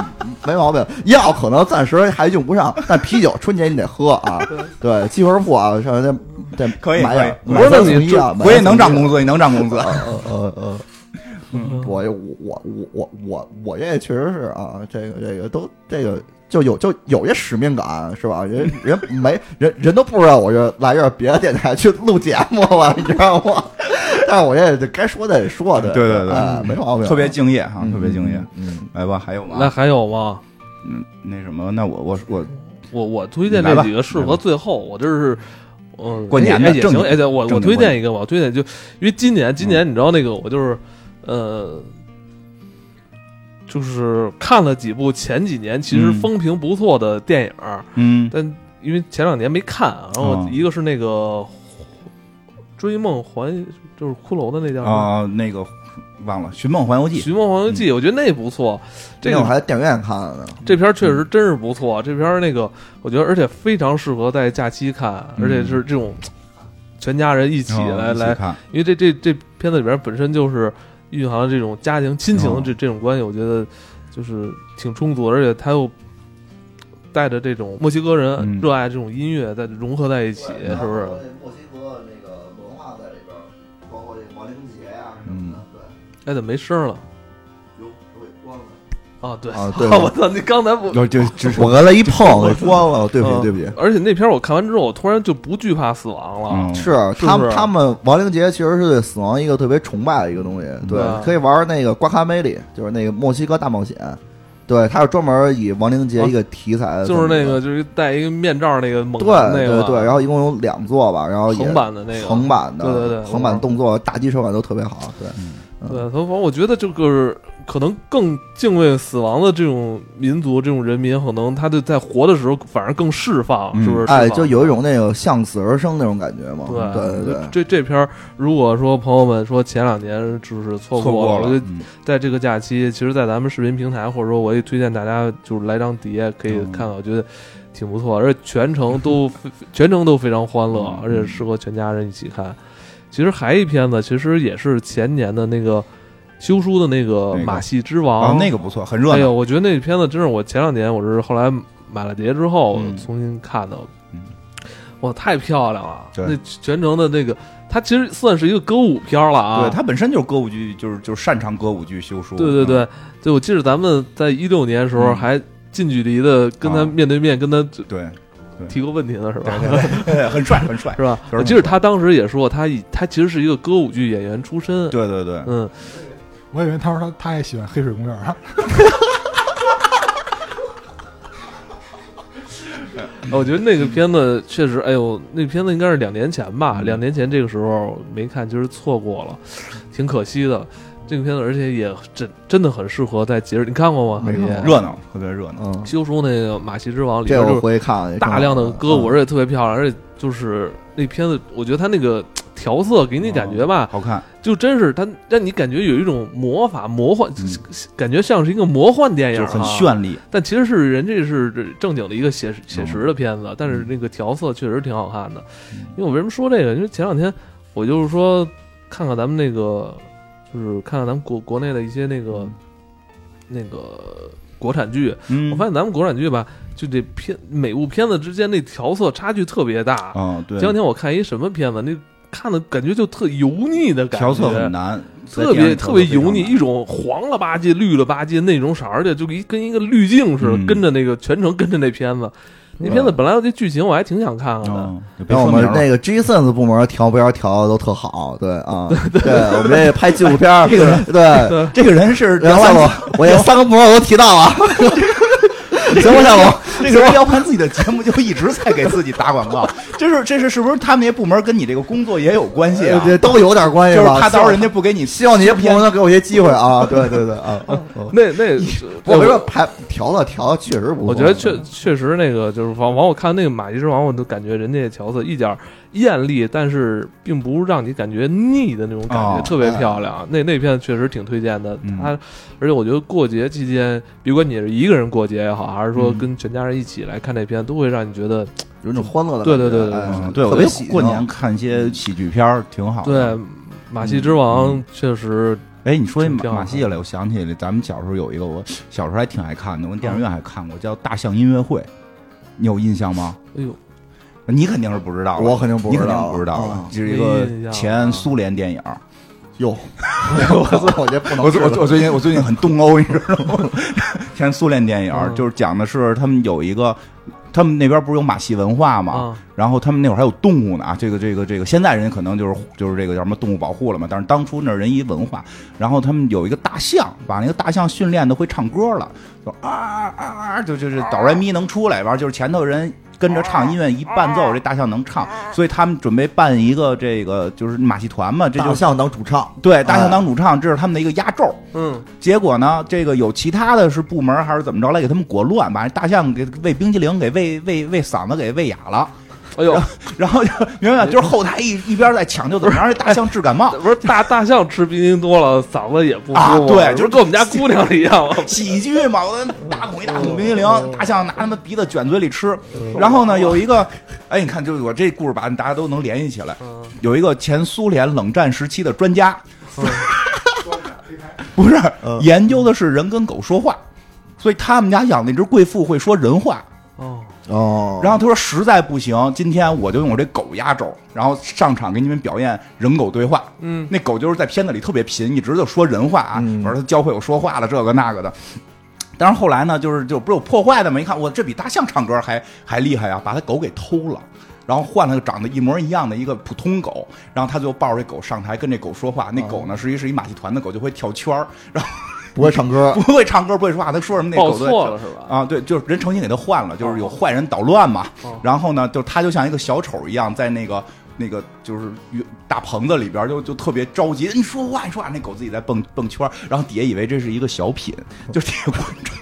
Speaker 1: 没毛病。药可能暂时还用不上，但啤酒春节你得喝啊。对，鸡魂铺啊，上人家再
Speaker 3: 可以
Speaker 1: 买点儿，
Speaker 3: 可以
Speaker 1: 买
Speaker 2: 不是那
Speaker 1: 三送
Speaker 2: 你
Speaker 1: 一啊，买
Speaker 3: 我也
Speaker 1: 三
Speaker 3: 能
Speaker 1: 送一
Speaker 3: 涨 工资，也能涨工资。
Speaker 1: 呃呃，我我我我我我这确实是啊，这个这个都这个就有就有些使命感是吧？人人没人人都不知道我这来这儿别的电台去录节目了，你知道吗？但是我这这该说的得说，对
Speaker 3: 对对对啊
Speaker 1: 哎没毛病，
Speaker 3: 特别敬业哈，
Speaker 1: 嗯
Speaker 3: 特别敬业。。
Speaker 1: 嗯，
Speaker 3: 来吧，还有
Speaker 2: 那
Speaker 3: 吗？
Speaker 2: 还有吗？
Speaker 3: 嗯，那什么，那我我我
Speaker 2: 我我推荐
Speaker 3: 你来
Speaker 2: 这
Speaker 3: 吧
Speaker 2: 几个适合最后，我就是。嗯，
Speaker 3: 过年
Speaker 2: 哎
Speaker 3: 的
Speaker 2: 也
Speaker 3: 正
Speaker 2: 行，
Speaker 3: 经
Speaker 2: 哎，对我我
Speaker 3: 正经
Speaker 2: 推
Speaker 3: 过年
Speaker 2: 荐一个吧，我推荐就因为今年，今年你知道那个我就是，呃，就是看了几部前几年其实
Speaker 3: 嗯
Speaker 2: 风评不错的电影儿，
Speaker 3: 嗯
Speaker 2: 但因为前两年没看，然后
Speaker 3: 哦
Speaker 2: 一个是那个《追梦环》，就是骷髅的那叫什么
Speaker 3: 啊，那个忘了《寻梦环游
Speaker 2: 《
Speaker 3: 记》
Speaker 2: 寻梦环游记》，
Speaker 3: 嗯
Speaker 2: 我觉得那不错，这
Speaker 1: 那
Speaker 2: 个
Speaker 1: 我还在电影院看了呢。
Speaker 2: 这片儿确
Speaker 3: 嗯
Speaker 2: 实真是不错，这片儿那个我觉得，而且非常适合在假期看，
Speaker 3: 嗯
Speaker 2: 而且是这种全家人一起
Speaker 3: 哦
Speaker 2: 来
Speaker 3: 一起
Speaker 2: 来，
Speaker 3: 看，
Speaker 2: 因为这这这片子里边本身就是蕴含了这种家庭亲情的
Speaker 3: 哦
Speaker 2: 这这种关系，我觉得就是挺充足的，而且他又带着这种墨西哥人
Speaker 3: 嗯哦
Speaker 2: 热爱这种音乐，再融合在一起，是不是？
Speaker 1: 墨西哥那个文化在里边，包括这亡灵节呀啊
Speaker 3: 什么的
Speaker 1: 对。
Speaker 2: 哎，怎么没声儿了？
Speaker 1: 有有给关了。
Speaker 2: 啊，对
Speaker 3: 哦
Speaker 1: 啊 对
Speaker 2: 我操，你刚才不
Speaker 1: 就就只我刚才一碰给关了，对不
Speaker 2: 嗯
Speaker 1: 起对不起。
Speaker 2: 而且那片儿我看完之后，我突然就不惧怕死亡了。
Speaker 3: 嗯，
Speaker 1: 是啊他
Speaker 2: 是不
Speaker 1: 们
Speaker 2: 是
Speaker 1: 他们亡灵节其实是对死亡一个特别崇拜的一个东西，对
Speaker 2: 嗯，
Speaker 1: 可以玩那个瓜卡梅里，就是那个墨西哥大冒险，对，它是专门以亡灵节一个题材的这
Speaker 2: 哦就是
Speaker 1: 呃么一，
Speaker 2: 那个，就是戴一个面罩那个猛
Speaker 1: 对
Speaker 2: 男那个
Speaker 1: 对对，然后一共有两座吧，然后
Speaker 2: 后
Speaker 1: 也
Speaker 2: 横版的那个
Speaker 1: 横版的，
Speaker 2: 对对对
Speaker 1: 横版动作打击手感都特别好，对，
Speaker 2: 对，反正我觉得这个可能更敬畏死亡的这种民族、这种人民，可能他对在活的时候反而更释放，
Speaker 3: 嗯
Speaker 2: 是不是？
Speaker 1: 哎，
Speaker 2: 释放
Speaker 1: 就有一种那个向死而生那种感觉嘛，
Speaker 2: 对
Speaker 1: 对对对。
Speaker 2: 这这片儿，如果说朋友们说前两年就是错
Speaker 3: 错
Speaker 2: 过
Speaker 3: 过
Speaker 2: 了，我
Speaker 3: 了，
Speaker 2: 觉得
Speaker 3: 嗯
Speaker 2: 在这个假期，其实，在咱们视频平台，或者说我也推荐大家就是来张碟可以
Speaker 3: 嗯
Speaker 2: 看看，我觉得挺不错，而且全程都 非全程都非常欢乐
Speaker 3: 嗯，
Speaker 2: 而且适合全家人一起看。其实还一片子，其实也是前年的那个修书的那个
Speaker 3: 那
Speaker 2: 《
Speaker 3: 个
Speaker 2: 马戏之
Speaker 3: 啊
Speaker 2: 王》，
Speaker 3: 那个不错，很热
Speaker 2: 哎呦，
Speaker 3: 闹，
Speaker 2: 我觉得那片子真是我前两年我是后来买了碟之后
Speaker 3: 嗯
Speaker 2: 重新看的，
Speaker 3: 嗯
Speaker 2: 哇，太漂亮了！
Speaker 3: 对
Speaker 2: 那全程的那个，它其实算是一个歌舞片了啊。
Speaker 3: 对，它本身就是歌舞剧，就是就是擅长歌舞剧修书，
Speaker 2: 对对对
Speaker 3: 嗯，
Speaker 2: 对，我记得咱们在一六年的时候
Speaker 3: 嗯
Speaker 2: 还近距离的跟他
Speaker 3: 啊
Speaker 2: 面对面跟他
Speaker 3: 对
Speaker 2: 提过问题呢，是吧？
Speaker 3: 对对，很帅很 帅，
Speaker 2: 是吧？
Speaker 3: 就是
Speaker 2: 我记得他当时也说，他以他其实是一个歌舞剧演员出身。
Speaker 3: 对对对，
Speaker 2: 嗯，
Speaker 4: 我以为他说他他也喜欢黑水公 园啊，
Speaker 2: 呃我觉得那个片子确实，哎呦，那片子应该是两年前
Speaker 3: 嗯
Speaker 2: 吧，两年前这个时候没看，就是错过了，挺可惜的。这个片子，而且也真真的很适合在节日，你看过吗？海
Speaker 1: 没看过
Speaker 2: 爷，
Speaker 3: 热闹特别热闹，
Speaker 1: 嗯，
Speaker 2: 修书那个《马戏之王》里
Speaker 1: 这
Speaker 2: 边就
Speaker 1: 我
Speaker 2: 是
Speaker 1: 回去看了，
Speaker 2: 大量的歌舞，
Speaker 1: 嗯
Speaker 2: 而且特别漂亮，而且就是那片子，我觉得他那个调色给你感觉吧，
Speaker 3: 好看，
Speaker 2: 就真是他让你感觉有一种魔法魔幻
Speaker 3: 嗯，
Speaker 2: 感觉像是一个魔幻电影
Speaker 3: 就
Speaker 2: 啊，
Speaker 3: 很绚丽，
Speaker 2: 但其实是人这是正经的一个写实写实的片子，但是那个调色确实挺好看的。
Speaker 3: 哦嗯
Speaker 2: 因为我为什么说这个？因为前两天我就是说看看咱们那个，就是看看咱们国国内的一些那个那个国产剧，
Speaker 3: 嗯，
Speaker 2: 我发现咱们国产剧吧，就这片每部片子之间那调色差距特别大。
Speaker 3: 啊，对
Speaker 2: 前，两天我看一什么片子，那看的感觉就特油腻的感觉，
Speaker 3: 调色很难，
Speaker 2: 特别特别油腻，一
Speaker 3: 一
Speaker 2: 种黄了吧唧、绿了吧唧那种色儿，而且就一跟一个滤镜似的，
Speaker 3: 嗯
Speaker 2: 跟着那个全程跟着那片子。那片子本来这剧情我还挺想看看的，
Speaker 3: 嗯就别
Speaker 1: 然后
Speaker 3: 说
Speaker 1: 我们
Speaker 3: 名了
Speaker 1: 那个 G Sense 部门调标调的都特好，对 啊，对，我们这拍纪录片儿，
Speaker 3: 这个人
Speaker 1: 对，
Speaker 3: 这个人是
Speaker 1: 然
Speaker 3: 聊
Speaker 1: 后夏
Speaker 3: 完
Speaker 1: 总，我这三个部门我都提到了， 行吧，夏总，
Speaker 3: 这个人聊完自己的节目就一直在给自己打广告， 这是这是是不是他们那些部门跟你这个工作也有关系啊？
Speaker 1: 这都有点关
Speaker 3: 就
Speaker 1: 系
Speaker 3: 是
Speaker 1: 吧？
Speaker 3: 怕到时候人家不 给你
Speaker 1: 希望你这部门能给我一些机会 啊！对对对啊，嗯
Speaker 2: 那那
Speaker 1: 我跟你说，排调了调了，确实不错。
Speaker 2: 我觉得确确实那个就是往往我看那个《马戏之王》，我都感觉人家乔瑟一点儿艳丽，但是并不让你感觉腻的那种感觉，
Speaker 3: 哦
Speaker 2: 特别漂亮。那那片确实挺推荐的，
Speaker 3: 嗯
Speaker 2: 它而且我觉得过节期间，别管你是一个人过节也好，还是
Speaker 3: 嗯
Speaker 2: 说跟全家人一起来看这片，都会让你觉得
Speaker 1: 有种欢乐的感
Speaker 2: 对
Speaker 1: 觉，
Speaker 2: 对对对
Speaker 1: 哎
Speaker 3: 嗯，对，
Speaker 1: 特
Speaker 3: 我
Speaker 1: 别
Speaker 3: 觉
Speaker 1: 喜
Speaker 3: 得过年看一些喜剧片儿挺好。
Speaker 2: 对，《马
Speaker 3: 嗯
Speaker 2: 戏之王》确实
Speaker 3: 哎，你说起
Speaker 2: 挺
Speaker 3: 马
Speaker 2: 好
Speaker 3: 马戏来，我想起来，咱们小时候有一个，我小时候还挺爱看的，我电影院
Speaker 2: 嗯
Speaker 3: 还看过，叫《大象音乐会》，你有印象吗？
Speaker 2: 哎呦，
Speaker 3: 你肯定是不知道的，
Speaker 1: 我肯定不
Speaker 3: 你
Speaker 1: 知道
Speaker 3: 肯定不知道
Speaker 1: 啊
Speaker 3: 了，这是
Speaker 2: 没
Speaker 3: 一
Speaker 2: 印象
Speaker 3: 个
Speaker 2: 了
Speaker 3: 前苏联电影。
Speaker 1: 哟， 我我这不能
Speaker 3: 我最
Speaker 1: 吃
Speaker 3: 我最我最近我最近很东欧，你知道吗？ 前苏联电
Speaker 2: 嗯
Speaker 3: 影就是讲的是他们有一个，他们那边不是有马戏文化吗？
Speaker 2: 啊，
Speaker 3: 然后他们那会儿还有动物呢啊，这个这个这个，现在人可能就是就是这个叫什么动物保护了嘛，但是当初那儿人一文化，然后他们有一个大象，把那个大象训练的会唱歌了，就啊啊啊啊，就就是哆来咪能出来，完就是前头人跟着唱音乐一伴奏，这大象能唱，所以他们准备办一个这个就是马戏团嘛，这就
Speaker 1: 大象当主唱，
Speaker 3: 对大象当主唱，这是他们的一个压轴。
Speaker 2: 嗯，
Speaker 3: 结果呢，这个有其他的是部门还是怎么着来给他们裹乱，把大象给喂冰激凌给喂喂喂嗓子给喂哑了。
Speaker 2: 哎呦，
Speaker 3: 然后就明白，就是后台一一边在抢救怎么让这大象治感 冒，
Speaker 2: 不是大大象吃冰激凌多了，嗓子也不舒服，
Speaker 3: 啊对
Speaker 2: 是不是跟我们家姑娘一 样。
Speaker 3: 喜剧嘛，我大桶一大桶冰激凌，大象拿他妈鼻子卷嘴里吃。然后呢，有一个，哎，你看，就是我这故事吧，大家都能联系起来。
Speaker 2: 嗯
Speaker 3: 有一个前苏联冷战时期的专家，
Speaker 2: 嗯
Speaker 3: 不是
Speaker 1: 嗯
Speaker 3: 研究的是人跟狗说话，所以他们家养那只贵妇会说人话。
Speaker 2: 哦，
Speaker 1: 哦，
Speaker 3: 然后他说实在不行，今天我就用我这狗压轴，然后上场给你们表演人狗对话。
Speaker 2: 嗯，
Speaker 3: 那狗就是在片子里特别贫，一直就说人话啊，
Speaker 1: 嗯
Speaker 3: 反正他教会我说话了，这个那个的。但是后来呢，就是就不是有破坏的嘛？一看我这比大象唱歌还还厉害啊，把他狗给偷了。然后换了个长得一模一样的一个普通狗，然后他就抱着这狗上台跟这狗说话。那狗呢，实际是一马戏团的狗，就会跳圈儿，然后
Speaker 1: 不会唱歌
Speaker 3: 不会唱歌，不会说话。他说什么那
Speaker 2: 报
Speaker 3: 狗都在
Speaker 2: 错了是吧？
Speaker 3: 啊，对，就是人诚心给他换了，就是有
Speaker 2: 哦
Speaker 3: 坏人捣乱嘛。
Speaker 2: 哦
Speaker 3: 然后呢，就他就像一个小丑一样，在那个那个就是大棚子里边就就特别着急，你说话，你说话，那狗自己在蹦蹦圈儿，然后底下以为这是一个小品，就底下观众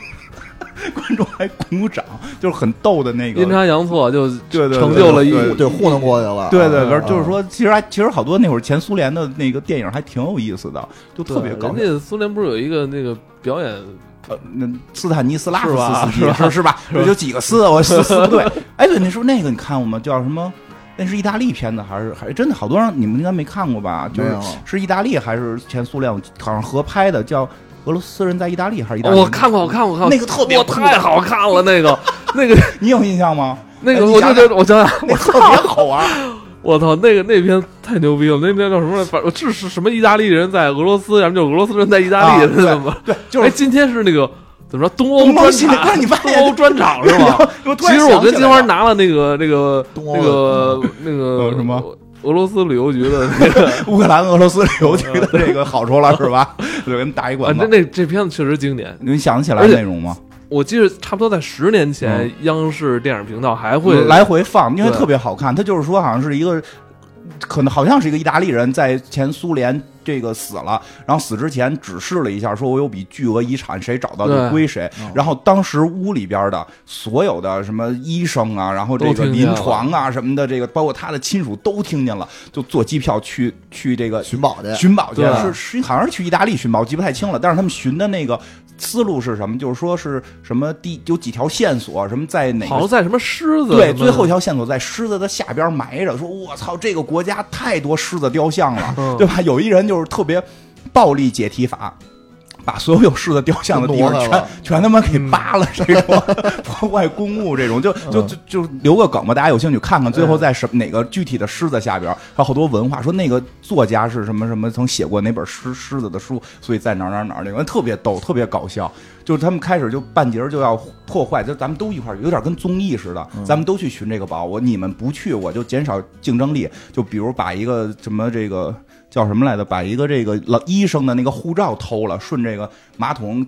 Speaker 3: 观众 还鼓掌，就是很逗的那个
Speaker 2: 阴。差阳错就
Speaker 3: 对对对
Speaker 2: 成就了一
Speaker 1: 对糊弄过去了，
Speaker 3: 对
Speaker 2: 嗯
Speaker 3: 对对，
Speaker 1: 啊
Speaker 3: 就是说，其实还其实好多那会儿前苏联的那个电影还挺有意思的，就
Speaker 2: 对
Speaker 3: 特别搞笑。
Speaker 2: 人家苏联不是有一个那个表演
Speaker 3: 呃，那斯坦尼斯拉夫
Speaker 2: 是吧
Speaker 3: 斯基是是吧？
Speaker 2: 吧
Speaker 3: 这就几个斯，啊我斯斯不对。哎，对，那时候那个你看过吗？叫什么？那是意大利片子还是还是真的？好多人你们应该没看过吧？就是
Speaker 1: 没有
Speaker 3: 是意大利还是前苏联好像合拍的，叫《俄罗斯人在意大利》还是意大利？
Speaker 2: 哦我看过，我看过，我看过
Speaker 3: 那个特别
Speaker 2: 哇
Speaker 3: 酷
Speaker 2: 太好看了，那 个那个
Speaker 3: 你有印象吗？
Speaker 2: 那
Speaker 3: 哎
Speaker 2: 个，
Speaker 3: 你
Speaker 2: 我
Speaker 3: 想
Speaker 2: 就觉得我想想，
Speaker 3: 那特别好玩。
Speaker 2: 我操，那个那篇太牛逼了，那那叫什么来？反正是是什么意大利人在俄罗斯，然后就俄罗斯人在意大利，
Speaker 3: 啊
Speaker 2: 是怎么？
Speaker 3: 对，就
Speaker 2: 哎，
Speaker 3: 是
Speaker 2: 今天是那个怎么说东欧
Speaker 3: 东欧
Speaker 2: 专
Speaker 3: 系列
Speaker 2: 场？
Speaker 3: 对你发
Speaker 2: 东
Speaker 3: 现
Speaker 2: 欧专场是吧？？
Speaker 3: 我 突
Speaker 2: 其
Speaker 3: 然
Speaker 2: 实我
Speaker 3: 想起
Speaker 2: 跟
Speaker 3: 来
Speaker 2: 金花
Speaker 3: 了
Speaker 2: 拿了那个那个
Speaker 1: 东欧
Speaker 2: 那个那个
Speaker 3: 呃什么
Speaker 2: 俄罗斯旅游局 的那个，
Speaker 3: 乌克兰、俄罗斯旅游局 的这个好处了是吧？ 就跟大一
Speaker 2: 啊，
Speaker 3: 管
Speaker 2: 那
Speaker 3: 嘛。
Speaker 2: 那这片子确实经典。
Speaker 3: 你想起来
Speaker 2: 而且
Speaker 3: 那种吗？
Speaker 2: 我记得差不多在十年前，央视电影频道还会
Speaker 3: 嗯来回放，因为
Speaker 2: 对
Speaker 3: 特别好看。他就是说，好像是一个，可能好像是一个意大利人在前苏联这个死了，然后死之前指示了一下，说我有笔巨额遗产，谁找到
Speaker 2: 对
Speaker 3: 就归谁
Speaker 1: 嗯。
Speaker 3: 然后当时屋里边的所有的什么医生啊，然后这
Speaker 2: 都
Speaker 3: 个
Speaker 2: 听见了
Speaker 3: 临床啊什么的，这个包括他的亲属都听见了，就坐机票去去这个
Speaker 1: 寻宝去，
Speaker 3: 寻宝去，
Speaker 2: 对
Speaker 3: 是是好像是去意大利寻宝，记不太清了。但是他们寻的那个思路是什么？就是说是什么第有几条线索，什么在哪
Speaker 2: 好
Speaker 3: 个
Speaker 2: 像在什么狮子
Speaker 3: 对，
Speaker 2: 什么
Speaker 3: 最后一条线索在狮子的下边埋着，说我操，这个国家太多狮子雕 像了，
Speaker 2: 嗯
Speaker 3: 对吧？有一人就是特别暴力解题法。把所有有狮子雕像的地方
Speaker 1: 都挪开
Speaker 3: 全
Speaker 1: 了
Speaker 3: 全他妈给扒了，这种破坏公物这种，就
Speaker 2: 嗯
Speaker 3: 就就就留个梗吧，大家有兴趣看看，最后在什么哪个具体的狮子下边，还有好多文化，说那个作家是什么什么，曾写过哪本狮狮子的书，所以在哪儿哪儿哪儿那个特别逗，特别搞笑。就是他们开始就半截儿就要破坏，就咱们都一块儿，有点跟综艺似的，咱们都去寻这个宝。我你们不去，我就减少竞争力。就比如把一个什么这个叫什么来着，把一个这个老医生的那个护照偷了，顺这个马桶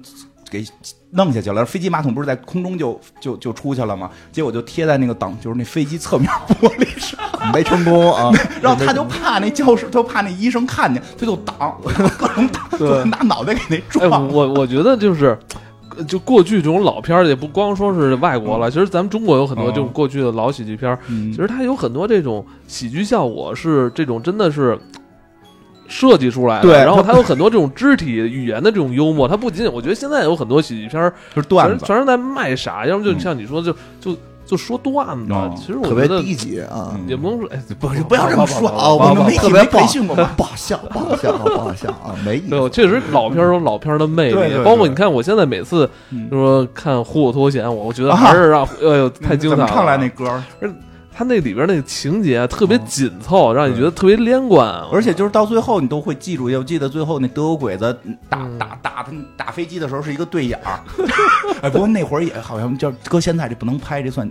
Speaker 3: 给弄下去了。飞机马桶不是在空中就就就出去了吗？结果就贴在那个挡，就是那飞机侧面玻璃上。。
Speaker 1: 没成功啊
Speaker 3: 然后他就怕那教室，就怕那医生看见，他就挡， 各种挡，就拿脑袋给那
Speaker 2: 哎，我
Speaker 3: 撞。
Speaker 2: 我我觉得就是，呃就过去这种老片儿，也不光说是外国了，其实咱们中国有很多
Speaker 3: 嗯
Speaker 2: 这种过去的老喜剧片儿，
Speaker 3: 嗯
Speaker 2: 其实它有很多这种喜剧效果是这种真的是。设计出来的，
Speaker 3: 对
Speaker 2: 然后
Speaker 3: 它
Speaker 2: 它有很多这种肢体语言的这种幽默，它不仅仅，我觉得现在有很多喜剧片儿
Speaker 3: 就是
Speaker 2: 全
Speaker 3: 段
Speaker 2: 是
Speaker 3: 子。
Speaker 2: 全是在卖傻，要么就
Speaker 3: 嗯
Speaker 2: 像你说就就就说段子
Speaker 3: 哦，
Speaker 2: 其实我
Speaker 1: 特
Speaker 2: 觉
Speaker 1: 别
Speaker 2: 得
Speaker 1: 低级
Speaker 3: 嗯
Speaker 1: 啊，
Speaker 2: 也不能说，哎，
Speaker 3: 不不要这么说
Speaker 1: 啊！
Speaker 3: 我
Speaker 1: 我们
Speaker 3: 们媒
Speaker 1: 特
Speaker 3: 体
Speaker 1: 别
Speaker 3: 没培训过吗？
Speaker 1: 不好笑，不好笑，不好笑啊！没意
Speaker 2: 对，
Speaker 1: 思
Speaker 2: 我，确实老片儿有老片儿的魅
Speaker 3: 对对
Speaker 2: 力，
Speaker 3: 对
Speaker 2: 包括你看我现在每次
Speaker 3: 嗯啊
Speaker 2: 就说看《虎口脱险》，我我觉得还是让，哎呦，太精彩了。
Speaker 3: 嗯怎么唱来那歌儿，
Speaker 2: 他那里边那个情节啊特别紧凑，让你觉得特别连贯，啊
Speaker 3: 而且就是到最后你都会记住。我记得最后那德国鬼子打
Speaker 2: 嗯
Speaker 3: 打打他打飞机的时候是一个对眼儿， 哎，不过那会儿也好像叫搁现在这不能拍，这算。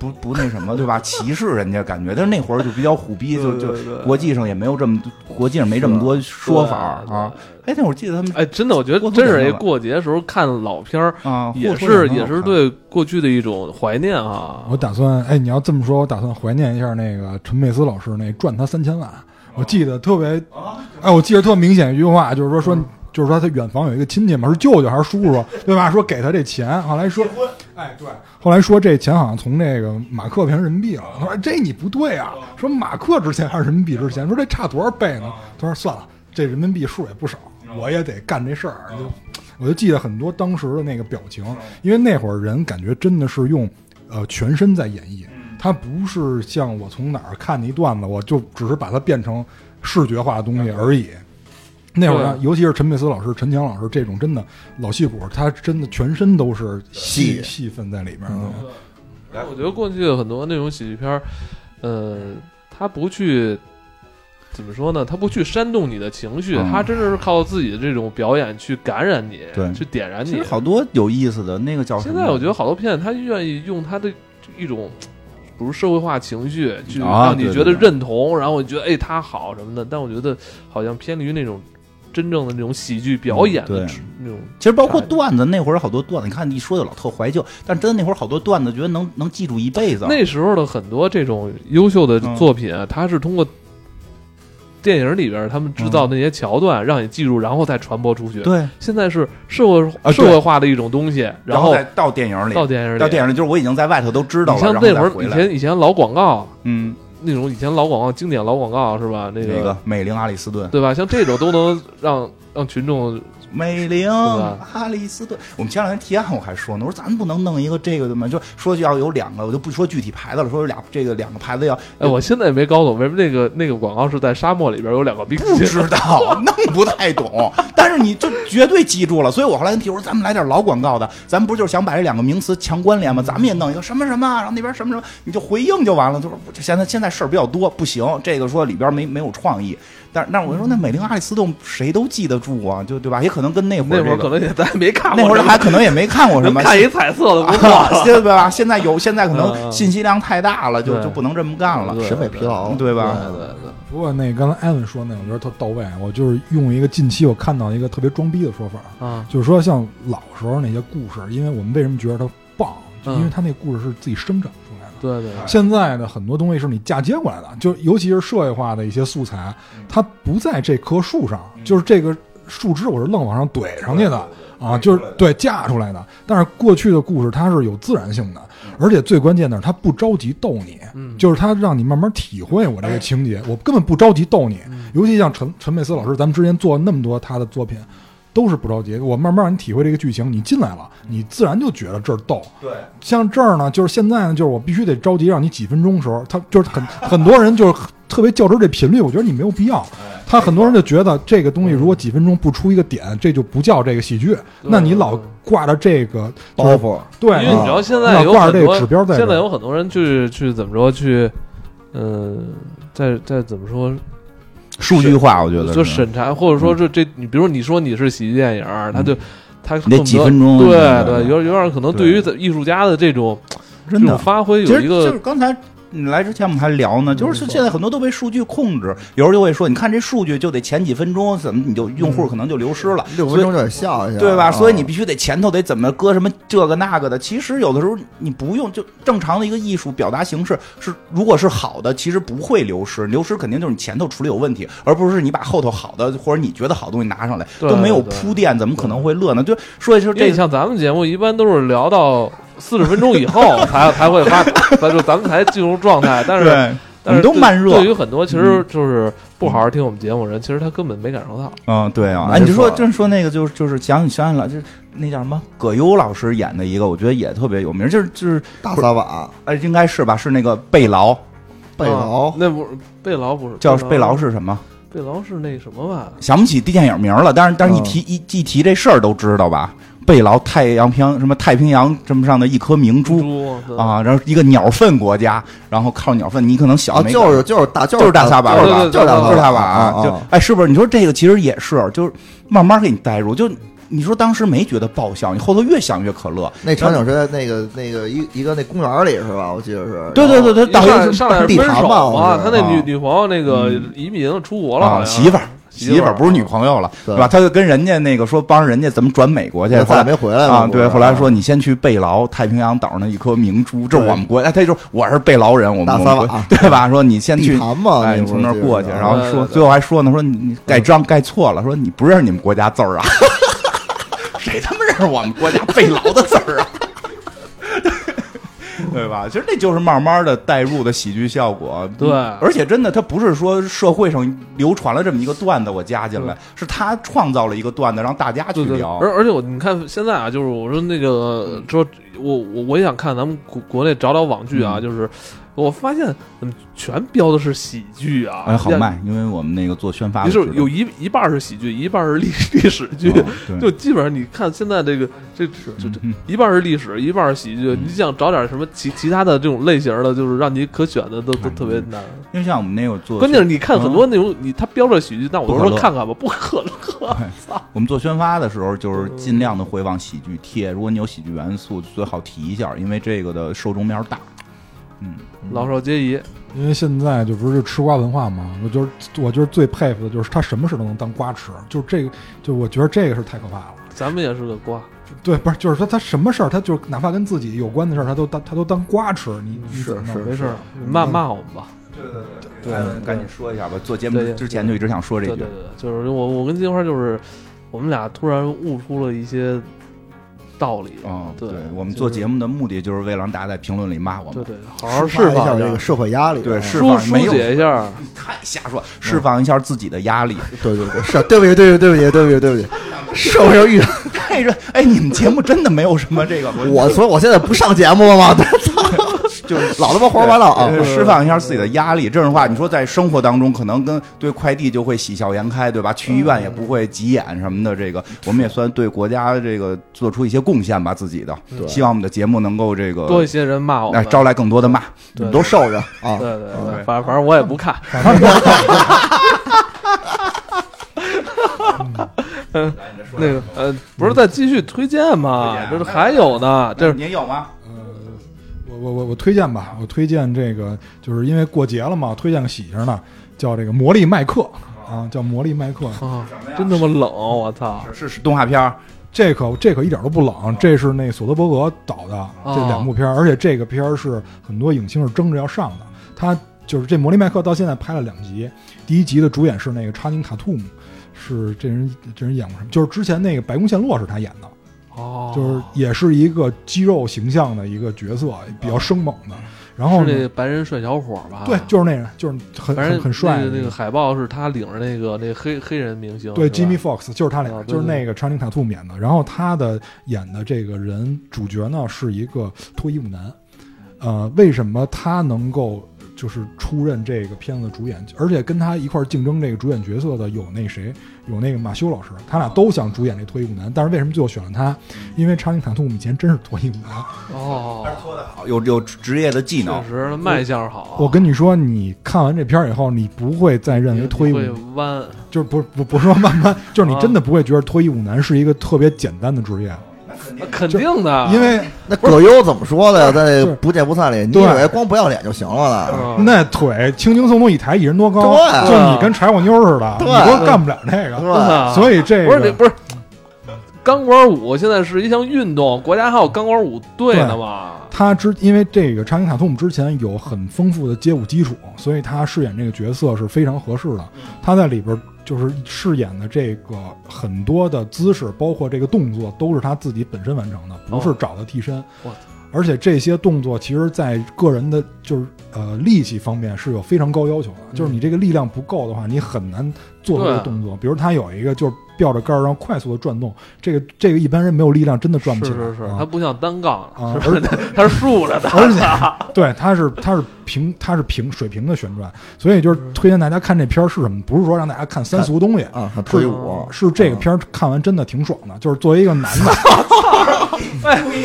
Speaker 3: 不不不那什么 对吧？歧视人家感觉，但是那会儿就比较虎逼，就就
Speaker 2: 对对对
Speaker 3: 国际上也没有这么国际上没这么多说法儿
Speaker 2: 对
Speaker 3: 啊。哎，那会儿记得他们
Speaker 2: 哎，真的，我觉得
Speaker 3: 我
Speaker 2: 真
Speaker 3: 懂
Speaker 2: 是
Speaker 3: 了
Speaker 2: 哎，过节时候看老片儿
Speaker 3: 啊，
Speaker 2: 也
Speaker 3: 霍霍
Speaker 2: 是
Speaker 3: 也
Speaker 2: 也
Speaker 3: 很好
Speaker 2: 是
Speaker 3: 看
Speaker 2: 对过去的一种怀念啊。
Speaker 4: 我打算，哎，你要这么说，我打算怀念一下那个陈佩斯老师那赚他三千万。我记得特别，
Speaker 2: 哦
Speaker 4: 哎，我记得特明显一句话，就是说说，
Speaker 2: 嗯
Speaker 4: 就是说他远房有一个亲戚嘛，是舅舅还是叔叔，对吧？说给他这钱，后来说，哎，对，后来说这钱好像从这个马克变成人民币了。他说哎这你不对啊，说马克值钱还是人民币值钱？说这差多少倍呢？他说算了，这人民币数也不少，我也得干这事儿。就我就记得很多当时的那个表情，因为那会儿人感觉真的是用呃全身在演绎，它不是像我从哪儿看的一段子，我就只是把它变成视觉化的东西而已。那会儿呢，尤其是陈佩斯老师、陈强老师这种真的老戏骨，他真的全身都是戏
Speaker 1: 戏
Speaker 4: 戏份在里面的。啊
Speaker 3: 来
Speaker 2: 我觉得过去的很多那种喜剧片儿，呃，他不去怎么说呢？他不去煽动你的情绪，
Speaker 3: 嗯
Speaker 2: 他真是靠自己的这种表演去感染你，
Speaker 3: 对
Speaker 2: 去点燃
Speaker 3: 其
Speaker 2: 你
Speaker 3: 实。好多有意思的那个叫什
Speaker 2: 现
Speaker 3: 么
Speaker 2: 在我觉得好多片子，他愿意用他的一种。比如社会化情绪，去
Speaker 3: 啊
Speaker 2: 让你
Speaker 3: 对
Speaker 2: 觉得
Speaker 3: 对对
Speaker 2: 认同，然后你觉得哎他好什么的，但我觉得好像偏离于那种真正的那种喜剧表演的
Speaker 3: 嗯对
Speaker 2: 那种
Speaker 3: 其实包括段子，那会儿好多段子，你看一说就老特怀旧，但真的那会儿好多段子，觉得能能记住一辈子。啊
Speaker 2: 那时候的很多这种优秀的
Speaker 3: 嗯
Speaker 2: 作品啊，它是通过电影里边儿他们制造那些桥段，让你记住，然后再传播出去。
Speaker 3: 对，
Speaker 2: 现在是社会、
Speaker 3: 啊对
Speaker 2: 社会化的一种东西，
Speaker 3: 然
Speaker 2: 后
Speaker 3: 再到电影里，
Speaker 2: 到电影里。
Speaker 3: 到电影里就是我已经在外头都知道
Speaker 2: 你
Speaker 3: 了，
Speaker 2: 像
Speaker 3: 然后
Speaker 2: 那
Speaker 3: 再
Speaker 2: 会儿
Speaker 3: 回
Speaker 2: 以
Speaker 3: 来。
Speaker 2: 前以前老广告，
Speaker 3: 嗯，
Speaker 2: 那种以前老广告经典老广告是吧？那
Speaker 3: 那个美玲阿里斯顿，
Speaker 2: 对吧？像这种都能让让群众哎
Speaker 3: 美玲
Speaker 2: 吧
Speaker 3: 阿里斯顿，我们前两天提案我还说呢，我说咱不能弄一个这个的吗？就说要有两个，我就不说具体牌子了，说有俩这个两个牌子要
Speaker 2: 哎，我现在也没搞懂为什么那个那个广告是在沙漠里边有两个冰
Speaker 3: 不
Speaker 2: 淇淋。
Speaker 3: 知 道，弄不太懂，但是你就绝对记住了。所以我后来跟提我说，咱们来点老广告的，咱们不就是想把这两个名词强关联吗？咱们也弄一个什么什么，然后那边什么什么，你就回应就完了。就是我这现在现在事儿比较多，不行，这个说里边没没有创意。但是那我说那美玲阿里斯顿谁都记得住啊，就对吧？也可能跟那会
Speaker 2: 那
Speaker 3: 儿、这
Speaker 2: 会
Speaker 3: 个、
Speaker 2: 儿可能也咱也没看过
Speaker 3: 那
Speaker 2: 什么，
Speaker 3: 会儿还可能也没看过什
Speaker 2: 能
Speaker 3: 么，
Speaker 2: 看一彩色的不错了。
Speaker 3: 啊， 对吧？现在有现在可
Speaker 2: 嗯
Speaker 3: 能信息量太大了，就
Speaker 2: 对
Speaker 3: 就不能这么干了，
Speaker 2: 对
Speaker 1: 审美疲劳了
Speaker 3: 对吧？
Speaker 2: 对对对，
Speaker 4: 不过那刚才艾文说那，我觉得特到位。我就是用一个近期我看到一个特别装逼的说法，
Speaker 2: 啊，
Speaker 4: 就是说像老时候那些故事，因为我们为什么觉得它棒，就因为
Speaker 2: 嗯
Speaker 4: 它那故事是自己生长出来的。
Speaker 2: 对对，
Speaker 4: 现在的很多东西是你嫁接过来的，就尤其是社会化的一些素材，它不在这棵树上，就是这个树枝我是愣往上怼上去的啊，就是对架出来的。但是过去的故事它是有自然性的，而且最关键的是它不着急逗你，
Speaker 2: 嗯
Speaker 4: 就是它让你慢慢体会我这个情节，我根本不着急逗你。尤其像陈陈佩斯老师，咱们之前做那么多他的作品。都是不着急，我慢慢让你体会这个剧情，你进来了，你自然就觉得这儿逗，
Speaker 3: 对。
Speaker 4: 像这儿呢，就是现在呢，就是我必须得着急让你几分钟的时候，他就是很很多人就是特别较真儿这频率，我觉得你没有必要。
Speaker 2: 哎
Speaker 4: 他很多人就觉得这个东西如
Speaker 2: 嗯
Speaker 4: 果几分钟不出一个点，这就不叫这个喜剧。那你老挂着这个
Speaker 1: 包
Speaker 4: 就是
Speaker 1: 袱，
Speaker 4: 对，
Speaker 2: 因为你知道现在
Speaker 4: 老
Speaker 2: 有
Speaker 4: 啊挂
Speaker 2: 很
Speaker 4: 着这个
Speaker 2: 多
Speaker 4: 指标在这儿
Speaker 2: 现在有很多人去去怎么说去，嗯，在在怎么说，
Speaker 3: 数据化，我觉得
Speaker 2: 就是审查或者
Speaker 3: 嗯
Speaker 2: 说是这你，比如你说你是喜剧电影儿，他就他
Speaker 3: 你得
Speaker 2: 恨不
Speaker 3: 几
Speaker 2: 得
Speaker 3: 分钟
Speaker 2: 对
Speaker 3: 嗯
Speaker 2: 对，有有点可能对于艺术家的这种这
Speaker 3: 真的
Speaker 2: 种发挥
Speaker 3: 其
Speaker 2: 有
Speaker 3: 实
Speaker 2: 一
Speaker 3: 就
Speaker 2: 个
Speaker 3: 是刚才你来之前我们还聊呢，就是
Speaker 2: 嗯
Speaker 3: 现在很多都被数据控制，有时候就会说，你看这数据就得前几分钟，怎么你就用户
Speaker 2: 嗯
Speaker 3: 可能就流失了。
Speaker 1: 六分钟就得笑一下，
Speaker 3: 对吧？
Speaker 1: 啊
Speaker 3: 所以你必须得前头得怎么搁什么这个那个的。其实有的时候你不用，就正常的一个艺术表达形式是，如果是好的，其实不会流失，流失肯定就是你前头处理有问题，而不是你把后头好的或者你觉得好的东西拿上来
Speaker 2: 对
Speaker 3: 都没有
Speaker 2: 对
Speaker 3: 铺垫，怎么可能会乐呢？就说一说
Speaker 2: 因为
Speaker 3: 这
Speaker 2: 你像咱们节目一般都是聊到四十分钟以 后才才会发，咱就咱们才进入状态，但是。
Speaker 3: 对，
Speaker 2: 但是
Speaker 3: 你都
Speaker 2: 对
Speaker 3: 慢热
Speaker 2: 对于很多其实就是不好好听我们节目的人，其实他根本没感受到。
Speaker 3: 嗯，对啊，
Speaker 1: 没
Speaker 3: 哎，你就说
Speaker 1: 错
Speaker 3: 真说那个，就是就是想你想起了，就是那叫什么葛优老师演的一个，我觉得也特别有名，就是就是
Speaker 1: 大撒把
Speaker 3: 哎，应该是吧？是那个贝劳，
Speaker 1: 背
Speaker 2: 啊
Speaker 1: 牢，
Speaker 2: 那不是贝劳不是
Speaker 3: 叫贝劳是什么？
Speaker 2: 贝劳是那什么吧？
Speaker 3: 想不起电影名了，但是但是一
Speaker 1: 嗯
Speaker 3: 提、一一提这事儿都知道吧？贝劳太阳平什么太平洋这么上的一颗明珠
Speaker 2: 猪，
Speaker 3: 啊，然后一个鸟粪国家，然后靠鸟粪，你可能小
Speaker 1: 啊，
Speaker 3: 没
Speaker 1: 就是就是大就
Speaker 3: 就是大撒把
Speaker 1: 就是
Speaker 2: 吧
Speaker 1: 大就是大
Speaker 3: 就是他吧
Speaker 1: 啊
Speaker 3: 啊，就哎，是不是？你说这个其实也是，就是慢慢给你带入，就你说当时没觉得爆笑，你后头越想越可乐。
Speaker 1: 那场景是在那个那个一一个那公园里是吧？我记得是，
Speaker 3: 对对对对，
Speaker 2: 一
Speaker 3: 导
Speaker 2: 上
Speaker 3: 游
Speaker 2: 上来是
Speaker 1: 地
Speaker 2: 分
Speaker 1: 盘
Speaker 2: 手
Speaker 1: 吧好
Speaker 2: 嘛，
Speaker 1: 像
Speaker 2: 他
Speaker 1: 是
Speaker 2: 那女
Speaker 3: 啊嗯
Speaker 2: 女朋友那个移民出国了，好
Speaker 3: 啊，
Speaker 2: 像
Speaker 3: 媳妇儿，
Speaker 2: 媳
Speaker 3: 媳妇
Speaker 2: 妇儿
Speaker 3: 儿不是女朋友了，
Speaker 1: 对
Speaker 3: 对吧？他就跟人家那个说帮人家怎么转美国去，
Speaker 1: 然后
Speaker 3: 后
Speaker 1: 再也
Speaker 3: 来
Speaker 1: 没回来嘛
Speaker 3: 啊，
Speaker 1: 不是
Speaker 3: 对，后来说你先去贝劳太平洋岛上的一颗明珠，这是
Speaker 1: 对
Speaker 3: 我们国家，哎他就说我是贝劳人，我们
Speaker 1: 大
Speaker 3: 我
Speaker 1: 撒
Speaker 3: 们
Speaker 1: 把
Speaker 3: 国对吧？说你先
Speaker 1: 地
Speaker 3: 去。
Speaker 1: 盘嘛，
Speaker 3: 哎，
Speaker 1: 那
Speaker 3: 你
Speaker 1: 会儿
Speaker 3: 从那儿
Speaker 1: 记得
Speaker 3: 过
Speaker 1: 是
Speaker 3: 去，
Speaker 1: 啊
Speaker 3: 然后
Speaker 2: 对对
Speaker 3: 说，
Speaker 2: 对
Speaker 3: 最后还说呢，说你你盖章盖错了，说你不认识你们国家字儿啊， 谁他妈认识我们国家贝劳的字儿啊？ 对吧？其实那就是慢慢的带入的喜剧效果。
Speaker 2: 对
Speaker 3: 而且真的，他不是说社会上流传了这么一个段子，我加进来，是他创造了一个段子，让大家去
Speaker 2: 对对，
Speaker 3: 聊。嗯
Speaker 2: 而而且我你看现在啊，
Speaker 3: 嗯
Speaker 2: 就是我说那个说，我我我也想看咱们国国内找找网剧啊，就是我发现怎么全标的是喜剧啊？
Speaker 3: 哎，好
Speaker 2: 呀。
Speaker 3: 卖，因为我们那个做宣发的
Speaker 2: 就
Speaker 3: 知道，
Speaker 2: 是有一一半是喜剧，一半是历历史 剧，
Speaker 3: 嗯
Speaker 2: 就
Speaker 3: 对，
Speaker 2: 基本上你看现在这个这这这这
Speaker 3: 嗯
Speaker 2: 一半是历史，一半是喜剧，
Speaker 3: 嗯
Speaker 2: 你想找点什么其其他的这种类型的，就是让你可选的都都
Speaker 3: 哎
Speaker 2: 特别难。
Speaker 3: 因为像我们那个做，
Speaker 2: 关键是你看很多那种你他标着喜剧，但我
Speaker 3: 不
Speaker 2: 都
Speaker 3: 可
Speaker 2: 说
Speaker 3: 乐
Speaker 2: 看看吧，不可乐。
Speaker 3: 我们做宣发的时候，就是尽量的会往喜剧贴。如果你有喜剧元素，最好提一下，因为这个的受众面大。嗯，
Speaker 2: 老少皆宜，
Speaker 4: 因为现在就不是吃瓜文化嘛，我就是我就是最佩服的就是他什么事都能当瓜吃，就是这个，就我觉得这个是太可怕了。
Speaker 2: 咱们也是个瓜，
Speaker 4: 对，不是，就是说他什么事儿，他就是哪怕跟自己有关的事儿，他都当他都当瓜吃。你你
Speaker 1: 是
Speaker 4: 怎么弄
Speaker 1: 是
Speaker 2: 没事儿，
Speaker 4: 是
Speaker 2: 你骂骂我们吧。
Speaker 3: 对嗯赶紧说一下吧。做节目
Speaker 2: 对对
Speaker 3: 之前就一直想说这
Speaker 2: 对
Speaker 3: 句
Speaker 2: 对，对，就是我我跟金花就是我们俩突然悟出了一些道理。
Speaker 3: 哦，
Speaker 2: 对
Speaker 3: 我们做
Speaker 2: 就是
Speaker 3: 节目的目的就是为了让大家在评论里骂我
Speaker 2: 对
Speaker 3: 们，
Speaker 2: 对，好好释
Speaker 1: 释放一
Speaker 2: 放
Speaker 1: 下这个社会压力，
Speaker 3: 对
Speaker 1: 嗯
Speaker 3: 释
Speaker 2: 疏
Speaker 3: 放
Speaker 2: 疏
Speaker 3: 没有
Speaker 2: 解一下。
Speaker 3: 太瞎说，释放一下自己的压力。
Speaker 1: 对对对， 是对不起，对不起，对不起，对不起，对不起，社会上遇到
Speaker 3: 太热，哎，你们节目真的没有什么这个，
Speaker 1: 我，所以我现在不上节目了吗？
Speaker 3: 就是
Speaker 1: 老他妈胡说八
Speaker 4: 哦
Speaker 1: 道啊！
Speaker 3: 对呃释放一下自己的压力。这种话，你说在生活当中，可能跟对快递就会喜笑颜开，对吧？去医院也不会急眼什么的。这个，
Speaker 4: 嗯
Speaker 3: 我们也算对国家这个做出一些贡献吧，自己的。希望我们的节目能够这
Speaker 2: 多
Speaker 3: 个
Speaker 2: 一，些人骂我
Speaker 3: 哎，
Speaker 2: 们，
Speaker 3: 招来更多的骂。
Speaker 1: 你
Speaker 2: 对
Speaker 1: 们都受着啊！
Speaker 2: 对对对，
Speaker 3: 对
Speaker 2: 反正反正我也不看。嗯，那个呃，不是再继续推荐
Speaker 3: 推
Speaker 2: 吗？这
Speaker 3: 荐
Speaker 2: 是还有呢，这
Speaker 3: 您有吗？
Speaker 4: 我我我我推荐吧，我推荐这个，就是因为过节了嘛，推荐个喜庆的，叫这个魔力麦克啊，叫魔力麦克。
Speaker 2: 啊
Speaker 3: 么呀，
Speaker 2: 真他妈冷，我操！
Speaker 3: 是是动画片儿，
Speaker 4: 这可这可一点都不冷，这是那索德伯格导的
Speaker 2: 哦
Speaker 4: 这两部片儿，而且这个片儿是很多影星是争着要上的。他就是这《魔力麦克》到现在拍了两集，第一集的主演是那个查宁塔图姆，是这人这人演过什么？就是之前那个《白宫陷落》是他演的，
Speaker 2: 哦，
Speaker 4: 就是也是一个肌肉形象的一个角色，比较生猛的。然后
Speaker 2: 哦是那
Speaker 4: 呢，
Speaker 2: 白人帅小伙吧？
Speaker 4: 对，就是那人，就是很
Speaker 2: 啊反
Speaker 4: 很
Speaker 2: 正
Speaker 4: 很帅
Speaker 2: 那
Speaker 4: 的
Speaker 2: 个那
Speaker 4: 那
Speaker 2: 个
Speaker 4: 个。
Speaker 2: 海报是他领着那个那个黑黑人明星，
Speaker 4: 对
Speaker 2: 是吧
Speaker 4: ，Jimmy Fox 就是他俩
Speaker 2: 啊，对
Speaker 4: 就是
Speaker 2: 对
Speaker 4: 那个查宁塔图姆演的。然后他的演的这个人主角呢是一个脱衣舞男，呃，为什么他能够就是出任这个片子的主演，而且跟他一块儿竞争这个主演角色的有那谁，有那个马修老师，他俩都想主演这脱衣舞男，但是为什么最后选了他？因为查宁塔图姆以前真是脱衣舞男。
Speaker 2: 哦，
Speaker 3: 有有职业的技能
Speaker 2: 确。实卖相好。
Speaker 4: 我跟你说，你看完这片儿以后，你不会再认为
Speaker 2: 你
Speaker 4: 脱衣舞
Speaker 2: 会弯，
Speaker 4: 就是不是不不是说慢慢，就是你
Speaker 2: 啊
Speaker 4: 真的不会觉得脱衣舞男是一个特别简单的职业，
Speaker 2: 那肯定的，
Speaker 4: 因为
Speaker 1: 那葛优怎么说的呀？在
Speaker 4: 是
Speaker 1: 不见不散里，你以
Speaker 4: 对
Speaker 1: 为光不要脸就行了呢？
Speaker 2: 嗯
Speaker 4: 那腿轻轻松松一抬一人多高，
Speaker 1: 对
Speaker 4: 就你跟柴火妞似的，你
Speaker 1: 对
Speaker 4: 都干不了这
Speaker 1: 是
Speaker 4: 个。
Speaker 1: 吧？
Speaker 2: 啊
Speaker 4: 所以这
Speaker 2: 不是你
Speaker 4: 个
Speaker 2: 不是钢管舞现在是一项运动，国家还有钢管舞队呢嘛？
Speaker 4: 他之因为这个查宁塔图姆之前有很丰富的街舞基础，所以他饰演这个角色是非常合适的。
Speaker 2: 嗯
Speaker 4: 他在里边就是饰演的这个很多的姿势，包括这个动作，都是他自己本身完成的，
Speaker 2: 哦
Speaker 4: 不是找的替身。
Speaker 2: 我操
Speaker 4: 而且这些动作其实，在个人的就是呃力气方面是有非常高要求的，就是你这个力量不够的话，你很难做出这
Speaker 2: 嗯
Speaker 4: 个
Speaker 2: 对啊
Speaker 4: 动作。比如他有一个就是吊着杆儿，然后快速的转动，这个这个一般人没有力量真的转
Speaker 2: 是
Speaker 4: 不起来。
Speaker 2: 是是，它
Speaker 4: 啊
Speaker 2: 不像单杠，
Speaker 4: 啊
Speaker 2: 是不是？它是竖着的。
Speaker 4: 而且， 对，它是它是平它是平水平的旋转，所以就是推荐大家看这片儿是什么，不是说让大家看三俗东西，
Speaker 1: 啊，还脱衣舞
Speaker 2: 嗯，
Speaker 4: 是这个片儿看完真的挺爽的，就是作为一个男的，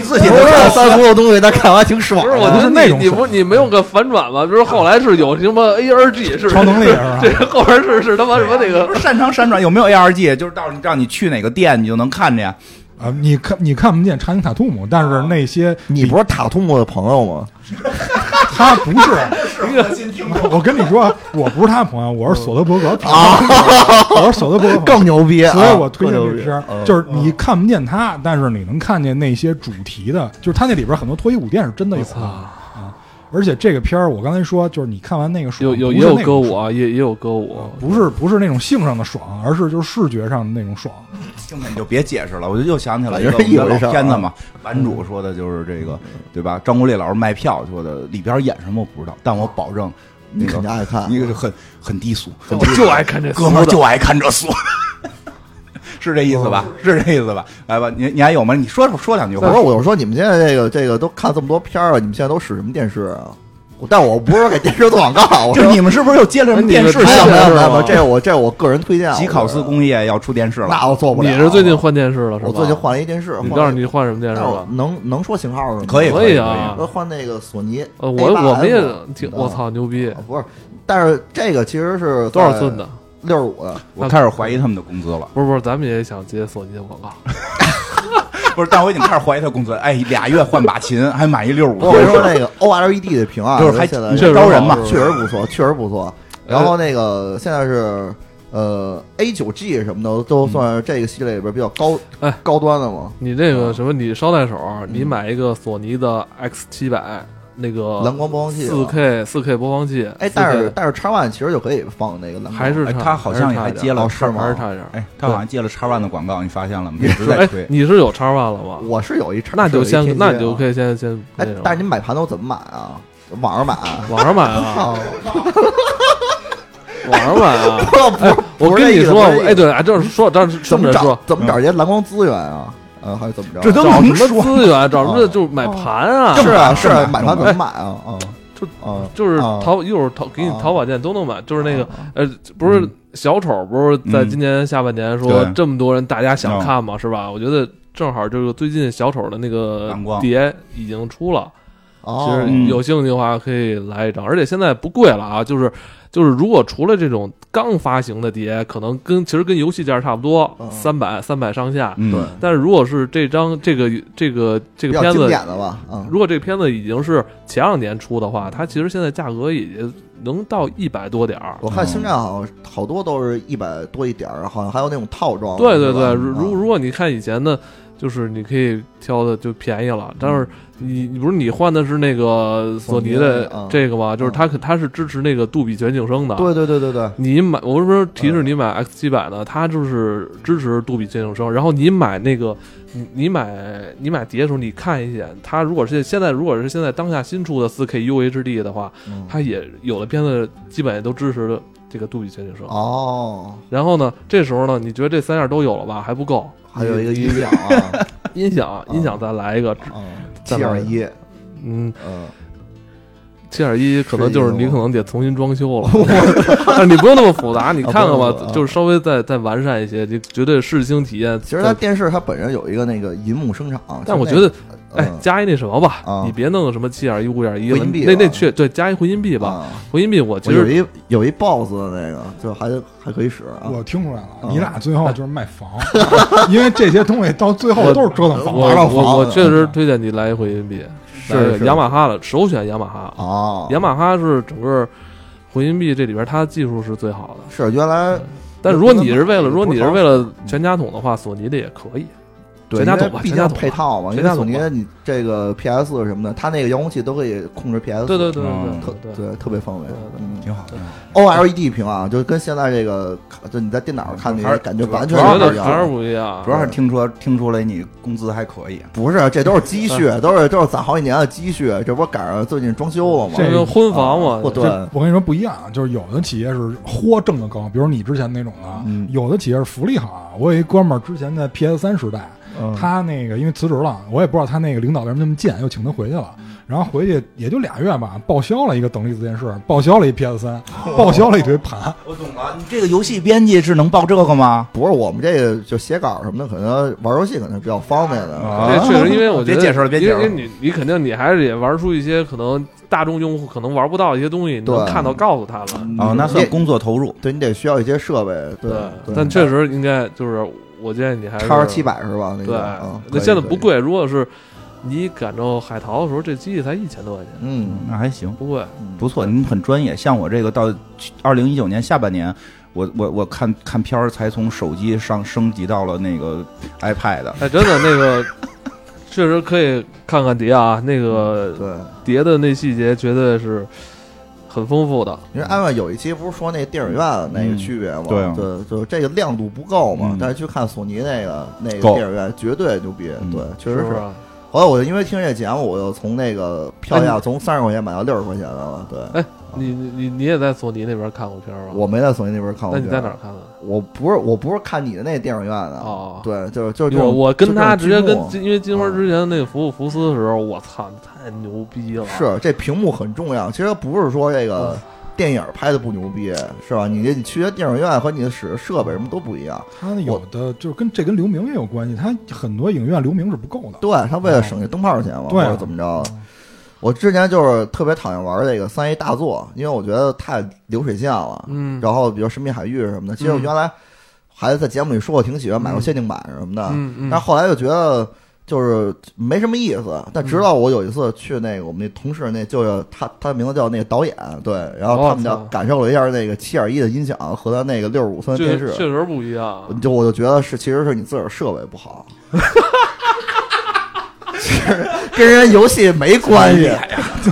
Speaker 1: 自己都看三俗的东西，但看完挺爽
Speaker 2: 不
Speaker 1: 的。
Speaker 2: 是，我觉
Speaker 4: 不
Speaker 2: 得
Speaker 4: 是那种
Speaker 2: 你你不你没有个反转吗？比如说后来是有什么 ARG 是
Speaker 4: 超能力
Speaker 2: 是
Speaker 4: 是吧
Speaker 2: 这后边是是他妈什么那
Speaker 3: 不
Speaker 2: 个
Speaker 3: 是擅长闪转，有没有 ARG？就是到让你去哪个店，你就能看见。
Speaker 4: 啊，你看你看不见查宁塔图姆，但是那些
Speaker 1: 你不是塔图姆的朋友吗？
Speaker 4: 他不是，我跟你说，我不是他朋友，我是索德伯格朋友，我是索德伯格
Speaker 2: 哦
Speaker 4: 朋友。
Speaker 1: 更牛逼啊！
Speaker 4: 所以我推荐
Speaker 1: 更
Speaker 4: 这
Speaker 1: 牛逼
Speaker 4: 片儿，
Speaker 1: 嗯
Speaker 4: 就是你看不见他，但是你能看见那些主题的，就是他那里边很多脱衣舞店是真的有的
Speaker 2: 我操
Speaker 4: 啊。而且这个片儿，我刚才说，就是你看完那个爽，
Speaker 2: 有有
Speaker 4: 不
Speaker 2: 也
Speaker 4: 是
Speaker 2: 有
Speaker 4: 那
Speaker 2: 歌
Speaker 4: 种哦
Speaker 2: 舞
Speaker 4: 爽，
Speaker 2: 啊，也也有歌舞，
Speaker 4: 不是不是那种性上的爽，而是就是视觉上的那种爽。
Speaker 3: 听着你就别解释了，我就又想起来一个
Speaker 1: 感觉是一
Speaker 3: 我们
Speaker 1: 回事
Speaker 3: 老
Speaker 1: 儿
Speaker 3: 片子嘛，
Speaker 1: 啊
Speaker 3: 版主说的就是这个，对吧？张国立老师卖票说的，里边演什么我不知道，但我保证
Speaker 1: 你
Speaker 3: 那
Speaker 1: 肯定啊
Speaker 3: 个
Speaker 1: 爱看。
Speaker 3: 一个是很很低俗，很
Speaker 2: 我
Speaker 3: 低俗
Speaker 2: 就爱看这
Speaker 3: 哥们儿就爱看这俗， 是这意思吧？是这意思吧？来吧，你你还有吗？你说说说两句
Speaker 1: 哦我
Speaker 3: 话
Speaker 1: 说，。我就说你们现在这个这个都看这么多片儿了，你们现在都使什么电视啊？但我不是给电视做广告，我
Speaker 3: 就
Speaker 1: 说哎
Speaker 3: 你们是不是又接了什么电视
Speaker 2: 你们
Speaker 1: 没
Speaker 3: 项
Speaker 1: 有
Speaker 3: 目
Speaker 1: 没？有没
Speaker 2: 是
Speaker 1: 有
Speaker 2: 吗，
Speaker 1: 这我这我个人推荐。啊
Speaker 3: 吉考斯工业要出电视
Speaker 1: 我
Speaker 3: 了，
Speaker 1: 那我做不了。
Speaker 2: 你是最近换电视了是吧？
Speaker 1: 我最近换了一电视，换
Speaker 2: 你告诉
Speaker 1: 了
Speaker 2: 你换什么电视
Speaker 1: 那我
Speaker 2: 了？
Speaker 1: 能能说型号是吗？
Speaker 3: 可以
Speaker 2: 可以啊
Speaker 1: 我换那个索尼 A8M。
Speaker 2: 呃，我我们也挺，
Speaker 1: 嗯
Speaker 2: 我操，牛逼！
Speaker 1: 不是，但是这个其实是
Speaker 2: 多少寸的？？
Speaker 1: 六十 五的。
Speaker 3: 我开始怀疑他们的工资了。
Speaker 2: 不是不是，咱们也想接索尼的广告。
Speaker 3: 不是，但我已经开始怀疑他工资。哎，俩月换把琴，还买一六五
Speaker 1: 我跟你说那个 OLED 的屏啊，
Speaker 3: 就是还
Speaker 1: 现在
Speaker 3: 你
Speaker 2: 确实
Speaker 3: 招人嘛
Speaker 2: 好是
Speaker 1: 确
Speaker 2: 吧呃
Speaker 1: 实不错，确实不错。然后那个现在是呃 A 九 G 什么的都算是这个系列里边比较高
Speaker 2: 嗯哎
Speaker 1: 高端的嘛，
Speaker 2: 你那个什么，你捎带手，你买一个索尼的 X 七百那个
Speaker 1: 蓝光播放器。啊
Speaker 2: 哦四 K 四 K 播放器，
Speaker 1: 哎，但是但是叉 One 其实就可以放那个蓝光，
Speaker 2: 还是
Speaker 3: 哎
Speaker 2: 差
Speaker 3: 他好像也还
Speaker 2: 还是差一点
Speaker 3: 接了
Speaker 1: 哦是吗
Speaker 2: 还是差一点。
Speaker 3: 哎，他好像接了叉万的广告，你发现了吗？一直在
Speaker 2: 哎
Speaker 3: 推，。
Speaker 2: 你是有叉 One 了吗？
Speaker 1: 我是有一叉，
Speaker 2: 那你就是
Speaker 1: 有一
Speaker 2: 先，那你就
Speaker 1: 以。
Speaker 2: 可以先先那
Speaker 1: 哎
Speaker 2: 什么，
Speaker 1: 但是你买盘都怎么买啊？网上买啊？
Speaker 2: 网上买啊，
Speaker 1: 啊
Speaker 2: 网上买啊。
Speaker 1: 不
Speaker 2: 哎
Speaker 1: 是，
Speaker 2: 我
Speaker 1: 不是
Speaker 2: 跟
Speaker 1: 这
Speaker 2: 你
Speaker 1: 意思
Speaker 2: 说，
Speaker 1: 不是这意
Speaker 2: 哎，
Speaker 1: 思
Speaker 2: 对，哎，这是说，这是
Speaker 1: 怎
Speaker 2: 顺
Speaker 1: 么
Speaker 2: 着
Speaker 1: 找
Speaker 2: 说，嗯
Speaker 1: 怎么找这些蓝光资源啊？呃，还是怎么着？
Speaker 3: 这都
Speaker 2: 找
Speaker 3: 能
Speaker 2: 什么
Speaker 3: 说哦
Speaker 2: 资源？找什么？就是买盘啊，
Speaker 1: 是啊是啊，
Speaker 3: 这么
Speaker 1: 买
Speaker 3: 买
Speaker 1: 盘怎么买啊？啊，
Speaker 2: 这
Speaker 1: 啊，
Speaker 2: 就是
Speaker 3: 哦
Speaker 1: 啊
Speaker 2: 淘，一会儿淘给你
Speaker 1: 啊
Speaker 2: 淘宝店都能买，就是那个
Speaker 1: 啊
Speaker 2: 呃，不是小丑，不是在今年下半年说
Speaker 3: 嗯对哦
Speaker 2: 这么多人大家想看嘛，是吧？我觉得正好就是最近小丑的那个
Speaker 3: 蓝光
Speaker 2: 碟已经出了，其
Speaker 1: 哦，
Speaker 2: 实有兴趣的话可以来一张，而且现在不贵了啊，就是就是如果除了这种刚发行的碟，可能跟其实跟游戏价差不多，
Speaker 1: 嗯
Speaker 2: 三百三百上下。
Speaker 3: 嗯，
Speaker 1: 对
Speaker 2: 但是如果是这张这个这个这
Speaker 1: 比
Speaker 2: 个
Speaker 1: 较
Speaker 2: 片
Speaker 1: 经
Speaker 2: 子
Speaker 1: 典的吧？啊，
Speaker 2: 如果这片子已经是前两年出的话，它其实现在价格也能到一百多点儿。
Speaker 1: 我看星战好像好多都是一百多一点儿，好像还有那种套装。
Speaker 2: 对对
Speaker 1: 是吧
Speaker 2: 对，如如
Speaker 1: 啊
Speaker 2: 如果你看以前的，就是你可以挑的就便宜
Speaker 1: 嗯
Speaker 2: 了，但是你你不是你换的是那个索
Speaker 1: 索尼
Speaker 2: 尼的
Speaker 1: 嗯
Speaker 2: 这个吗？就是它可它是支持那个杜比全景声的。
Speaker 1: 对嗯对对对对，
Speaker 2: 你买，我为什么提示你买 X 七百呢？它就是支持杜比全景声，然后你买那个，你你买你买碟的时候，你看一眼，它如果是现在如果是现在当下新出的四 K UHD 的话，
Speaker 1: 嗯
Speaker 2: 它也有的片子基本也都支持了这个杜比全景声。
Speaker 1: 哦，
Speaker 2: 然后呢，这时候呢，你觉得这三样都有了吧？还不够，
Speaker 1: 还有一个音响啊，
Speaker 2: 音响，音响再来一个，
Speaker 1: 嗯，七
Speaker 2: 再来
Speaker 1: 点一，
Speaker 2: 嗯，
Speaker 1: 嗯，
Speaker 2: 七点一可能就是
Speaker 1: 是一
Speaker 2: 你
Speaker 1: 个
Speaker 2: 可能得重新 装修了，但是你不用那么复杂，你
Speaker 1: 啊
Speaker 2: 看看
Speaker 1: 不
Speaker 2: 吧
Speaker 1: 用那么复，杂
Speaker 2: 就是稍微再再完善一些，你绝对视听体验。
Speaker 1: 其实它电视它本身有一个那个银幕声场，
Speaker 2: 但我觉
Speaker 1: 就是
Speaker 2: 得，哎，
Speaker 1: 嗯
Speaker 2: 加一那什么吧，
Speaker 1: 啊
Speaker 2: 你别弄什么七点一、五点一
Speaker 1: 回音壁
Speaker 2: 那
Speaker 1: 吧
Speaker 2: 那确对，加一回音壁
Speaker 1: 那个
Speaker 2: 吧，
Speaker 1: 啊
Speaker 2: 回音壁我其
Speaker 1: 我有
Speaker 2: 实
Speaker 1: 一有一 BOSS 的那个，就还还可以使啊。
Speaker 4: 我听出来了，
Speaker 1: 嗯
Speaker 4: 你俩 最后就是卖房，因为这些东西到最后都是折腾
Speaker 2: 我
Speaker 4: 房。
Speaker 1: 玩到
Speaker 2: 我
Speaker 1: 黄
Speaker 2: 我
Speaker 1: 了
Speaker 2: 确实推荐你来一回音壁，
Speaker 1: 啊是
Speaker 2: 来一个
Speaker 1: 是
Speaker 2: 雅马哈的，首选雅马哈，
Speaker 1: 哦，
Speaker 2: 雅马哈是整个回音壁这里边它的技术是最好的。
Speaker 1: 是原来
Speaker 2: 但如果你是为了，
Speaker 1: 不
Speaker 2: 如果
Speaker 1: 是
Speaker 2: 你是为了全家桶的话，索尼的也可以。
Speaker 1: 对，
Speaker 2: 全
Speaker 1: 因
Speaker 2: 家
Speaker 1: 为
Speaker 2: 桶吧
Speaker 1: 毕竟
Speaker 2: 全家
Speaker 1: 要
Speaker 2: 桶吧
Speaker 1: 配套嘛，因
Speaker 2: 全
Speaker 1: 为
Speaker 2: 家
Speaker 1: 索尼
Speaker 2: 桶吧
Speaker 1: 你这个 PS 什么的，它那个遥控器都可以控制 PS，
Speaker 2: 对对对
Speaker 3: 嗯
Speaker 2: 对
Speaker 1: 特
Speaker 2: 对对。
Speaker 1: 对特别方便
Speaker 2: 对对。
Speaker 1: 嗯
Speaker 3: 挺好。挺好
Speaker 1: OLED 屏啊，就跟现在这个，就你在电脑上看那
Speaker 3: 还
Speaker 1: 个
Speaker 3: 是
Speaker 1: 感觉完
Speaker 2: 我
Speaker 1: 全
Speaker 2: 觉
Speaker 1: 不
Speaker 2: 得
Speaker 1: 一
Speaker 2: 还是
Speaker 1: 样。
Speaker 2: 不一样
Speaker 3: 主。要是听说听出来你工资还可以，啊
Speaker 1: 不是，这都是
Speaker 2: 嗯
Speaker 1: 积蓄，都是都是攒好几年的积蓄，这不赶上最近装修了吗？
Speaker 2: 这个婚房
Speaker 1: 啊不
Speaker 2: 嘛，
Speaker 1: 对，
Speaker 4: 这我跟你说不一样，啊就是有的企业是豁挣的高，比如你之前那种的，
Speaker 1: 嗯
Speaker 4: 有的企业是福利好。我有一哥们儿之前在 PS 三时代，
Speaker 1: 嗯
Speaker 4: 他那个因为辞职了，我也不知道他那个领导为什么那么贱，又请他回去了。然后回去也就俩月吧，报销了一个等离子电视，报销了一 PS 三，报销了一堆盘。
Speaker 3: 我懂了。你这个游戏编辑是能报这个吗？
Speaker 1: 不是我们这个就写稿什么的，可能玩游戏可能比较方便的。
Speaker 3: 啊
Speaker 2: 这确实，因为我觉
Speaker 3: 别
Speaker 2: 得，
Speaker 3: 解释了别解释
Speaker 2: 因
Speaker 3: 了
Speaker 2: 为你你肯定你还是也玩出一些可能大众用户可能玩不到一些东西，你能
Speaker 1: 对
Speaker 2: 看到告诉他了。
Speaker 3: 哦，
Speaker 1: 嗯
Speaker 3: 那
Speaker 1: 你得
Speaker 3: 算工作投入。
Speaker 1: 对你得需要一些设备，对对。
Speaker 2: 但确实应该就是，我建议你还是
Speaker 1: 叉七。百是吧？那
Speaker 2: 对
Speaker 1: 个啊，可
Speaker 2: 那
Speaker 1: 以
Speaker 2: 现在
Speaker 1: 可以
Speaker 2: 不贵，如果是你赶着海淘的时候，这机器才一千多块钱，
Speaker 1: 嗯，
Speaker 3: 那还行，
Speaker 2: 不贵。
Speaker 1: 嗯
Speaker 3: 不错，你很专业。像我这个到二零一九年下半年，我我我看看片儿才从手机上升级到了那个 iPad。
Speaker 2: 哎，真的 那个确实可以看看碟啊，那个
Speaker 1: 对。
Speaker 2: 碟的那细节绝对是很丰富的。
Speaker 1: 因为安万有一期不是说那电影院那个区别吗？
Speaker 3: 对啊
Speaker 1: 对，就是这个亮度不够嘛。
Speaker 3: 嗯
Speaker 1: 但是去看索尼那个那个
Speaker 3: 够
Speaker 1: 电影院绝对牛逼，
Speaker 3: 嗯
Speaker 1: 对，确
Speaker 2: 是
Speaker 1: 实
Speaker 2: 不是啊？
Speaker 1: 后来我就因为听这节目，我就从那个票价从三十块钱买到六十块钱了。对，
Speaker 2: 哎你你你你也在索尼那边看过片儿吧？
Speaker 1: 我没在索尼那边看过。
Speaker 2: 那你在哪儿？看的？
Speaker 1: 我不是我不是看你的那电影院的。
Speaker 2: 哦
Speaker 1: 对，就是就是这
Speaker 2: 我
Speaker 1: 种
Speaker 2: 我跟他
Speaker 1: 就
Speaker 2: 直
Speaker 1: 这
Speaker 2: 接
Speaker 1: 种
Speaker 2: 跟
Speaker 1: 屏幕
Speaker 2: 金因为金花
Speaker 1: 嗯
Speaker 2: 之前那个服务福斯的时候，我操，太牛逼了！
Speaker 1: 是这屏幕很重要。其实不是说这个电影拍的不牛逼，是吧？你这你去电影院和你的使用设备什么都不一样。
Speaker 4: 他有的就是跟这跟流明也有关系，他很多影院流明是不够的。
Speaker 1: 对他
Speaker 2: 哦
Speaker 1: 为了省这灯泡钱嘛，或
Speaker 4: 对啊
Speaker 1: 者怎么着？我之前就是特别讨厌玩这个三 A 大作，因为我觉得太流水线了。
Speaker 2: 嗯，
Speaker 1: 然后比如《神秘海域》什么的，其实我
Speaker 2: 嗯
Speaker 1: 原来还在节目里说我挺喜欢买过限定版什么的，
Speaker 2: 嗯嗯
Speaker 1: 但后来就觉得就是没什么意思。但直
Speaker 2: 嗯
Speaker 1: 到我有一次去那个我们那同事那就是他他的名字叫那个导演对，然后他们就
Speaker 2: 我操
Speaker 1: 感受了一下那个七点一的音响和他那个六十五寸
Speaker 2: 确
Speaker 1: 电
Speaker 2: 实确
Speaker 1: 视，
Speaker 2: 实不一样啊
Speaker 1: 我。就我就觉得是其实是你自个儿设备不好。 其实跟人游戏没关
Speaker 2: 哎
Speaker 1: 系，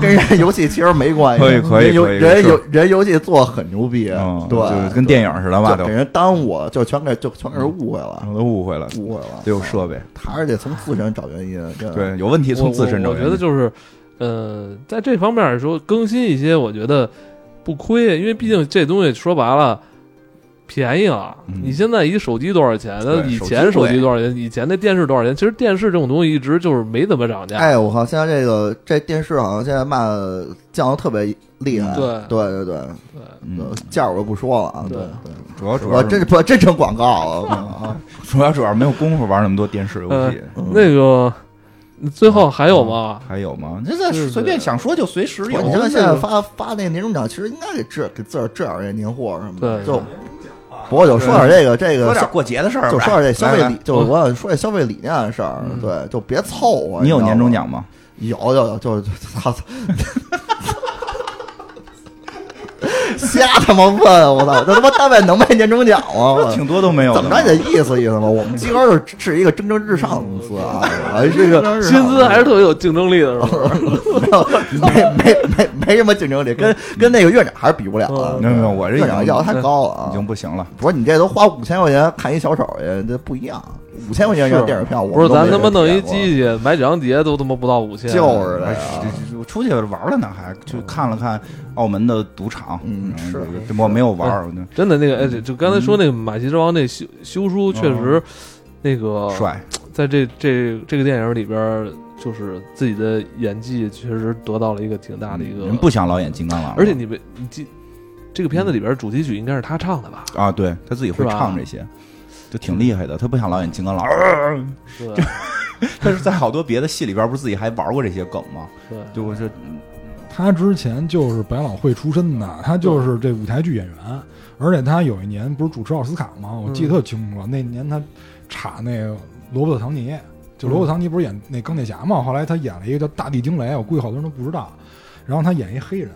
Speaker 1: 跟人游戏其实没关系。
Speaker 3: 可以可以
Speaker 1: 人游
Speaker 3: 可以
Speaker 1: 人
Speaker 3: 是
Speaker 1: 游人游戏做得很牛逼，
Speaker 3: 嗯，
Speaker 1: 对，
Speaker 3: 就是跟电影似的吧，
Speaker 1: 就
Speaker 3: 都嗯
Speaker 1: 给人耽误了，就全给就全给人误会了，
Speaker 3: 我都误会了，
Speaker 1: 误会了，
Speaker 3: 得有设备，
Speaker 1: 还是得从自身找原因。真的，
Speaker 3: 对，有问题
Speaker 2: 我
Speaker 3: 从自身找
Speaker 2: 我我
Speaker 3: 原
Speaker 2: 觉
Speaker 3: 因。
Speaker 2: 得就是，呃，在这方面来说，更新一些，我觉得不亏，因为毕竟这东西说白了。便宜了，
Speaker 3: 嗯
Speaker 2: 你现在一手机多少钱？那
Speaker 3: 对
Speaker 2: 以
Speaker 3: 手机
Speaker 2: 前手机
Speaker 3: 贵
Speaker 2: 多少钱？以前那电视多少钱？其实电视这种东西一直就是没怎么涨价。
Speaker 1: 哎，我靠，现在这个这电视好像现在卖降的特别厉害，
Speaker 2: 对
Speaker 1: 对对对，
Speaker 2: 对，
Speaker 1: 呃
Speaker 3: 嗯，
Speaker 1: 价我就不说了啊，
Speaker 2: 对
Speaker 1: 对
Speaker 3: 主要
Speaker 1: 对，
Speaker 3: 主
Speaker 1: 我
Speaker 3: 要
Speaker 1: 这不真成广告 了我靠啊，
Speaker 3: 主要主要没有功夫玩那么多电视游戏。
Speaker 1: 嗯
Speaker 2: 那个最后还
Speaker 3: 嗯
Speaker 2: 有吗？
Speaker 3: 还有吗？这这
Speaker 2: 是
Speaker 3: 随便想说就随时有
Speaker 1: 你。现在现在发发那个年终奖，其实应该给这给自个儿这点儿这年货什么的，
Speaker 2: 对
Speaker 1: 就不过就说点这个这个
Speaker 3: 说点过节的事儿吧，
Speaker 1: 就说点这消费
Speaker 3: 来
Speaker 1: 理，就是我想说这消费理念的事儿，对，就别凑合。
Speaker 3: 来你有
Speaker 1: 知道
Speaker 3: 年终
Speaker 1: 吗
Speaker 3: 奖吗？
Speaker 1: 有有有，就是 操，瞎他妈问，啊我操，这他妈单位能卖年终奖吗？我
Speaker 3: 挺多都没有的
Speaker 1: 呃怎
Speaker 3: 嘛。
Speaker 1: 么着也得意思意思吧。我们鸡肝就是是一个蒸蒸日上的公司啊，啊这个
Speaker 3: 嗯
Speaker 2: 薪资还是特别有竞争力的，是
Speaker 3: 哦
Speaker 2: 吧？
Speaker 1: 没没没没什么竞争力，
Speaker 2: 嗯
Speaker 1: 跟跟那个院长还是比不了的。
Speaker 3: 没有没有，我这已
Speaker 1: 院长
Speaker 3: 经
Speaker 1: 要的太高了啊
Speaker 3: 已！经不行了。
Speaker 1: 不是你这都花五千块钱看一小丑去，这不一样。五千块钱一张电影票，我
Speaker 2: 不
Speaker 1: 们
Speaker 2: 是，
Speaker 1: 都
Speaker 2: 咱
Speaker 1: 没
Speaker 2: 他妈弄一
Speaker 1: 体验
Speaker 2: 机器买几张碟都他妈不到五千，
Speaker 1: 过就是的
Speaker 3: 哎
Speaker 1: 呀。
Speaker 3: 这我出去玩了呢，还去看了看澳门的赌场。
Speaker 1: 嗯是
Speaker 3: 嗯我没有玩儿，我就
Speaker 2: 真的那个，哎，
Speaker 3: 嗯
Speaker 2: 就就刚才说那个《马戏之王》那修修书，确实，那个
Speaker 3: 帅。
Speaker 2: 在这这这个电影里边儿，就是自己的演技确实得到了一个挺大的一个
Speaker 3: 嗯人，不想老演金刚狼了，
Speaker 2: 而且你们你记这个片子里边主题曲应该是他唱的吧？
Speaker 3: 啊，对他自己会
Speaker 2: 是吧
Speaker 3: 唱这些，就挺厉害的。他不想老演金刚狼， 呃
Speaker 2: 对
Speaker 3: 他是在好多别的戏里边不是自己还玩过这些梗吗？
Speaker 2: 对，
Speaker 3: 就我这
Speaker 4: 他之前就是百老汇出身的，他就是这舞台剧演员，而且他有一年不是主持奥斯卡吗？我记得特清楚，那年他插那个罗伯特·唐尼，就罗伯特·唐尼不是演那钢铁侠嘛？后来他演了一个叫《大地惊雷》，我估计好多人都不知道。然后他演一黑人，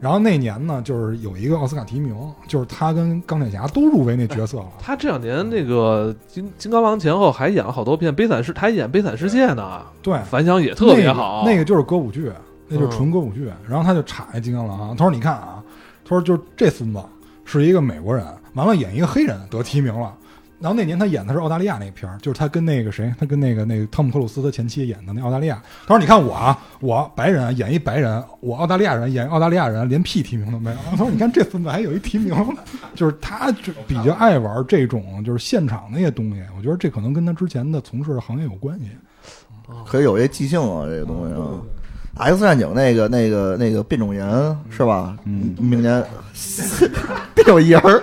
Speaker 4: 然后那年呢，就是有一个奥斯卡提名，就是他跟钢铁侠都入围那角色了。
Speaker 2: 他这两年那个金金刚狼前后还演了好多片《悲惨世》，他还演《悲惨世界》呢，
Speaker 4: 对，
Speaker 2: 反响也特别好。
Speaker 4: 哎那个。那个就是歌舞剧，那就是
Speaker 2: 嗯
Speaker 4: 纯歌舞剧。然后他就插一金刚狼，他说：“你看啊，他说就是这孙子是一个美国人，完了演一个黑人得提名了。然后那年他演的是澳大利亚那片儿，就是他跟那个谁，他跟那个那个汤姆克鲁斯他前妻演的那澳大利亚。他说：你看我啊，我白人啊演一白人，我澳大利亚人演澳大利亚人，连屁提名都没有。他说：你看这孙子还有一提名， 就是他就比较爱玩这种就是现场那些东西。我觉得这可能跟他之前的从事的行业有关系。
Speaker 1: 可以有这即兴啊，这个东西啊。X 战警那个、那个、那个变种人是吧？嗯，明年 变种人儿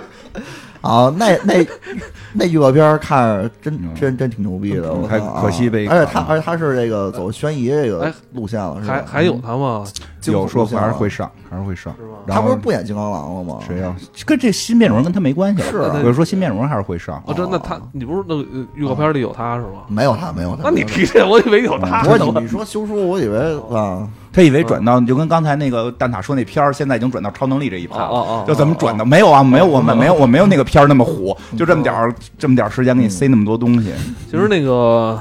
Speaker 1: 啊，那那 那预告片儿看着真
Speaker 3: 嗯
Speaker 1: 真真挺牛逼的，我
Speaker 3: 还
Speaker 1: 靠啊
Speaker 3: 可惜被
Speaker 1: 而且他而且他是这个走悬疑这个
Speaker 2: 哎
Speaker 1: 路线了，是吧
Speaker 2: 还还有他吗？
Speaker 1: 惊悚
Speaker 3: 有说
Speaker 1: 路线
Speaker 3: 还是
Speaker 1: 了
Speaker 3: 会上，还啊是会上
Speaker 2: 是吗。
Speaker 3: 然
Speaker 1: 他
Speaker 3: 后
Speaker 1: 不是不演金刚狼了吗？
Speaker 3: 谁呀？ 跟这新面容跟他没关系。
Speaker 1: 是啊
Speaker 3: 我是说新面容还是会上。
Speaker 2: 哦，真的，他你不是那个呃预告片里有他是吗？
Speaker 1: 没有他，没有他。
Speaker 2: 那你提这，我以为有他
Speaker 1: 不是
Speaker 2: 呢。
Speaker 1: 你你说修书，我以为啊，
Speaker 3: 他以为
Speaker 2: 嗯
Speaker 3: 转到就跟刚才那个蛋挞说那片儿，现在已经转到超能力这一趴
Speaker 2: 哦哦
Speaker 3: 了
Speaker 2: 哦。
Speaker 3: 就怎么转的？没有啊，没有我们没有我没有那个片儿那么糊，
Speaker 2: 嗯
Speaker 3: 就这么点儿这么点儿时间给你塞那么多东西。
Speaker 2: 其实那个，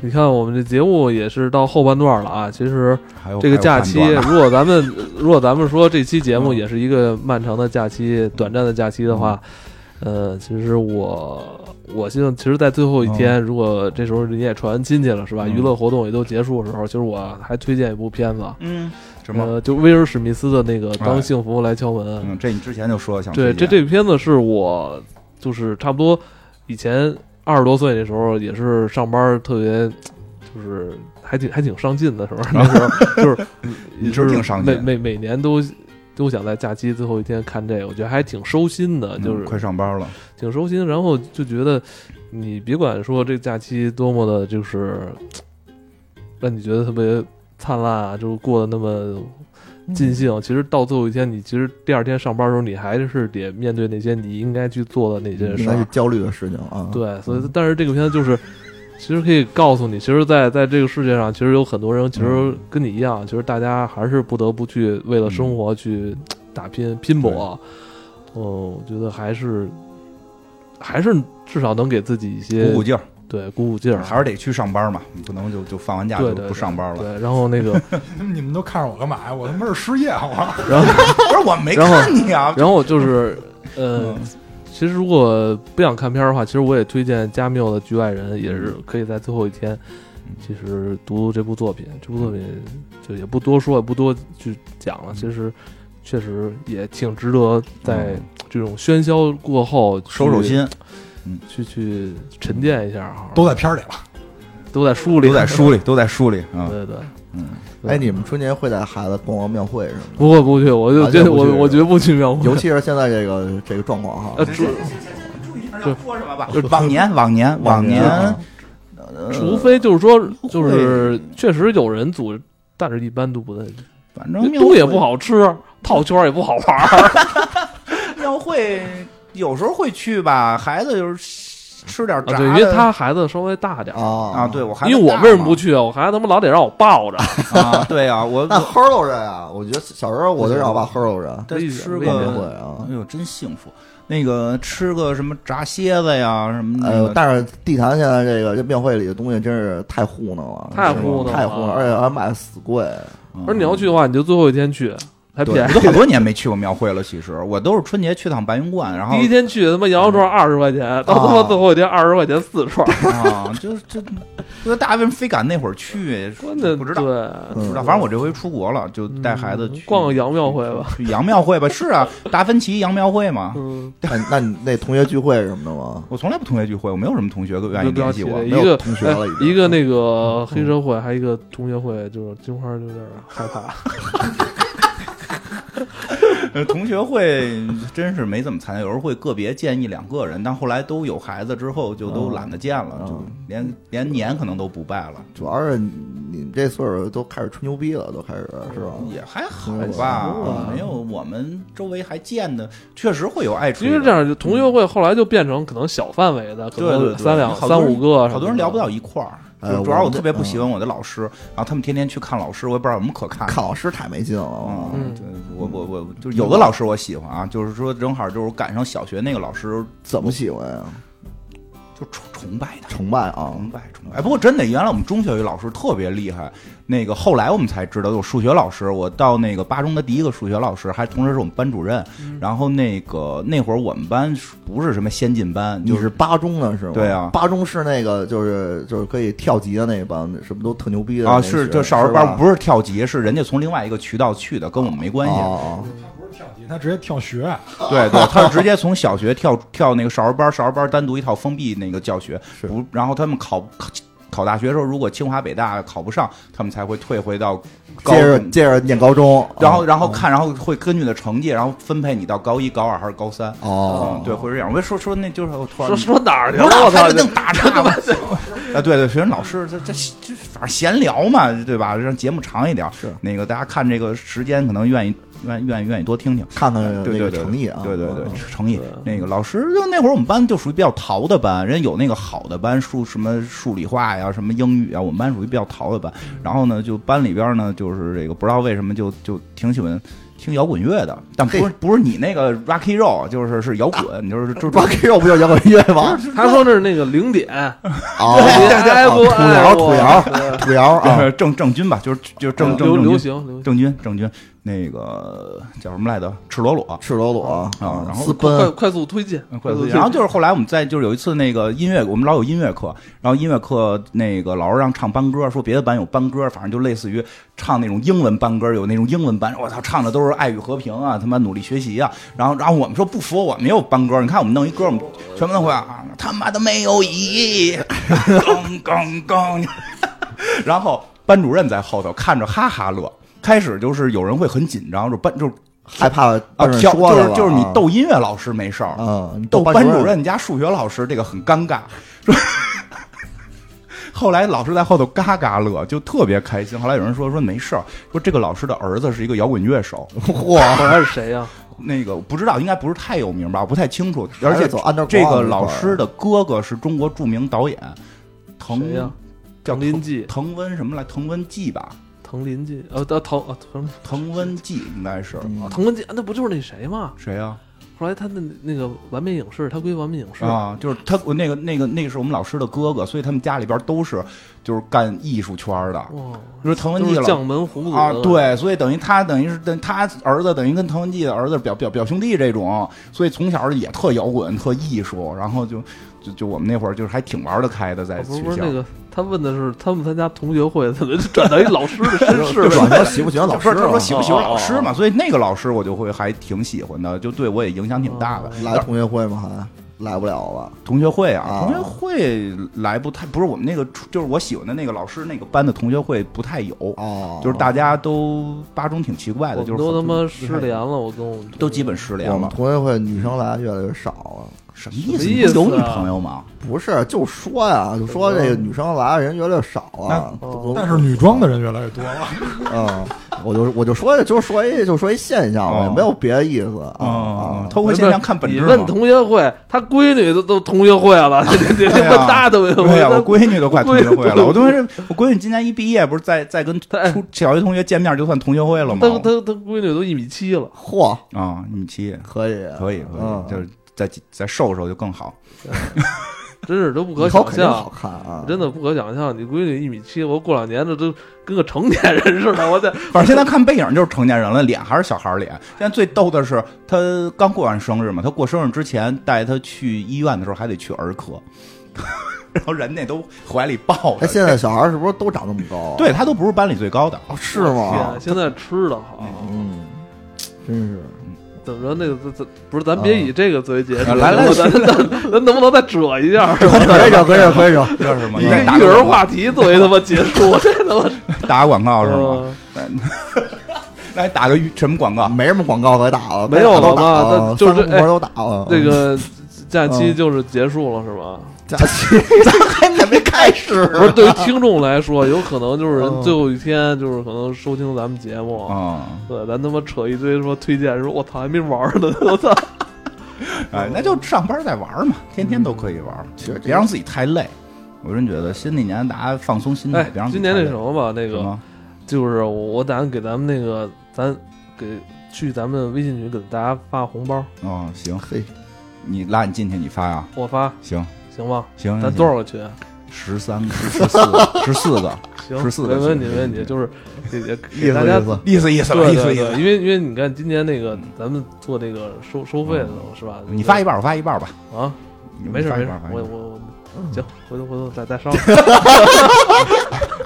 Speaker 2: 你看我们这节目也是到后半段了啊。其实
Speaker 3: 还有
Speaker 2: 这个假期，嗯
Speaker 3: 还有判断
Speaker 2: 如果咱们
Speaker 3: 嗯
Speaker 2: 如果咱们说这期节目也是一个漫长的假期、短暂的假期的话，
Speaker 3: 嗯
Speaker 2: 呃，其实我我希望，其实，在最后一天，如果这时候你也传完亲戚了，是吧？
Speaker 3: 嗯
Speaker 2: 娱乐活动也都结束的时候，其实我还推荐一部片子，
Speaker 3: 嗯，什么？
Speaker 2: 呃，就威尔史密斯的那个《
Speaker 3: 哎
Speaker 2: 当幸福来敲门》。
Speaker 3: 嗯，这你之前就说想
Speaker 2: 对，这
Speaker 3: 推荐
Speaker 2: 这片子是我就是差不多以前二十多岁的时候，也是上班特别就是还挺还挺上进的时候，那时候就是
Speaker 3: 你
Speaker 2: 就是
Speaker 3: 挺上进
Speaker 2: 每每每年都都想在假期最后一天看这个，我觉得还挺收心的，
Speaker 3: 嗯
Speaker 2: 就是
Speaker 3: 快上班了，
Speaker 2: 挺收心，然后就觉得你别管说这假期多么的，就是让你觉得特别灿烂啊，就是过得那么
Speaker 1: 嗯
Speaker 3: 嗯
Speaker 2: 尽兴。其实到最后一天，你其实第二天上班的时候，你还是得面对那些你应该去做的那些
Speaker 3: 嗯
Speaker 1: 应
Speaker 2: 事
Speaker 1: 该是
Speaker 2: 儿。
Speaker 1: 焦虑的事情啊。，
Speaker 2: 对，所以但是这个片子就是。其实可以告诉你，其实在，在这个世界上，其实有很多人，其实
Speaker 3: 嗯
Speaker 2: 跟你一样，其实大家还是不得不去为了生活去打拼拼搏。哦，我觉得还是还是至少能给自己一些
Speaker 3: 鼓鼓劲儿，
Speaker 2: 对鼓鼓劲儿，啊
Speaker 3: 还是得去上班嘛，你不能就就放完假
Speaker 2: 对
Speaker 3: 就
Speaker 2: 对
Speaker 3: 不上班了。
Speaker 2: 对。然后那个，
Speaker 4: 你 们你们都看着我干嘛呀？我他妈是失业好吗？
Speaker 2: 然后
Speaker 3: 不是我没
Speaker 2: 然后
Speaker 3: 看你 啊，
Speaker 2: 然后就是呃，
Speaker 3: 嗯
Speaker 2: 其实如果不想看片儿的话，其实我也推荐加缪的《局外人》，也是可以在最后一天，其实读读这部作品。这部作品就也不多说，也不多去讲
Speaker 3: 嗯
Speaker 2: 了。其实确实也挺值得在
Speaker 3: 嗯
Speaker 2: 这种喧嚣过后去
Speaker 3: 收收，心，
Speaker 2: 去去沉淀一下哈。
Speaker 4: 都在片儿里了，
Speaker 2: 都在书里，
Speaker 3: 都在书里，都在书里啊。
Speaker 2: 对对。
Speaker 3: 嗯，
Speaker 2: 对
Speaker 1: 哎，你们春节会带孩子逛逛庙会是吗？
Speaker 2: 不会不会去，我就
Speaker 1: 啊
Speaker 2: 觉
Speaker 1: 这
Speaker 2: 得
Speaker 1: 不
Speaker 2: 我
Speaker 1: 去
Speaker 2: 我绝不去庙会，
Speaker 1: 尤其是现在这个这个状况哈
Speaker 2: 呃，除
Speaker 3: 要说什么 吧？往年，往年，往年，呃
Speaker 2: 除非就是说就是
Speaker 3: 会
Speaker 2: 确实有人组，但是一般都不太
Speaker 3: 反正庙
Speaker 2: 都
Speaker 3: 会
Speaker 2: 也不，好吃，套圈儿也不好 玩儿。啊
Speaker 3: 庙会有时候会去吧，孩子就是吃点炸
Speaker 2: 啊，
Speaker 3: 的。
Speaker 2: 对，因为他孩子稍微大点儿，
Speaker 1: 啊
Speaker 3: 啊，对我孩子
Speaker 2: 因为我
Speaker 3: 大
Speaker 2: 为什么
Speaker 3: 嘛
Speaker 2: 不去啊？我孩子他妈老得让我抱着，
Speaker 3: 啊？对 啊，我
Speaker 1: 那齁着人啊，我觉得小时候我就让我爸齁着人，
Speaker 3: 对吃
Speaker 2: 这
Speaker 1: 逛庙
Speaker 2: 个
Speaker 1: 会
Speaker 3: 个，
Speaker 1: 啊
Speaker 3: 哎。呦，真幸福。那个吃个什么炸蝎子呀，什么那
Speaker 1: 呃，
Speaker 3: 个，
Speaker 1: 但是地坛现在这个这庙会里的东西真是太糊弄了，
Speaker 2: 太
Speaker 1: 是吗
Speaker 2: 糊弄了
Speaker 1: 太糊弄了，而且还卖死贵。
Speaker 2: 而你要去的话，你就最后一天去，还
Speaker 1: 对
Speaker 2: 便
Speaker 3: 嗯我
Speaker 2: 宜。
Speaker 3: 都好多年没去过庙会了。其实我都是春节去趟白云观，然后嗯
Speaker 2: 第一天去他妈羊肉串二十块钱，到他妈最后一天二十块钱四串儿，
Speaker 3: 啊，就是这，不知道大家为什么非赶那会儿去，
Speaker 2: 真的
Speaker 3: 不知道。
Speaker 2: 对，嗯
Speaker 3: 不知道，反正我这回出国了，就带孩子去
Speaker 2: 逛个洋庙会吧。
Speaker 3: 去洋庙会吧。是啊，达芬奇洋庙会嘛。
Speaker 2: 嗯，
Speaker 1: 那那你那同学聚会什么的吗？
Speaker 3: 我从来不同学聚会，我没有什么同学愿
Speaker 2: 就
Speaker 3: 意
Speaker 2: 不要
Speaker 3: 联
Speaker 2: 提
Speaker 3: 系
Speaker 2: 了
Speaker 3: 我。
Speaker 2: 一
Speaker 1: 没有
Speaker 2: 个
Speaker 1: 同学了已
Speaker 2: 哎
Speaker 1: 经
Speaker 2: 一个那
Speaker 3: 嗯
Speaker 2: 个黑社会，还有一个同学会，就是金花有点害怕。
Speaker 3: 呃同学会真是没怎么参加，有时候会个别见一两个人，但后来都有孩子之后就
Speaker 2: 嗯
Speaker 3: 都懒得见了，就连连年可能都不拜了，
Speaker 1: 主要是你们这岁数都开始吹牛逼了，都开始是吧？
Speaker 3: 也还好
Speaker 2: 啊
Speaker 3: 吧，没有我们周围还见的，确实会有爱
Speaker 2: 因
Speaker 3: 吹的。
Speaker 2: 为这样，就同学会后来就变成可能小范围的，可
Speaker 3: 对对
Speaker 2: 能
Speaker 3: 对，
Speaker 2: 三两
Speaker 3: 好
Speaker 2: 三
Speaker 3: 多人
Speaker 2: 五个什么的，
Speaker 3: 好多人聊不到一块儿。
Speaker 1: 哎
Speaker 3: 就主要
Speaker 1: 我
Speaker 3: 我
Speaker 1: 们
Speaker 3: 特
Speaker 1: 这
Speaker 3: 别不喜欢我的老师，然后他们天天去看老师，我也不知道有什么可看的。
Speaker 1: 看老师太没劲了
Speaker 3: 啊，，
Speaker 2: 嗯
Speaker 3: 对我我我就是有的老师我喜欢啊，就是说正好就是赶上小学那个老师，
Speaker 1: 怎么喜欢呀？
Speaker 3: 就崇崇拜他，
Speaker 1: 崇拜啊！
Speaker 3: 崇拜崇拜。哎，不过真的，原来我们中学有一老师特别厉害，那个后来我们才知道有数学老师。我到那个八中的第一个数学老师，还同时是我们班主任。然后那个那会儿我们班不是什么先进班，就
Speaker 1: 你是八中的是吗？
Speaker 3: 对啊
Speaker 1: 八中是那个就是就是可以跳级的那帮，什么都特牛逼的
Speaker 3: 啊，
Speaker 1: 那
Speaker 3: 是
Speaker 1: 学
Speaker 3: 就少儿
Speaker 1: 吧
Speaker 3: 班不是跳级，是人家从另外一个渠道去的，跟我们没关系。
Speaker 1: 哦
Speaker 4: 不是跳级，他直接跳学，啊
Speaker 3: 对对，他是直接从小学跳跳那个少儿班，少儿班单独一套封闭那个教学，
Speaker 1: 是
Speaker 3: 不，然后他们考考考大学的时候，如果清华北大考不上，他们才会退回到高
Speaker 1: 接着
Speaker 3: 中。
Speaker 1: 接哦着念高中，
Speaker 3: 然后，然后看，然后会根据你的成绩，然后分配你到高一、高二还是高三。
Speaker 1: 哦
Speaker 3: 嗯，，对，会是这样。我就说说，那就是我突然
Speaker 2: 说说哪儿去了？
Speaker 3: 我
Speaker 2: 我
Speaker 3: 老
Speaker 2: 操！
Speaker 3: 还能打岔吗？啊，对对，学生老师这这这反正闲聊嘛，对吧？让节目长一点。
Speaker 1: 是
Speaker 3: 那个大家看这个时间，可能愿意愿愿意愿意多听听。
Speaker 1: 看看那
Speaker 3: 对
Speaker 1: 个
Speaker 3: 对对
Speaker 1: 诚意啊，
Speaker 3: 对对对
Speaker 1: 嗯，
Speaker 3: 诚意。那个老师就那会儿我们班就属于比较淘的班，人有那个好的班，数什么数理化呀，什么英语啊，我们班属于比较淘的班。
Speaker 1: 嗯
Speaker 3: 然后呢，就班里边呢，就是这个不知道为什么就就挺喜欢。听摇滚乐的，但不是不是你那个 Rocky Roll，就是是摇滚，你就是就
Speaker 1: Rock Hero 不就是摇滚乐吗？
Speaker 2: 他说那是那个零点，
Speaker 1: 哦，
Speaker 2: 对对对
Speaker 1: 啊
Speaker 2: 不
Speaker 1: 土窑
Speaker 2: 爱
Speaker 1: 土
Speaker 2: 我
Speaker 1: 窑土窑啊，
Speaker 3: 正正军吧，就是就是正
Speaker 2: 流嗯
Speaker 3: 正正
Speaker 2: 流
Speaker 3: 军
Speaker 2: 行流行。
Speaker 3: 郑钧，郑钧，那个叫什么来着？赤裸裸。
Speaker 1: 赤裸裸
Speaker 3: 啊然后
Speaker 1: 私
Speaker 2: 快
Speaker 1: 奔，
Speaker 2: 快速推荐，
Speaker 3: 嗯
Speaker 2: 快
Speaker 3: 快
Speaker 2: 速
Speaker 3: 速
Speaker 2: 推
Speaker 3: 进
Speaker 2: 荐。
Speaker 3: 然后就是后来我们在就是有一次那个音乐，我们老有音乐课，然后音乐课那个老师让唱班歌，说别的班有班歌，反正就类似于唱那种英文班歌，有那种英文班，我操，唱的都是爱与和平啊，他妈努力学习啊。然后然后我们说不服，我们也有班歌，你看我们弄一歌，我们全部都会啊，他妈的没有意义，咣咣咣。然后班主任在后头看着哈哈乐，开始就是有人会很紧张，就班就是。
Speaker 1: 害怕
Speaker 3: 啊，
Speaker 1: 班主任
Speaker 3: 挑
Speaker 1: 说
Speaker 3: 就
Speaker 1: 了
Speaker 3: 是
Speaker 1: 吧
Speaker 3: 就是你
Speaker 1: 啊
Speaker 3: 逗音乐老师没事儿，
Speaker 1: 啊，你
Speaker 3: 逗
Speaker 1: 逗
Speaker 3: 班主
Speaker 1: 任
Speaker 3: 任家数学老师，这个很尴尬。 说后来老师在后头嘎嘎乐，就特别开心。后来有人说说没事儿，说这个老师的儿子是一个摇滚乐手，
Speaker 2: 好 像是谁 呀？
Speaker 3: 那个我不知道应该不是太有名吧，我不太清楚。
Speaker 1: 还
Speaker 3: 而
Speaker 1: 是
Speaker 3: 且
Speaker 1: 走 underground
Speaker 3: 这个
Speaker 1: 啊那
Speaker 3: 老
Speaker 1: 块儿
Speaker 3: 师的哥哥是中国著名导演滕
Speaker 2: 谁呀
Speaker 3: 叫
Speaker 2: 滕林记
Speaker 3: 滕温什么来？滕温记吧，
Speaker 2: 滕林记，呃，呃滕啊滕
Speaker 3: 滕温记应该是
Speaker 1: 嗯
Speaker 2: 滕文记，啊那不就是那谁吗？
Speaker 3: 谁呀、
Speaker 2: 后来他的那个完美影视，他归完美影视，
Speaker 3: 啊，就是他，我那个那个那个是我们老师的哥哥，所以他们家里边都是就是干艺术圈的。
Speaker 2: 哇，
Speaker 3: 就是滕文
Speaker 2: 都
Speaker 3: 记
Speaker 2: 是
Speaker 3: 老
Speaker 2: 将门虎骨
Speaker 3: 啊，
Speaker 2: 的，
Speaker 3: 对，所以等于他等于是等于他儿子等于跟滕文记的儿子表表表兄弟这种，所以从小也特摇滚、特艺术，然后就就就我们那会儿就是还挺玩得开的，在
Speaker 2: 啊不是
Speaker 3: 学
Speaker 2: 不是
Speaker 3: 校。
Speaker 2: 那个，他问的是他们参加同学会，怎么就转到一老师的身世
Speaker 1: 转
Speaker 2: 了？
Speaker 1: 到喜不喜欢老
Speaker 3: 不
Speaker 1: 师啊
Speaker 3: 是他说
Speaker 1: 了？
Speaker 3: 喜不喜欢老师
Speaker 2: 啊哦哦
Speaker 3: 嘛，所以那个老师我就会还挺喜欢的，就对我也影响挺大
Speaker 2: 哦
Speaker 3: 的。
Speaker 1: 来同学会吗？还来不了了。
Speaker 3: 同学会啊，
Speaker 1: 啊
Speaker 3: 同学会来不太不是我们那个，就是我喜欢的那个老师那个班的同学会不太有，
Speaker 1: 哦，
Speaker 3: 就是大家都八中挺奇怪
Speaker 2: 我
Speaker 3: 的，
Speaker 2: 们
Speaker 3: 就是
Speaker 2: 都他妈
Speaker 3: 很
Speaker 2: 失联了，我跟我们
Speaker 3: 都基本失联
Speaker 1: 我们
Speaker 3: 了，
Speaker 1: 同学会女生来的越来越少了。
Speaker 3: 什么意
Speaker 2: 什么
Speaker 3: 思？你
Speaker 2: 意思
Speaker 3: 不有女
Speaker 2: 啊
Speaker 3: 朋友吗？
Speaker 1: 不是，就说呀，就说这个女生来的人越来越少了。
Speaker 2: 那
Speaker 3: 哦
Speaker 1: 都
Speaker 4: 但是女装的人越来越多了，
Speaker 1: 嗯，我就我就说，就说一就说一现象嘛，
Speaker 3: 哦
Speaker 1: 也没有别的意思啊
Speaker 3: 啊，
Speaker 1: 啊。
Speaker 3: 偷窥现象看本质
Speaker 2: 你
Speaker 3: 嘛。
Speaker 2: 问同学会，他闺女都都同学会 了，你你
Speaker 3: 对呀
Speaker 2: 问他都没有。
Speaker 3: 对呀，啊我
Speaker 2: 他
Speaker 3: 闺女都快同学会
Speaker 2: 闺女
Speaker 3: 了。我都是我闺女今年一毕业，不是在在跟
Speaker 2: 哎
Speaker 3: 初小学同学见面就算同学会了吗
Speaker 2: 他？他他闺女都一米七了，
Speaker 1: 嚯，
Speaker 3: 啊，你们七
Speaker 1: 可以
Speaker 3: 可以可
Speaker 1: 嗯
Speaker 3: 以，就是再再瘦瘦就更好。
Speaker 2: 真是都不可
Speaker 1: 以后
Speaker 2: 想
Speaker 1: 肯定好
Speaker 2: 象，
Speaker 1: 看啊！
Speaker 2: 真的不可想象。你闺女一米七，我过两年这都跟个成年人似的，我在
Speaker 3: 反正现在看背影就是成年人了，脸还是小孩儿脸。现在最逗的是，他刚过完生日嘛，他过生日之前带他去医院的时候还得去儿科， 然后人家都怀里抱
Speaker 1: 哎，
Speaker 3: 着。
Speaker 1: 现在小孩是不是都长这么高啊？
Speaker 3: 对他都不是班里最高的，
Speaker 1: 哦，是吗？
Speaker 2: 天现在吃的好，
Speaker 1: 嗯，真是
Speaker 2: 怎么着？那个咱咱不是，咱别以这个作为结束，
Speaker 3: 啊来来
Speaker 2: 我咱咱咱能不能再扯一下？
Speaker 1: 可以整，可以整，可以整。
Speaker 3: 这是吗？
Speaker 2: 以一个
Speaker 3: 打打
Speaker 2: 育
Speaker 3: 广
Speaker 2: 儿
Speaker 3: 告
Speaker 2: 话题作为他妈结束，这他妈
Speaker 3: 打广告是吗？
Speaker 2: 嗯
Speaker 3: 来打个育什么广告？
Speaker 1: 没什么广告可打了，
Speaker 2: 没有了
Speaker 1: 都打
Speaker 2: 吧那
Speaker 1: 了，
Speaker 2: 就是
Speaker 1: 三个部门都打呃了。
Speaker 3: 嗯
Speaker 2: 这个假期
Speaker 1: 嗯
Speaker 2: 就是结束了，是吧？
Speaker 1: 假期咱 还没开始，
Speaker 2: 不是，对于听众来说，有可能就是人
Speaker 1: 嗯
Speaker 2: 最后一天，就是可能收听咱们节目，
Speaker 3: 啊，
Speaker 2: 对，咱他妈扯一堆说推荐，说我操还没玩呢，我操！
Speaker 3: 哎，那就上班再玩嘛，天天都可以玩，
Speaker 1: 其实这
Speaker 3: 别让自己太累。我真觉得新的一年大家放松心态，
Speaker 2: 哎
Speaker 3: 别让，自
Speaker 2: 今
Speaker 3: 己
Speaker 2: 年
Speaker 3: 太
Speaker 2: 那
Speaker 3: 累
Speaker 2: 什么吧，那
Speaker 3: 什
Speaker 2: 个
Speaker 3: 么
Speaker 2: 就是我我打算给咱们那个咱给去咱们微信群给大家发红包，
Speaker 3: 哦，行，
Speaker 1: 嘿，
Speaker 3: 你拉你进去，你发呀，啊
Speaker 2: 我发
Speaker 3: 行
Speaker 2: 行吗？
Speaker 3: 行，
Speaker 2: 咱多少个群？啊
Speaker 3: 十三个、十四个、十四个，
Speaker 2: 行，
Speaker 3: 14
Speaker 2: 没
Speaker 3: 个
Speaker 2: 问题，
Speaker 3: 群嗯
Speaker 2: 没问题，就是 也也
Speaker 1: 意
Speaker 2: 给
Speaker 1: 思
Speaker 2: 大家
Speaker 1: 意思。
Speaker 3: 意思意思了，
Speaker 2: 对
Speaker 3: 意思
Speaker 2: 对
Speaker 3: 意
Speaker 2: 对，
Speaker 3: 思。
Speaker 2: 因为因为你看今年那个咱们做这个收收费的时候是吧？
Speaker 3: 嗯你发一半，我发一半吧。
Speaker 2: 啊，没事
Speaker 3: 嗯你发
Speaker 2: 没
Speaker 3: 一
Speaker 2: 事
Speaker 3: 半，发一嗯
Speaker 2: 我
Speaker 3: 半
Speaker 2: 我我行，回头回头再 哎再商量。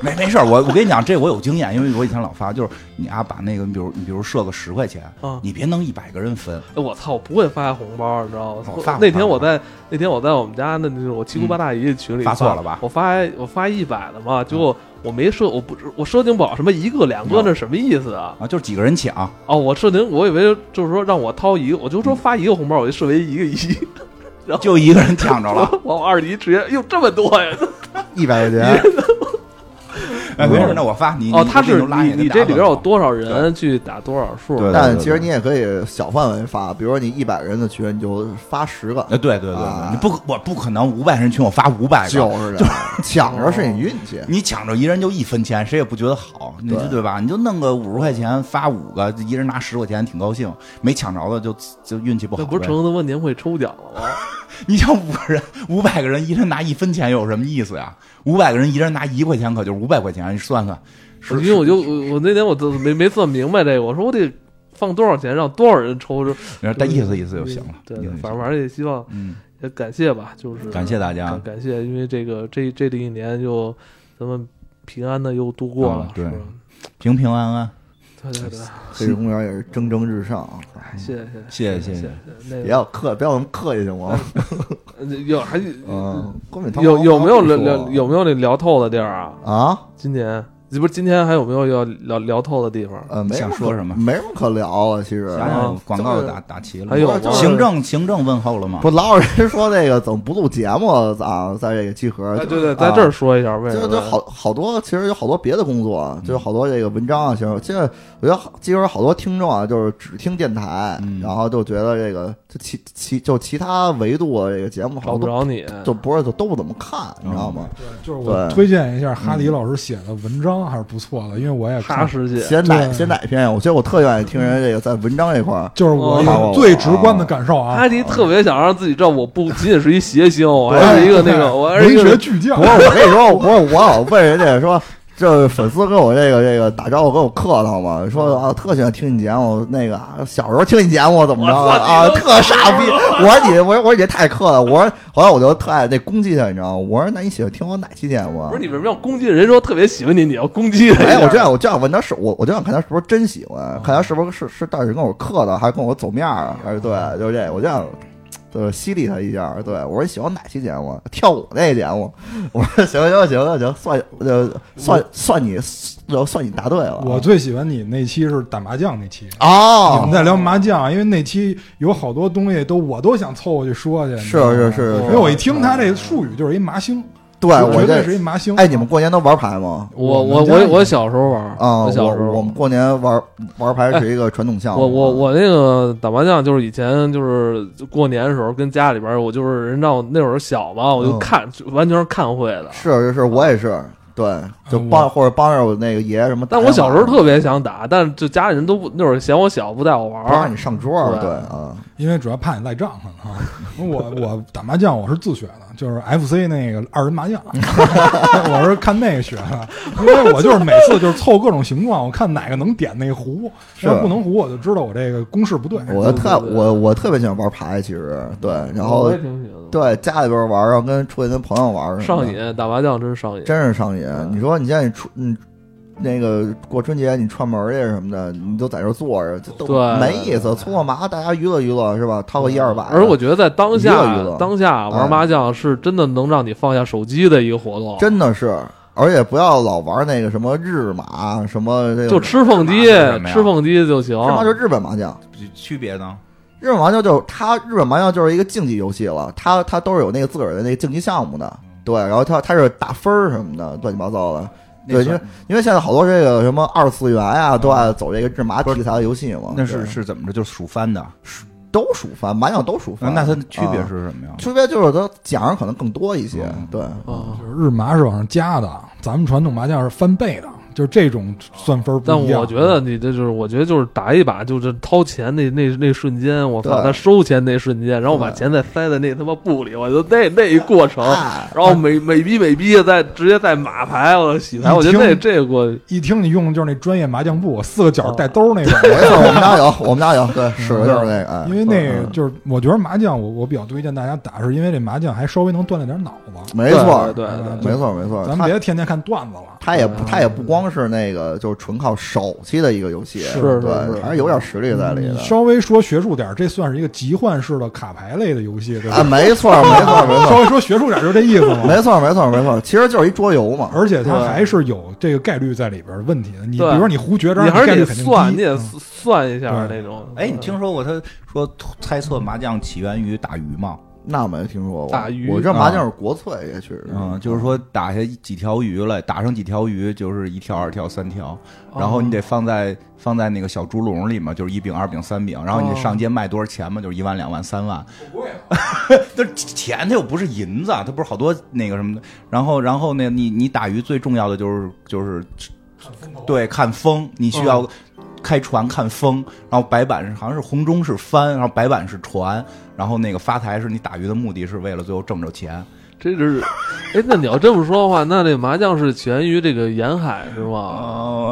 Speaker 3: 没没事儿，我我跟你讲，这我有经验，因为我以前老发，就是你啊，把那个，你比如你比如设个十块钱
Speaker 2: 啊，
Speaker 3: 你别弄一百个人分，
Speaker 2: 哎，我操，我不会发红包，你知道吗
Speaker 3: 哦发？不
Speaker 2: 那天我
Speaker 3: 发
Speaker 2: 在那天我在我们家那那我七姑八大姨群里
Speaker 3: 嗯发错了吧
Speaker 2: 我发我发一百的嘛，结果我没设，我不我设定不好什么一个两个，
Speaker 3: 嗯
Speaker 2: 那什么意思啊？
Speaker 3: 啊，就是几个人抢，
Speaker 2: 哦，我设定我以为就是说让我掏一个，我
Speaker 3: 嗯
Speaker 2: 就说发一个红包，我就设为一 个一。
Speaker 3: 就一个人抢着了。
Speaker 2: 我我二姨直接哟这么多呀！
Speaker 1: 一百块钱，
Speaker 3: 哎，没事儿，那我发你。
Speaker 2: 哦，
Speaker 3: 你
Speaker 2: 他
Speaker 3: 你
Speaker 2: 是
Speaker 3: 就拉
Speaker 2: 你
Speaker 3: 你
Speaker 2: 你
Speaker 3: 的
Speaker 2: 这
Speaker 3: 闸
Speaker 2: 里
Speaker 3: 门
Speaker 2: 边有
Speaker 3: 口
Speaker 2: 多少人去打多少数？
Speaker 3: 对
Speaker 1: 但其实你也可以小范围发，比如说你一百人的群，你就发十个
Speaker 3: 呃，，对对对
Speaker 1: 啊
Speaker 3: 对，你不可我不可能五百人群我发五百
Speaker 1: 就
Speaker 3: 个，
Speaker 1: 是这样，抢着是你运气。
Speaker 3: 你抢着一人就一分钱，谁也不觉得好，你
Speaker 1: 对
Speaker 3: 就对吧？你就弄个五十块钱发五个，一人拿十块钱，挺高兴。没抢着的就就运气不好
Speaker 2: 那
Speaker 3: 呗。
Speaker 2: 不是成他妈年会抽奖了吗？
Speaker 3: 你想五个人五百个人一人拿一分钱有什么意思呀？五百个人一人拿一块钱可就是五百块钱，你算算，
Speaker 2: 我因为我就我我那天我都没没算明白这个，我说我得放多少钱让多少人抽着，嗯
Speaker 3: 然后但意思意思就行了。
Speaker 2: 对，
Speaker 3: 意思就行
Speaker 2: 反正反正也希望
Speaker 3: 嗯，
Speaker 2: 也感谢吧，就是
Speaker 3: 感谢大家
Speaker 2: 感。感谢，因为这个这这这一年就咱们平安的又度过了，
Speaker 3: 啊对
Speaker 2: 是吧？
Speaker 3: 平平安安，
Speaker 2: 对对对，
Speaker 1: 黑水公园也是蒸蒸日上啊，
Speaker 2: 谢谢谢
Speaker 3: 谢谢谢
Speaker 2: 谢
Speaker 3: 谢。，
Speaker 2: 那
Speaker 1: 不
Speaker 2: 个
Speaker 1: 要客，不要那么客气行吗？
Speaker 2: 呃有还
Speaker 1: 嗯，冠冕堂
Speaker 2: 有
Speaker 1: 皇
Speaker 2: 有没有
Speaker 1: 不说
Speaker 2: 聊聊
Speaker 3: 啊
Speaker 2: 有没有那聊透的地儿啊？
Speaker 1: 啊？
Speaker 2: 今年不是今天还有没有要聊聊透的地方？
Speaker 1: 呃，没
Speaker 3: 想
Speaker 1: 什么
Speaker 3: 说
Speaker 1: 可
Speaker 3: 什么
Speaker 1: 没什么可聊啊，其实啊
Speaker 3: 想想广告
Speaker 1: 就是
Speaker 3: 打打齐了，
Speaker 2: 还有
Speaker 1: 不是就是
Speaker 3: 行政行政问候了吗？
Speaker 1: 不老有人说那个怎么不录节目 啊？咱在这个集合，
Speaker 2: 哎，对对，在这嗯儿说一下为
Speaker 1: 就
Speaker 2: 什
Speaker 1: 是啊
Speaker 2: 么
Speaker 1: 就好好多，其实有好多别的工作啊，就是好多这个文章啊，其实现在我觉得好集合好多听众啊，就是只听电台，
Speaker 3: 嗯
Speaker 1: 然后就觉得这个就其其就其他维度的这个节目
Speaker 2: 找
Speaker 1: 好
Speaker 2: 不
Speaker 1: 多
Speaker 2: 着你，
Speaker 1: 就不是就都不怎么看，你知道吗？
Speaker 4: 对，就是我
Speaker 1: 对
Speaker 4: 推荐一下哈迪老师写的文章还是不错的，因为我也
Speaker 2: 哈
Speaker 4: 看，
Speaker 2: 世界。
Speaker 1: 写哪
Speaker 4: 对
Speaker 1: 写哪篇？我觉得我特愿意听人这个在文章这块儿，
Speaker 4: 就是我一
Speaker 1: 哦
Speaker 4: 个最直观的感受啊
Speaker 2: 哦哈，迪特别想让自己知道，我不仅仅是一谐星，我还
Speaker 4: 哎对
Speaker 2: 是一个那个，我还是
Speaker 4: 文
Speaker 2: 一个
Speaker 4: 学巨匠
Speaker 1: 不，是，我跟你说，我我老问人家说，这粉丝跟我这个这个打招呼跟我客套嘛，说啊特喜欢听你节目，那个啊小时候听你节目怎么着
Speaker 2: 我操
Speaker 1: 啊，
Speaker 2: 你都
Speaker 1: 特傻逼。我说你，我说我说你这太客了。我说后来我就特爱那攻击他，你知道吗？我说那你喜欢听我哪期节目啊？
Speaker 2: 不是你为什么要攻击人？说特别喜欢你，你要攻击人？
Speaker 1: 哎，我就想，我就想问他是，我我就想看他是不是真喜欢，看他是不是是是到底跟我客套，还是跟我走面儿啊，还是对，就是这，我就想。就是犀利他一下，对我说你喜欢哪期节目？跳舞那节目？我说行行行行行，算呃算算你就算你答对了。
Speaker 4: 我最喜欢你那期是打麻将那期。你
Speaker 1: 哦
Speaker 4: 们，在聊麻将，啊因为那期有好多东西都我都想凑过去说去，你知
Speaker 1: 是
Speaker 4: 道吗
Speaker 1: 是是，
Speaker 4: 因
Speaker 1: 是
Speaker 4: 为我一听他这术语就是一麻星，
Speaker 1: 对
Speaker 4: 就
Speaker 1: 我
Speaker 4: 绝对
Speaker 1: 这
Speaker 4: 是一麻星。
Speaker 1: 哎，你们过年都玩牌吗？
Speaker 2: 我
Speaker 4: 我
Speaker 2: 我
Speaker 4: 们家
Speaker 2: 我
Speaker 4: 也
Speaker 2: 我小时候玩
Speaker 1: 啊，
Speaker 2: 我小时
Speaker 1: 我
Speaker 2: 候哎
Speaker 1: 我们过年玩玩牌是一个传统项目。啊
Speaker 2: 我我我那个打麻将就是以前就是过年的时候跟家里边儿，我就是人让我那会儿小嘛，我就
Speaker 1: 嗯
Speaker 2: 看、完全是看会的。
Speaker 1: 是是是，我也是，对，就
Speaker 4: 嗯
Speaker 1: 帮或者帮着我那个爷爷什么打电
Speaker 2: 但
Speaker 1: 话。
Speaker 2: 我小时候特别想打，但就家里人都不那会儿嫌我小，不带我玩
Speaker 1: 不让
Speaker 2: 儿
Speaker 1: 你。上桌儿，
Speaker 2: 对
Speaker 1: 对啊，
Speaker 4: 因为主要怕你赖账嘛啊！我我打麻将我是自学的，就是 FC 那个二人麻将， 我是看那个学的，因为我就是每次就是凑各种形状，我看哪个能点那个胡，
Speaker 1: 是
Speaker 4: 要不能胡我就知道我这个公式不对。
Speaker 1: 我特
Speaker 2: 对对对
Speaker 1: 我我特别喜欢玩牌，其实对，然后
Speaker 2: 我也挺喜欢的，
Speaker 1: 对家里边玩儿，然后跟出去跟朋友玩儿什么
Speaker 2: 上
Speaker 1: 的，
Speaker 2: 瘾，打麻将真上瘾。
Speaker 1: 真是上瘾。你说你现在你出你那个过春节你串门儿去什么的，你就在这儿坐着，就都
Speaker 2: 对
Speaker 1: 没意思，搓个麻，大家娱乐娱乐是吧？掏个一二百，
Speaker 2: 而我觉得在当
Speaker 1: 娱乐娱
Speaker 2: 下
Speaker 1: 乐
Speaker 2: 当下玩麻将是真的能让你放下手机的一个活动，
Speaker 1: 真的是。而且不要老玩那个什么日马，什么这个
Speaker 2: 就吃凤鸡
Speaker 3: 干嘛是什么，呀
Speaker 2: 吃凤鸡就行。
Speaker 1: 日麻就日本麻将，
Speaker 3: 区别呢？
Speaker 1: 日本麻将就是它，日本麻将就是一个竞技游戏了，它它都是有那个自个儿的那个竞技项目的，
Speaker 3: 嗯
Speaker 1: 对，然后它它是打分儿什么的，乱七八糟的，对，
Speaker 3: 那
Speaker 1: 因
Speaker 3: 是
Speaker 1: 为因为现在好多这个什么二次元呀、都爱走这个日麻题材的游戏嘛，
Speaker 3: 那
Speaker 1: 哦对
Speaker 3: 是是怎么着？就是数番的。
Speaker 1: 都属番，麻将都属
Speaker 3: 那
Speaker 1: 番，
Speaker 3: 嗯那它的区别
Speaker 1: 啊
Speaker 3: 是什嗯么呀？
Speaker 1: 区别就是它奖儿可能更多一些，对，
Speaker 2: 啊，
Speaker 4: 就是日麻是往上加的，咱们传统麻将是翻倍的，就是这种算分不
Speaker 2: 但
Speaker 4: 一样。
Speaker 2: 我觉得你这就是，我觉得就是打一把，就是掏钱那那那瞬间，我操，
Speaker 1: 对
Speaker 2: 他收钱那瞬间，然后我把
Speaker 1: 对
Speaker 2: 钱再塞在那他妈布里，我就那那一过程，
Speaker 1: 哎
Speaker 2: 然后每每逼每逼再直接再码牌，我洗牌，
Speaker 4: 你
Speaker 2: 我觉得那
Speaker 4: 听
Speaker 2: 这个过
Speaker 4: 一听你用的就是那专业麻将布，四个角
Speaker 2: 哦
Speaker 4: 带兜那种。
Speaker 1: 没错，我们家有，我们家有，对，使的就是那个，哎
Speaker 4: 因为那个
Speaker 1: 嗯
Speaker 4: 就是，我觉得麻将我我比较推荐大家打，是因为这麻将还稍微能锻炼点脑子。
Speaker 1: 没错，嗯
Speaker 2: 对对对
Speaker 4: 对
Speaker 1: 没错没错，
Speaker 4: 咱
Speaker 1: 它
Speaker 4: 们别天天看段子了。
Speaker 1: 它也
Speaker 3: 嗯
Speaker 1: 不，它也不光是那个，就是纯靠手气的一个游戏，
Speaker 2: 是是
Speaker 1: 对，还是有点实力在里
Speaker 4: 你
Speaker 3: 嗯
Speaker 1: 的。
Speaker 4: 嗯稍微说学术点儿，这算是一个集换式的卡牌类的游戏，对
Speaker 1: 啊，
Speaker 4: 吧？
Speaker 1: 没错，没错，没
Speaker 4: 稍
Speaker 1: 错，
Speaker 4: 微说学术点儿就这意思嘛。
Speaker 1: 没错，没错，没错，其实就是一桌游嘛。
Speaker 4: 而且它还是有这个概率在里边的问题的。你比
Speaker 2: 对
Speaker 4: 如说你胡绝招，
Speaker 2: 你还
Speaker 4: 概
Speaker 2: 是得
Speaker 4: 率肯定
Speaker 2: 算，你
Speaker 4: 低。嗯
Speaker 2: 得算一下
Speaker 4: 对
Speaker 2: 那种。嗯
Speaker 3: 哎，你听说过他说猜测麻将起源于打鱼吗？
Speaker 1: 那没听说过，
Speaker 2: 打鱼
Speaker 1: 我这麻将是国粹，也确实，
Speaker 3: 嗯，就是说打下几条鱼来，打上几条鱼就是一条、二条、三条，
Speaker 2: 哦
Speaker 3: 然后你得放在放在那个小猪笼里嘛，就是一饼、二饼、三饼，然后你得上街卖多少钱嘛，就是一万、两万、三万。啊 但是钱它又不是银子，啊它不是好多那个什么的。然后，然后呢，你你打鱼最重要的就是就是对看风，你需要开船看风，然后白板是好像是红中是帆，然后白板是船，然后那个发财是你打鱼的目的是为了最后挣着钱。
Speaker 2: 这就是哎，那你要这么说的话，那这麻将是起源于这个沿海是
Speaker 1: 哦
Speaker 2: 吗？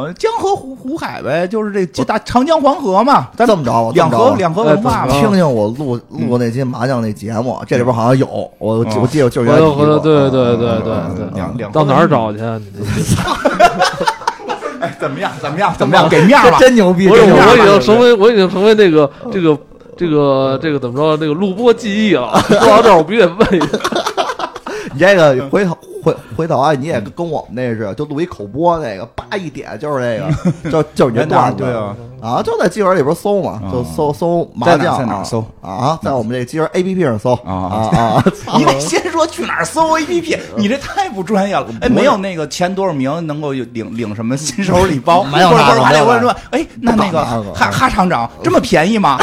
Speaker 3: 呃，江河湖湖海呗，就是这这大长江黄河嘛，咱
Speaker 1: 这么着吧，
Speaker 3: 两河
Speaker 1: 这么着吧
Speaker 3: 两河文化
Speaker 2: 哎
Speaker 3: 嘛。
Speaker 1: 听听我录录那期麻将那节目，这里边好像有，我我
Speaker 3: 嗯
Speaker 1: 我记得就是
Speaker 2: 回
Speaker 1: 原来
Speaker 2: 头
Speaker 1: 提
Speaker 2: 回头，
Speaker 1: 过，嗯
Speaker 2: 对对对
Speaker 1: 嗯
Speaker 2: 对
Speaker 1: 嗯
Speaker 2: 对
Speaker 3: 两两，
Speaker 2: 到哪儿找去啊？你 这
Speaker 3: 哎，怎么样？怎么样？怎么样？给面儿吧
Speaker 1: 这。啊真牛逼！
Speaker 2: 不是，
Speaker 1: 真牛逼
Speaker 2: 我已经成为我已经成为那个这个这个这个怎么说那个录播记忆了。说到这儿，我必须得问 一下，
Speaker 1: 你这个回头回回头啊，你也跟我们那是，就录一口播那个，叭一点就是 那个，就就是你这段子，
Speaker 3: 在哪儿
Speaker 1: 啊，就在机源里边搜嘛，
Speaker 3: 啊
Speaker 1: 就搜搜麻
Speaker 3: 在哪
Speaker 1: 将，
Speaker 3: 儿在哪儿搜
Speaker 1: 啊？在我们这个机源 A P P 上搜
Speaker 3: 啊
Speaker 1: 啊啊！
Speaker 3: 你得先说去哪儿搜 APP，你
Speaker 1: 嗯
Speaker 3: 这太不专业了。哎，没有那个前多少名能够有领领什么新手礼包，
Speaker 1: 没有
Speaker 3: 或者或
Speaker 1: 那
Speaker 3: 者
Speaker 1: 个
Speaker 3: 还
Speaker 1: 没
Speaker 3: 得
Speaker 1: 有
Speaker 3: 问
Speaker 1: 那
Speaker 3: 说，哎，那那个
Speaker 1: 不搞那个嗯
Speaker 3: 哈哈厂长这么便宜吗？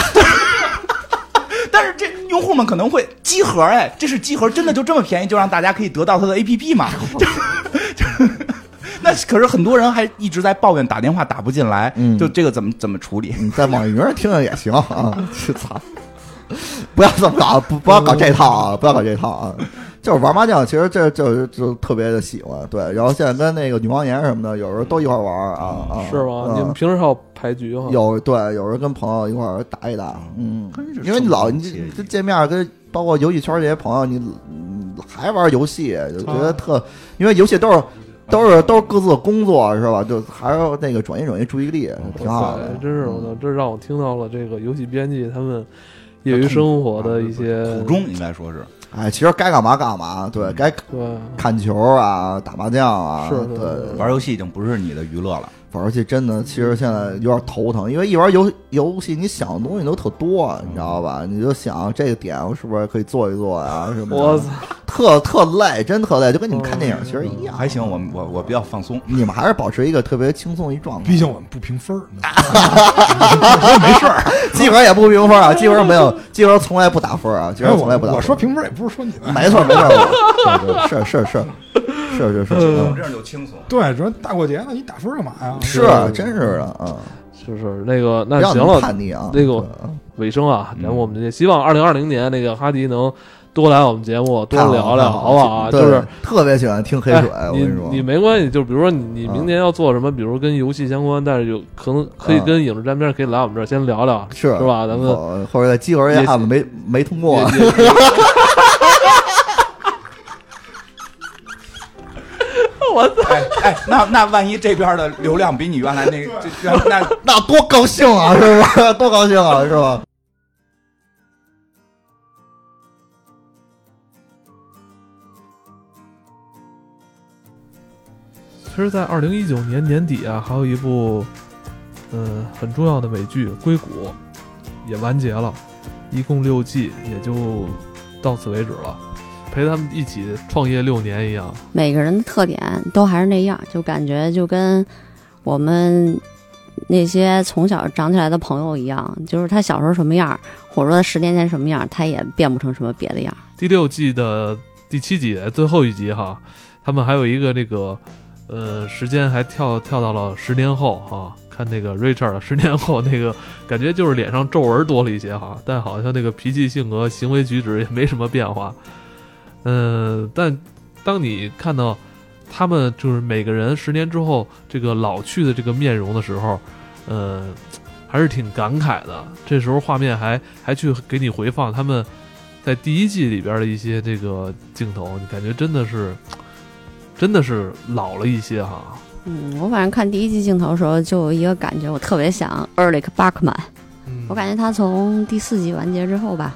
Speaker 3: 但是这用户们可能会集合，哎，这是集合，真的就这么便宜，就让大家可以得到它的 APP 吗？ 那可是很多人还一直在抱怨打电话打不进来，
Speaker 1: 嗯
Speaker 3: 就这个怎么怎么处理？
Speaker 1: 你在网易云上听听也行啊！去操，不要这么搞，不不要搞这套啊！不要搞这套啊！就是玩麻将，其实这这就就特别的喜欢，对。然后现在跟那个女王岩什么的，有时候都一块玩啊啊！
Speaker 2: 是吗？
Speaker 1: 嗯
Speaker 2: 你们平时还有牌局吗？
Speaker 1: 有对，有人跟朋友一块儿打一打，嗯
Speaker 3: 真是，
Speaker 1: 因为你老你
Speaker 3: 这么介意
Speaker 1: 这这见面儿跟包括游戏圈儿这些朋友，你嗯还玩游戏，就觉
Speaker 2: 啊
Speaker 1: 得特，因为游戏都是都是都是各自的工作是吧？就还要那个转移转移注意力，挺好的
Speaker 2: 嗯对，。真是我操，这让我听到了这个游戏编辑他们业余生活
Speaker 1: 啊
Speaker 2: 的一些
Speaker 1: 嗯
Speaker 3: 苦衷应该说是，
Speaker 1: 哎，其实该干嘛干嘛，对该
Speaker 2: 对。
Speaker 1: 看球啊，打麻将啊，
Speaker 2: 嗯是是
Speaker 1: 对
Speaker 2: 是
Speaker 3: 玩游戏已经不是你的娱乐了。
Speaker 1: 玩游戏真的，其实现在有点头疼，因为一玩游游戏，你想的东西都特多，你知道吧？你就想这个点我是不是可以做一做呀、什么的？
Speaker 2: 我操！
Speaker 1: 特特累，真特累，就跟你们看电影其实一样。
Speaker 3: 还行，我我我比较放松。
Speaker 1: 你们还是保持一个特别轻松一状态
Speaker 4: 毕，竟我们不评分儿，
Speaker 1: 啊 基本上也不评分啊，基本上没有，基本上从来不打分啊，基本上
Speaker 4: 哎，我
Speaker 1: 从来不打分。
Speaker 4: 我说评分也不是说你们，
Speaker 1: 没错没错， 我是是是是是是
Speaker 3: 我
Speaker 1: 嗯
Speaker 3: 这样就轻松。
Speaker 4: 对，说大过节呢，你打分干嘛呀？
Speaker 1: 是
Speaker 2: 是，
Speaker 1: 真是的啊，
Speaker 2: 是是那个，那
Speaker 1: 不要
Speaker 2: 行
Speaker 1: 那么
Speaker 2: 了，
Speaker 1: 叛逆啊，
Speaker 2: 那个尾声啊，
Speaker 3: 嗯
Speaker 2: 然后我们也希望二零二零年那个哈迪能多来我们节目，多
Speaker 1: 太好了
Speaker 2: 聊聊，
Speaker 1: 太
Speaker 2: 好不好啊？
Speaker 1: 对
Speaker 2: 就是
Speaker 1: 特别喜欢听黑水，
Speaker 2: 哎
Speaker 1: 我
Speaker 2: 你
Speaker 1: 跟说
Speaker 2: 你，没关系，就比如说你你
Speaker 1: 啊
Speaker 2: 明年要做什么，比如跟游戏相关，但是有可能可以
Speaker 1: 啊
Speaker 2: 跟影视沾边，可以来我们这儿先聊聊，
Speaker 1: 是
Speaker 2: 是吧？咱们
Speaker 1: 们或者在基友这案子没没通过啊，
Speaker 3: 哎哎，那那万一这边的流量比你原来那个，这那
Speaker 1: 那多高兴啊，是不是？ 多高兴啊，是吧？
Speaker 2: 其实，在二零一九年年底啊，还有一部嗯很重要的美剧《硅谷》也完结了，一共六季，也就到此为止了。陪他们一起创业六年一样，
Speaker 5: 每个人的特点都还是那样，就感觉就跟我们那些从小长起来的朋友一样，就是他小时候什么样，或者说他十年前什么样，他也变不成什么别的样。
Speaker 2: 第六季的第七集哎最后一集哈，他们还有一个那个呃时间还跳跳到了十年后哈、看那个 Richard 十年后那个感觉就是脸上皱纹多了一些哈，但好像那个脾气、性格、行为举止也没什么变化。嗯、但当你看到他们就是每个人十年之后这个老去的这个面容的时候，嗯、还是挺感慨的。这时候画面还还去给你回放他们在第一季里边的一些这个镜头，你感觉真的是，真的是老了一些哈。
Speaker 5: 嗯，我反正看第一季镜头的时候，就有一个感觉，我特别想 Erlich Bachman。
Speaker 2: 嗯
Speaker 5: 我感觉他从第四集完结之后吧，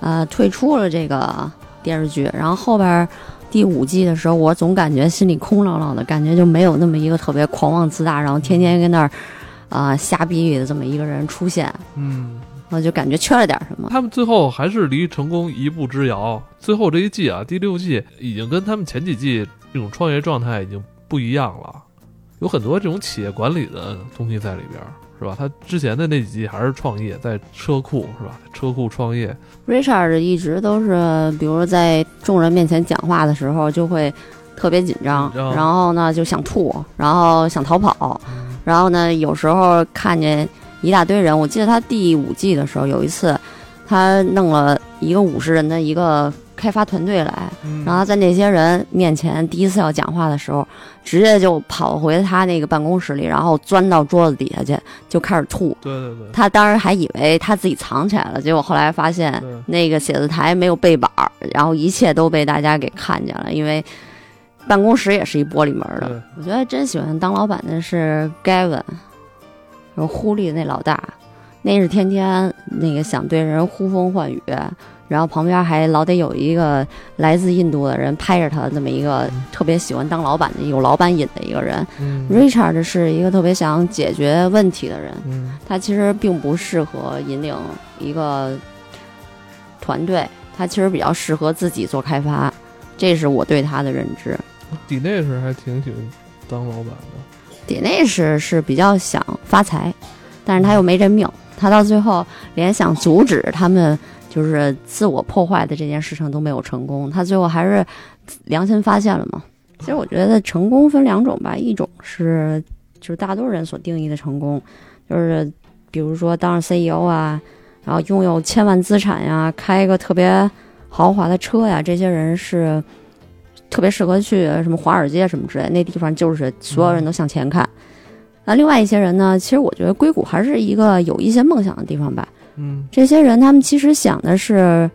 Speaker 5: 呃，退出了这个电视剧，然后后边儿第五季的时候，我总感觉心里空落落的，感觉就没有那么一个特别狂妄自大，然后天天跟那儿啊、呃瞎逼逼的这么一个人出现，
Speaker 2: 嗯，
Speaker 5: 我就感觉缺了点什么。
Speaker 2: 他们最后还是离成功一步之遥。最后这一季啊，第六季已经跟他们前几季这种创业状态已经不一样了，有很多这种企业管理的东西在里边，是吧？他之前的那几季还是创业，在车库是吧？在车库创业，
Speaker 5: Richard 一直都是，比如说在众人面前讲话的时候，就会特别紧张，
Speaker 2: 紧张嗯
Speaker 5: 然后呢就想吐，然后想逃跑，然后呢有时候看见一大堆人。我记得他第五季的时候，有一次他弄了一个五十人的一个开发团队来，
Speaker 2: 嗯
Speaker 5: 然后在那些人面前第一次要讲话的时候，直接就跑回他那个办公室里，然后钻到桌子底下去，就开始吐。
Speaker 2: 对对对，
Speaker 5: 他当时还以为他自己藏起来了，结果后来发现
Speaker 2: 对
Speaker 5: 那个写字台没有背板儿，然后一切都被大家给看见了，因为办公室也是一玻璃门
Speaker 2: 对
Speaker 5: 的。我觉得真喜欢当老板的是 Gavin，然后忽利那老大，那是天天那个想对人呼风唤雨，然后旁边还老得有一个来自印度的人拍着他，这么一个特别喜欢当老板的有老板瘾的一个人。
Speaker 2: 嗯
Speaker 5: Richard 是一个特别想解决问题的人。
Speaker 2: 嗯
Speaker 5: 他其实并不适合引领一个团队，他其实比较适合自己做开发，这是我对他的认知。
Speaker 2: 底内是还挺喜欢当老板的，
Speaker 5: 底内是是比较想发财，但是他又没这命，他到最后连想阻止他们就是自我破坏的这件事情都没有成功，他最后还是良心发现了嘛。其实我觉得成功分两种吧，一种是就是大多数人所定义的成功，就是比如说当上 CEO 啊，然后拥有千万资产呀、开一个特别豪华的车呀，这些人是特别适合去什么华尔街什么之类，那地方就是所有人都向前看。那另外一些人呢，其实我觉得硅谷还是一个有一些梦想的地方吧。
Speaker 2: 嗯
Speaker 5: 这些人他们其实想的是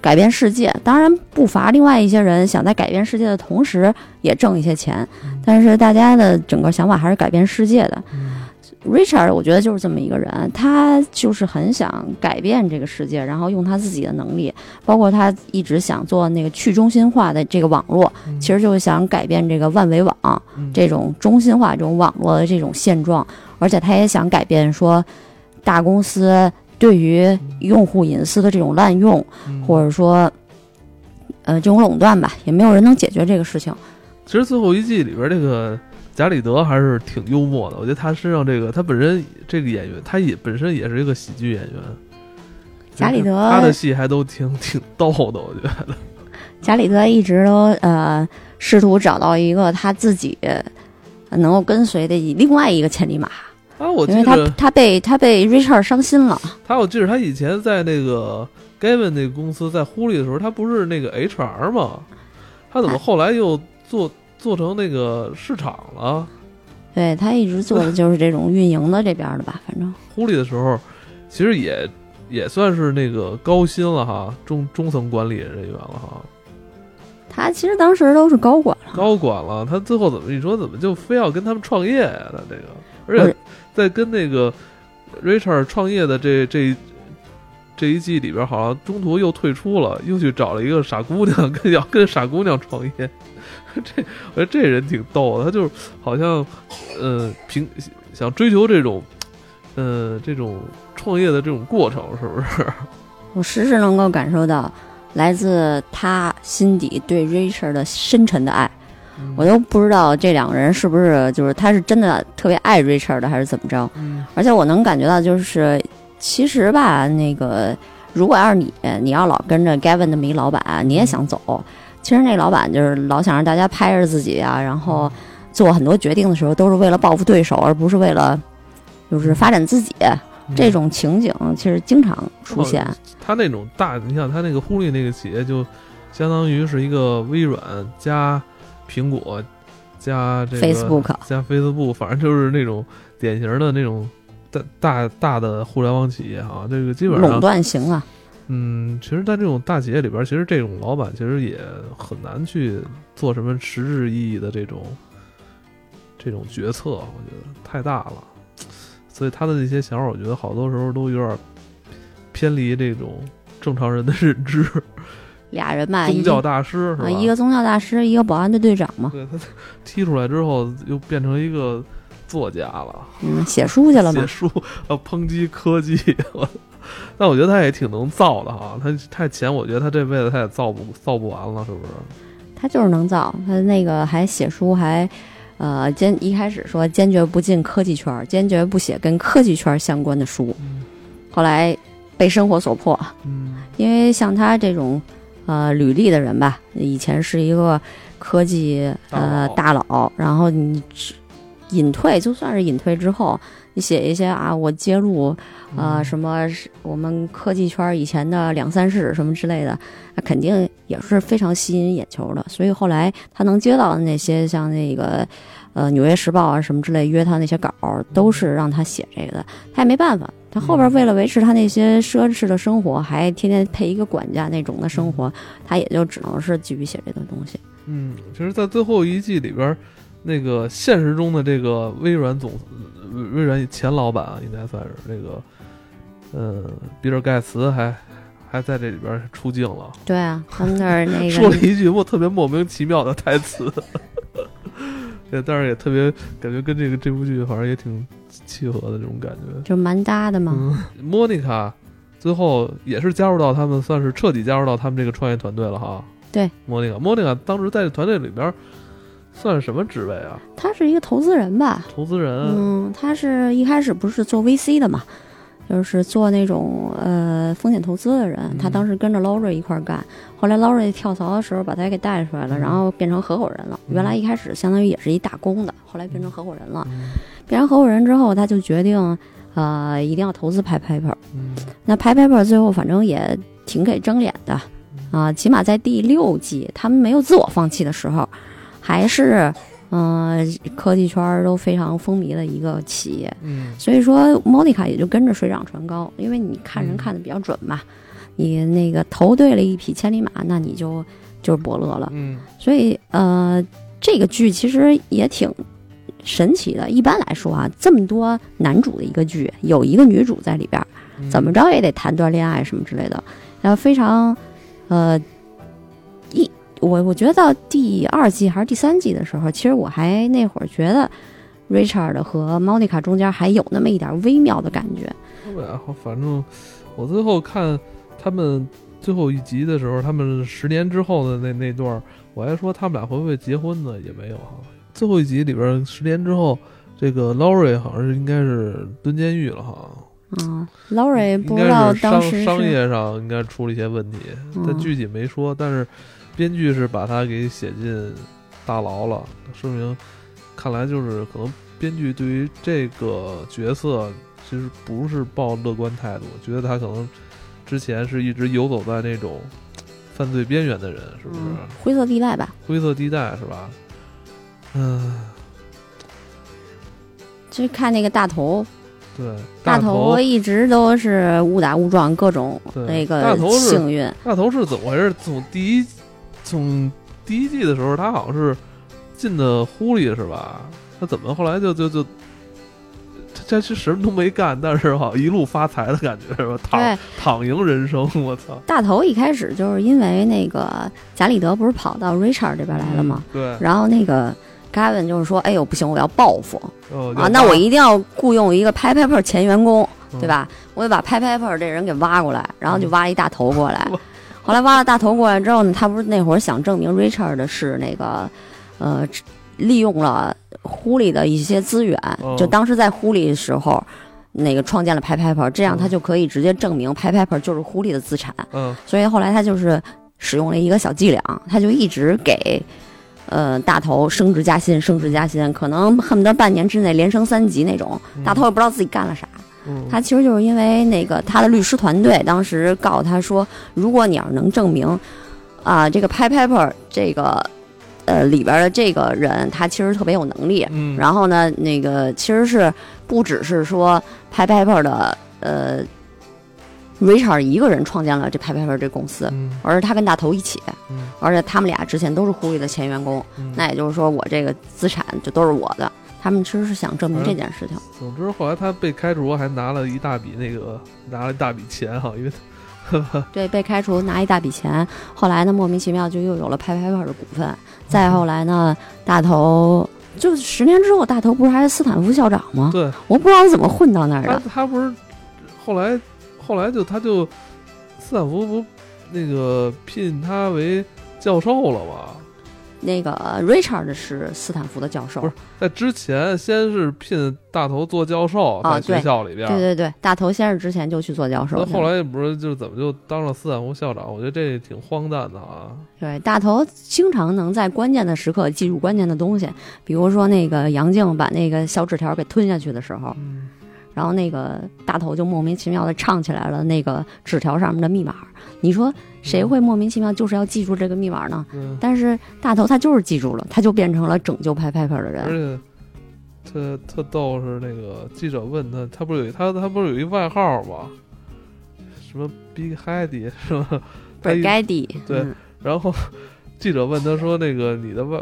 Speaker 5: 改变世界，当然不乏另外一些人想在改变世界的同时也挣一些钱，但是大家的整个想法还是改变世界的。
Speaker 2: 嗯
Speaker 5: Richard，我觉得就是这么一个人，他就是很想改变这个世界，然后用他自己的能力，包括他一直想做那个去中心化的这个网络，
Speaker 2: 嗯
Speaker 5: 其实就是想改变这个万维网。
Speaker 2: 嗯
Speaker 5: 这种中心化、这种网络的这种现状，而且他也想改变说大公司对于用户隐私的这种滥用，
Speaker 2: 嗯
Speaker 5: 或者说呃这种垄断吧，也没有人能解决这个事情。
Speaker 2: 其实最后一季里边这个贾里德还是挺幽默的，我觉得他身上这个他本身这个演员，他也本身也是一个喜剧演员。
Speaker 5: 贾里德
Speaker 2: 他的戏还都挺挺逗的，我觉得。
Speaker 5: 贾里德一直都呃试图找到一个他自己呃能够跟随的一另外一个千里马，
Speaker 2: 啊，我
Speaker 5: 因为
Speaker 2: 记
Speaker 5: 他
Speaker 2: 得
Speaker 5: 他被他被 Richard 伤心了。
Speaker 2: 他，我记得他以前在那个 Gavin 那个公司在呼利的时候，他不是那个 HR 吗？他怎么
Speaker 5: 啊
Speaker 2: 后来又做做成那个市场了？
Speaker 5: 对他一直做的就是这种运营的这边的吧，反正
Speaker 2: 呼利的时候，其实也也算是那个高薪了哈，中中层管理人员了哈。
Speaker 5: 他其实当时都是高管了。
Speaker 2: 高管了，他最后怎么你说怎么就非要跟他们创业呀、他这个，而
Speaker 5: 不
Speaker 2: 且
Speaker 5: 是
Speaker 2: 在跟那个 Richard 创业的这这这一季里边，好像中途又退出了，又去找了一个傻姑娘，跟要跟傻姑娘创业。 这我觉得这人挺逗的，他就是好像呃平想追求这种呃这种创业的这种过程，是不是？
Speaker 5: 我时时能够感受到来自他心底对 Richard 的深沉的爱。我都不知道这两个人是不是就是他是真的特别爱 Richard 的，还是怎么着？
Speaker 2: 嗯
Speaker 5: 而且我能感觉到，就是其实吧，那个如果要是你，你要老跟着 Gavin 那么一老板，你也想走。其实那老板就是老想让大家拍着自己啊，然后做很多决定的时候都是为了报复对手，而不是为了就是发展自己。这种情景其实经常出现。
Speaker 2: 他那种大，你想他那个呼利那个企业，就相当于是一个微软加苹果加这个
Speaker 5: Facebook
Speaker 2: 加 Facebook，反正就是那种典型的那种大大大的互联网企业啊。这个基本
Speaker 5: 垄
Speaker 2: 上，
Speaker 5: 断型啊，
Speaker 2: 嗯，其实，在这种大企业里边，其实这种老板其实也很难去做什么实质意义的这种这种决策，我觉得太大了。所以他的那些想法，我觉得好多时候都有点偏离这种正常人的认知。
Speaker 5: 俩人 吧，
Speaker 2: 宗
Speaker 5: 一
Speaker 2: 教
Speaker 5: 个
Speaker 2: 大师是吧？
Speaker 5: 啊一个宗教大师，一个保安队队长嘛，
Speaker 2: 对他踢出来之后，又变成一个作家了，
Speaker 5: 嗯，写书去了嘛
Speaker 2: 写。书啊，抨击科技。 我但我觉得他也挺能造的哈，他他钱，我觉得他这辈子他也造不造不完了，是不是？
Speaker 5: 他就是能造，他那个还写书还。呃，坚一开始说坚决不进科技圈儿，坚决不写跟科技圈儿相关的书，
Speaker 2: 嗯
Speaker 5: 后来被生活所迫，
Speaker 2: 嗯
Speaker 5: 因为像他这种呃履历的人吧，以前是一个科技呃
Speaker 2: 大
Speaker 5: 大佬，然后你只隐退，就算是隐退之后，你写一些啊，我揭露嗯啊、呃什么是我们科技圈以前的两三事什么之类的，那肯定也是非常吸引眼球的。所以后来他能接到的那些像那个呃《纽约时报》啊什么之类约他那些稿儿，都是让他写这个的，他也没办法。他后
Speaker 2: 嗯
Speaker 5: 边为了维持他那些奢侈的生活，还天天配一个管家那种的生活，他也就只能是继续写这个东西。
Speaker 2: 嗯，其实，在最后一季里边儿，那个现实中的这个微软总，呃微软前老板啊，应该算是那个，呃，比尔盖茨还还在这里边儿出镜了，
Speaker 5: 对啊，他们那儿那 个
Speaker 2: 说了一句莫特别莫名其妙的台词， 也但是也特别感觉跟这个这部剧好像也挺契合的这种感觉。
Speaker 5: 就蛮搭的嘛。
Speaker 2: 嗯，莫妮卡最后也是加入到他们，算是彻底加入到他们这个创业团队了哈。
Speaker 5: 对，
Speaker 2: 莫妮卡，莫妮卡当时在这团队里边儿算是什么职位啊？
Speaker 5: 他是一个投资人吧？
Speaker 2: 投资人。
Speaker 5: 嗯，他是一开始不是做 VC 的嘛，就是做那种呃风险投资的人。他
Speaker 2: 嗯
Speaker 5: 当时跟着 Laurie 一块儿干，后来 Laurie 跳槽的时候把他给带出来了，
Speaker 2: 嗯
Speaker 5: 然后变成合伙人了。
Speaker 2: 嗯
Speaker 5: 原来一开始相当于也是一打工的，后来变成合伙人了。
Speaker 2: 嗯
Speaker 5: 变成合伙人之后，他就决定呃一定要投资 p 拍 p a
Speaker 2: 嗯
Speaker 5: 那 p 拍 p a 最后反正也挺给争脸的啊，起码在第六季他们没有自我放弃的时候，还是。嗯、科技圈儿都非常风靡的一个企业，
Speaker 2: 嗯
Speaker 5: 所以说莫妮卡也就跟着水涨船高，因为你看人
Speaker 2: 嗯
Speaker 5: 看的比较准嘛，你那个投对了一匹千里马，那你就就是伯乐了。
Speaker 2: 嗯
Speaker 5: 所以呃，这个剧其实也挺神奇的。一般来说啊，这么多男主的一个剧，有一个女主在里边儿，
Speaker 2: 嗯
Speaker 5: 怎么着也得谈段恋爱什么之类的，然后非常呃一我我觉得到第二季还是第三季的时候，其实我还那会儿觉得 Richard 和 Monica 中间还有那么一点微妙的感觉，
Speaker 2: 他们俩好，啊反正我最后看他们最后一集的时候，他们十年之后的那那段儿，我还说他们俩会不会结婚呢？也没有哈。最后一集里边儿，十年之后，这个 Laurie 好像是应该是蹲监狱了哈。
Speaker 5: 嗯，Laurie
Speaker 2: 应
Speaker 5: 不知
Speaker 2: 该
Speaker 5: 道
Speaker 2: 是
Speaker 5: 当
Speaker 2: 商
Speaker 5: 时
Speaker 2: 商
Speaker 5: 是
Speaker 2: 业上应该出了一些问题，但
Speaker 5: 嗯
Speaker 2: 具体没说。但是编剧是把他给写进大牢了，说明看来就是可能编剧对于这个角色其实不是抱乐观态度，觉得他可能之前是一直游走在那种犯罪边缘的人，是不是、
Speaker 5: 嗯灰色地带吧，
Speaker 2: 灰色地带是吧？嗯，
Speaker 5: 就是看那个大头，
Speaker 2: 对，
Speaker 5: 大
Speaker 2: 头
Speaker 5: 头一直都是误打误撞，各种
Speaker 2: 对
Speaker 5: 那
Speaker 2: 大
Speaker 5: 个
Speaker 2: 头是
Speaker 5: 幸运，
Speaker 2: 大头是怎么回事？从第一从第一季的时候，他好像是进的狐狸是吧？他怎么后来就就就他他是什么都没干，但是好像一路发财的感觉是吧？躺
Speaker 5: 对，
Speaker 2: 躺赢人生，我操！
Speaker 5: 大头一开始就是因为那个贾里德不是跑到 Richard 这边来了吗？啊
Speaker 2: 对，
Speaker 5: 然后那个 Gavin 就是说：“哎呦，不行，我要报复
Speaker 2: 哦
Speaker 5: 啊！那我一定要雇佣一个 p a p a p e 前员工，对？吧？我得把 p a p a p e 这人给挖过来，然后就挖了一大头过来
Speaker 2: 嗯。
Speaker 5: 后来挖了大头过来之后呢，他不是那会儿想证明 Richard 是那个，呃，利用了狐狸的一些资源
Speaker 2: 哦，
Speaker 5: 就当时在狐狸的时候。”那个创建了 p a p a p e 这样他就可以直接证明 p a p a p e 就是狐狸的资产。
Speaker 2: 嗯
Speaker 5: 所以后来他就是使用了一个小伎俩，他就一直给呃大头升职加薪，升职加薪，可能恨不得半年之内连升三级那种。
Speaker 2: 嗯
Speaker 5: 大头也不知道自己干了啥，
Speaker 2: 嗯，
Speaker 5: 他其实就是因为那个他的律师团队当时告他说，如果你要是能证明啊、这个 p i p e p e r 这个呃里边的这个人他其实特别有能力，
Speaker 2: 嗯，
Speaker 5: 然后呢，那个其实是不只是说 p i p e p e r 的呃 Richard 一个人创建了这 p i p e p e r 这公司，
Speaker 2: 嗯
Speaker 5: 而是他跟大头一起，
Speaker 2: 嗯
Speaker 5: 而且他们俩之前都是狐狸的前员工，
Speaker 2: 嗯，
Speaker 5: 那也就是说我这个资产就都是我的。他们其实是想证明这件事情，
Speaker 2: 总之后来他被开除，还拿了一大笔那个拿了一大笔钱哈，因为呵呵
Speaker 5: 对，被开除拿一大笔钱，后来呢莫名其妙就又有了 p i p e p e r 的股
Speaker 2: 嗯
Speaker 5: 份，再后来呢大头就十年之后，大头不是还是斯坦福校长吗？
Speaker 2: 对，
Speaker 5: 我不知道他怎么混到那儿
Speaker 2: 他
Speaker 5: 的，
Speaker 2: 他不是后来后来就他就斯坦福不那个聘他为教授了吗？
Speaker 5: 那个呃 Richard 是斯坦福的教授
Speaker 2: 不是，在之前先是聘大头做教授，
Speaker 5: 啊
Speaker 2: 在学校里边，
Speaker 5: 对对对，大头先生之前就去做教授
Speaker 2: 那
Speaker 5: 去了，
Speaker 2: 后来也不是就是怎么就当上斯坦福校长？我觉得这挺荒诞的啊。
Speaker 5: 对大头经常能在关键的时刻记住关键的东西，比如说那个杨静把那个小纸条给吞下去的时候，
Speaker 2: 嗯
Speaker 5: 然后那个大头就莫名其妙的唱起来了那个纸条上面的密码。你说谁会莫名其妙就是要记住这个密码呢？
Speaker 2: 嗯，
Speaker 5: 但是大头他就是记住了，他就变成了拯救派派克的
Speaker 2: 而
Speaker 5: 人。
Speaker 2: 且特特逗是那个记者问他，他不是有一他他不是有一外号吗？什么 Big Heidi 是吧？他一
Speaker 5: 该地
Speaker 2: 对然后记者问他说：“那个你的外，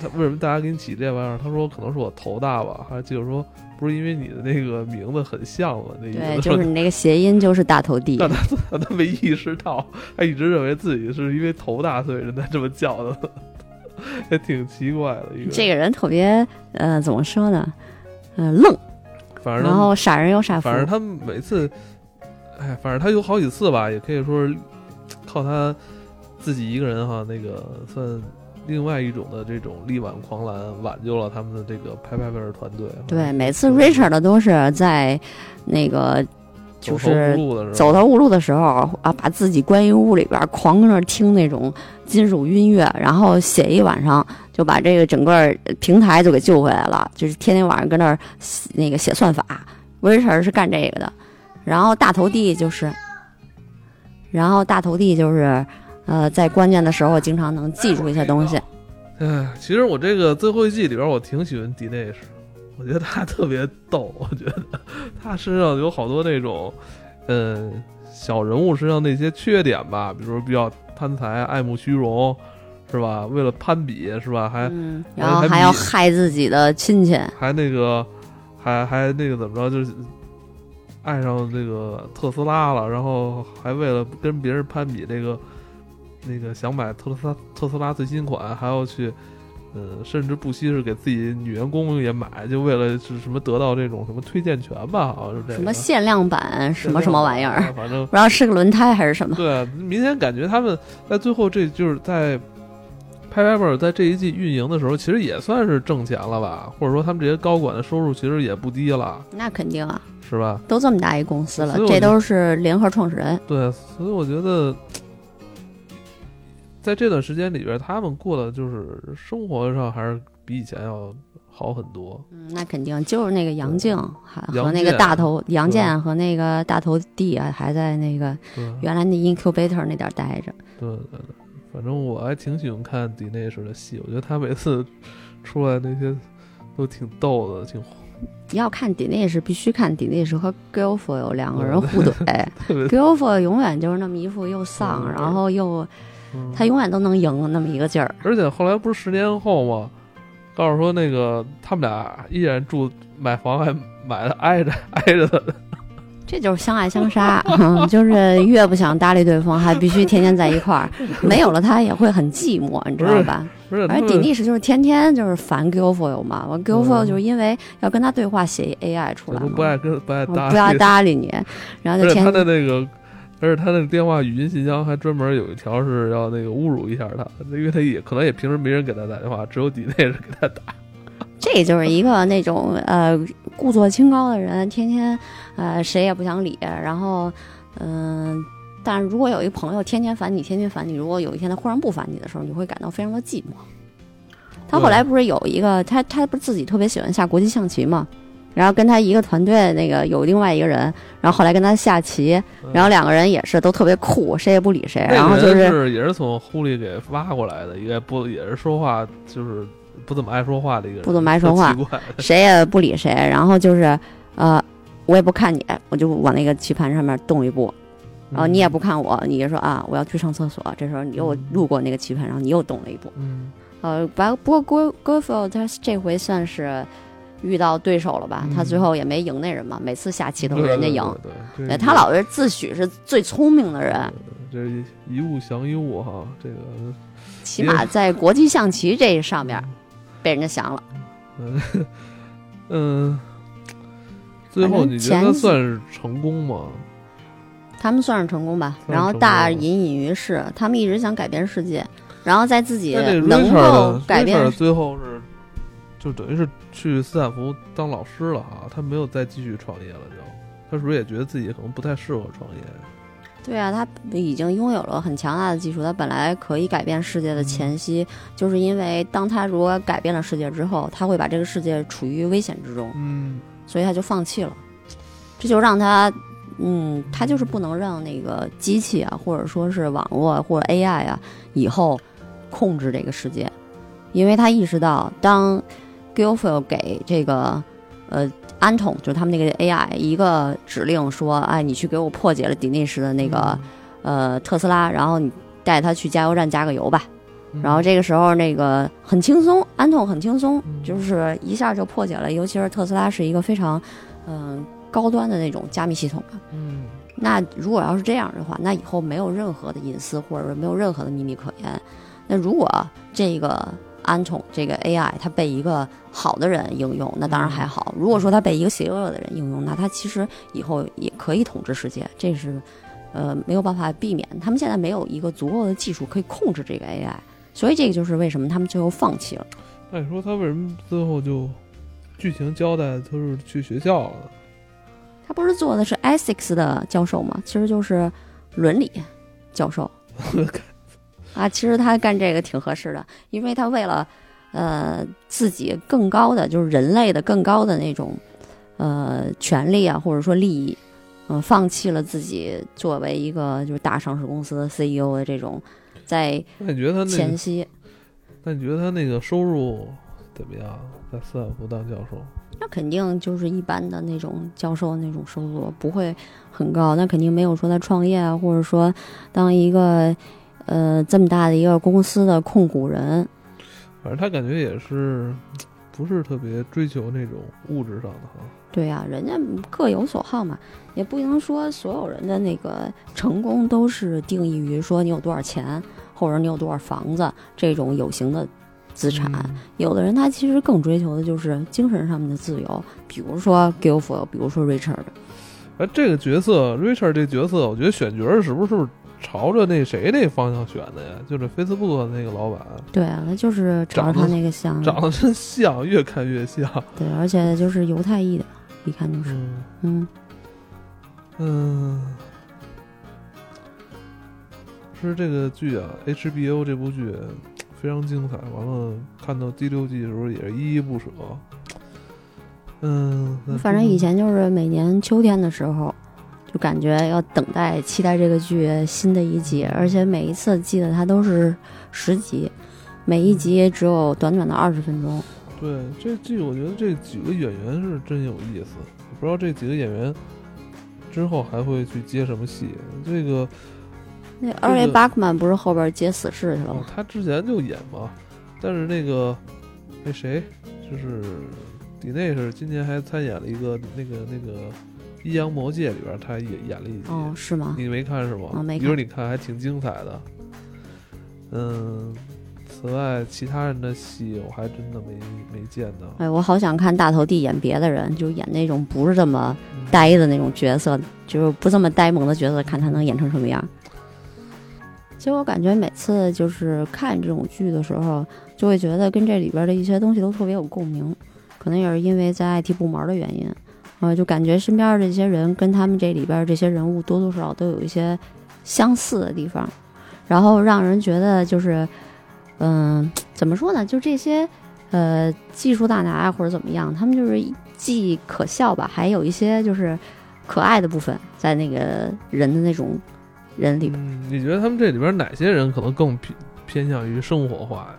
Speaker 2: 他为什么大家给你起这玩意儿？”他说：“可能是我头大吧。”还是记者说：“不是因为你的那个名字很像吗？”那意
Speaker 5: 对，
Speaker 2: 思
Speaker 5: 就是你那个谐音就是大头 弟。
Speaker 2: 让他让他没意识到，他一直认为自己是因为头大所以人家这么叫的， 也挺奇怪的一个。
Speaker 5: 这个人特别呃，怎么说呢？嗯、愣，
Speaker 2: 反正
Speaker 5: 然后傻人有傻福
Speaker 2: 反。正他每次，哎，反正他有好几次吧，也可以说是靠他自己一个人哈，那个算另外一种的这种力挽狂澜，挽救了他们的这个拍拍贝尔团队。
Speaker 5: 对，，每次 Richard 都是在那个就
Speaker 2: 走投
Speaker 5: 是
Speaker 2: 无路的时
Speaker 5: 走
Speaker 2: 候，哎
Speaker 5: 投无路的时候啊，把自己关于屋里边儿狂搁那儿听那种金属音乐，然后写一晚上，就把这个整个儿平台就给救回来了。就是天天晚上搁那儿写那个写算法，威神是干这个的，然后大头弟就是，然后大头弟就是，呃，在关键的时候经常能记住一些东西。
Speaker 2: 哎，其实我这个最后一季里边，我挺喜欢迪内什，我觉得他特别逗，我觉得他身上有好多那种，嗯，小人物身上那些缺点吧，比如说比较贪财、爱慕虚荣，是吧？为了攀比，是吧？还
Speaker 5: 嗯，
Speaker 2: 然
Speaker 5: 然
Speaker 2: 后
Speaker 5: 后
Speaker 2: 还
Speaker 5: 还要
Speaker 2: 比
Speaker 5: 害自己的亲戚，
Speaker 2: 还那个，还还那个怎么着，就是爱上这个特斯拉了，然后还为了跟别人攀比，这个那个想买特斯拉特斯拉最新款，还要去，呃，甚至不惜是给自己女员工也买，就为了是什么得到这种什么推荐权吧，好像是这个
Speaker 5: 什么限量版，什么什么玩 意儿，，
Speaker 2: 反正
Speaker 5: 不知道是个轮胎还是什 么。
Speaker 2: 对，明显感觉他们在最后这就是在拍拍本在这一季运营的时候，其实也算是挣钱了吧，或者说他们这些高管的收入其实也不低了，
Speaker 5: 那肯定啊，
Speaker 2: 是吧？
Speaker 5: 都这么大一公司了
Speaker 2: 所以，我
Speaker 5: 这
Speaker 2: 觉得
Speaker 5: 都是联合创始人。
Speaker 2: 对，所以我觉得。在这段时间里边，他们过的就是生活上还是比以前要好很多。
Speaker 5: 嗯，那肯定就是那个杨静，还
Speaker 2: 杨
Speaker 5: 和那个
Speaker 2: 健
Speaker 5: 大头杨
Speaker 2: 对
Speaker 5: 健和那个大头弟啊，还在那个
Speaker 2: 对
Speaker 5: 原来那 incubator 那点儿待着。
Speaker 2: 对对对，反正我还挺喜欢看迪内什的戏，我觉得他每次出来那些都挺逗的，挺
Speaker 5: 要看迪内是必须看迪内是和 Guilfoyle 两个人
Speaker 2: 对
Speaker 5: 互 怼
Speaker 2: 特别。
Speaker 5: ，Guilfoyle 永远就是那么一副又丧，
Speaker 2: 嗯
Speaker 5: 然后又
Speaker 2: 嗯
Speaker 5: 他永远都能赢的那么一个劲儿。
Speaker 2: 而且后来不是十年后吗？告诉说那个他们俩依然住买房还买的挨着挨着的，
Speaker 5: 这就是相爱相杀，嗯就是越不想搭理对方，还必须天天在一块儿。没有了他也会很寂寞，你知道吧？
Speaker 2: 不是他
Speaker 5: 而
Speaker 2: 们
Speaker 5: 且迪 i 是就是天天就是烦 Guilfoyle 嘛，完 Guilfoyle 就是因为要跟他对话写一 AI 出
Speaker 2: 嗯
Speaker 5: 来
Speaker 2: 都
Speaker 5: 嘛，
Speaker 2: 不爱跟不爱
Speaker 5: 嗯
Speaker 2: 搭理，
Speaker 5: 不要搭理你，然后
Speaker 2: 而
Speaker 5: 就
Speaker 2: 且
Speaker 5: 天
Speaker 2: 他的那个，而且他的电话语音信箱还专门有一条是要那个侮辱一下他，因为他也可能也平时没人给他打电话，只有迪内是给他打。
Speaker 5: 这就是一个那种呃故作清高的人，天天呃谁也不想理，然后嗯、但是如果有一朋友天天烦你，天天烦你，如果有一天他忽然不烦你的时候，你会感到非常的寂寞。他后来不是有一个他他不是自己特别喜欢下国际象棋嘛，然后跟他一个团队那个有另外一个人，然后后来跟他下棋，然后两个人也是都特别酷，谁也不理谁，
Speaker 2: 那
Speaker 5: 哎然后就
Speaker 2: 个人
Speaker 5: 是
Speaker 2: 是也是从狐狸给挖过来的，也不也是说话就是不怎么爱说话的一个人，
Speaker 5: 不怎么爱说话
Speaker 2: 特奇怪。
Speaker 5: 谁也不理谁，然后就是呃，我也不看你，我就往那个棋盘上面动一步，然哦后你也不看我，你就说啊，我要去上厕所，这时候你又
Speaker 2: 嗯
Speaker 5: 路过那个棋盘，然后你又动了一步，
Speaker 2: 嗯，
Speaker 5: 呃，不不过郭郭 l 他这回算是遇到对手了吧，
Speaker 2: 嗯
Speaker 5: 他最后也没赢那人嘛，每次下棋
Speaker 2: 对
Speaker 5: 都是人家赢。，
Speaker 2: 对对对啊
Speaker 5: 对
Speaker 2: 这
Speaker 5: 他老是自诩是最聪明的人，
Speaker 2: 这是一物降一物哈，这个
Speaker 5: 起码在国际象棋这上面被人家降了。
Speaker 2: 嗯嗯，最后
Speaker 5: 反正
Speaker 2: 你觉
Speaker 5: 前
Speaker 2: 得
Speaker 5: 几
Speaker 2: 算是成功吗？
Speaker 5: 他们算是成功吧。
Speaker 2: 算是
Speaker 5: 然后
Speaker 2: 成
Speaker 5: 大
Speaker 2: 功了
Speaker 5: 隐隐于市，他们一直想改变世界，然后在自己
Speaker 2: 那这
Speaker 5: 能
Speaker 2: Richard
Speaker 5: 够
Speaker 2: 呢
Speaker 5: 改
Speaker 2: Richard
Speaker 5: 变。
Speaker 2: 最后是就等于是去斯坦福当老师了哈，他没有再继续创业了就，他是不是也觉得自己可能不太适合创业？
Speaker 5: 对啊，他已经拥有了很强大的技术，他本来可以改变世界的
Speaker 2: 嗯
Speaker 5: 前夕，就是因为当他如果改变了世界之后，他会把这个世界处于危险之中，
Speaker 2: 嗯，
Speaker 5: 所以他就放弃了。这就让他，嗯，他就是不能让那个机器啊，或者说是网络啊或者 AI 啊，以后控制这个世界，因为他意识到，当 Guilfoyle 给这个呃安统，就是他们那个 AI 一个指令说，哎，你去给我破解了迪内什的那个、呃特斯拉，然后你带他去加油站加个油吧。
Speaker 2: 嗯
Speaker 5: 然后这个时候，那个很轻松，安统很轻松，就是一下就破解了。尤其是特斯拉是一个非常，嗯、高端的那种加密系统嘛。
Speaker 2: 嗯
Speaker 5: 那如果要是这样的话，那以后没有任何的隐私，或者说没有任何的秘密可言。那如果这个安宠这个 AI 它被一个好的人应用，那当然还好；如果说它被一个邪恶的人应用，那它其实以后也可以统治世界，这是呃没有办法避免。他们现在没有一个足够的技术可以控制这个 AI，所以这个就是为什么他们最后放弃了。
Speaker 2: 那你说他为什么最后就剧情交代他是去学校了？
Speaker 5: 他不是做的是 ethics 的教授吗？其实就是伦理教 授。啊，其实他干这个挺合适的，因为他为了呃自己更高的，就是人类的更高的那种呃权利啊，或者说利益，嗯、放弃了自己作为一个就是大上市公司的 CEO 的这种，在
Speaker 2: 那你觉得他那
Speaker 5: 前
Speaker 2: 个？
Speaker 5: 夕，
Speaker 2: 那你觉得他那个收入怎么样？在斯坦福当教授，
Speaker 5: 那肯定就是一般的那种教授那种收入不会很高，那肯定没有说他创业啊，或者说当一个呃这么大的一个公司的控股人，
Speaker 2: 反正他感觉也是，不是特别追求那种物质上的哈。
Speaker 5: 对呀、人家各有所好嘛，也不能说所有人的那个成功都是定义于说你有多少钱，或者你有多少房子这种有形的资产。
Speaker 2: 嗯
Speaker 5: 有的人他其实更追求的就是精神上面的自由，比如说 Guilfoyle，比如说 Richard。
Speaker 2: 哎，这个角色 Richard 这角色，我觉得选角是不是是不是朝着那谁那方向选的呀？就是 Facebook 那个老板，
Speaker 5: 对啊，那就是朝着他那个像，
Speaker 2: 长得真像，越看越像。
Speaker 5: 对，而且就是犹太裔的，一看就是，
Speaker 2: 嗯
Speaker 5: 嗯，
Speaker 2: 嗯，是这个剧啊，HBO 这部剧非常精彩。完了，看到第六季的时候也是依依不舍。嗯，那
Speaker 5: 反正以前就是每年秋天的时候，就感觉要等待、期待这个剧新的一集，而且每一次记得它都是十集，每一集只有短短的二十分钟。
Speaker 2: 对这剧，我觉得这几个演员是真有意思。我不知道这几个演员之后还会去接什么戏。这个
Speaker 5: 那二位巴克曼不是后边接死侍去了
Speaker 2: 哦
Speaker 5: 吗？，
Speaker 2: 他之前就演嘛，但是那个那谁，就是迪内是今年还参演了一个那个那个《阴阳魔界》里边，他也演了一集，
Speaker 5: 哦，是吗？
Speaker 2: 你没看是吗？
Speaker 5: 啊没
Speaker 2: 一会儿你看还挺精彩的。嗯，此外其他人的戏我还真的没没见到。
Speaker 5: 哎，我好想看大头弟演别的人，就演那种不是这么呆的那种角色，就是不这么呆萌的角色，看他能演成什么样。其实我感觉每次就是看这种剧的时候，就会觉得跟这里边的一些东西都特别有共鸣，可能也是因为在 IT 部门的原因，啊、就感觉身边的这些人跟他们这里边这些人物多多少少都有一些相似的地方，然后让人觉得就是，嗯、怎么说呢，就这些。呃，技术大拿啊，或者怎么样，他们就是既可笑吧，还有一些就是可爱的部分在那个人的那种人里边。
Speaker 2: 嗯，你觉得他们这里边哪些人可能更偏偏向于生活化呀？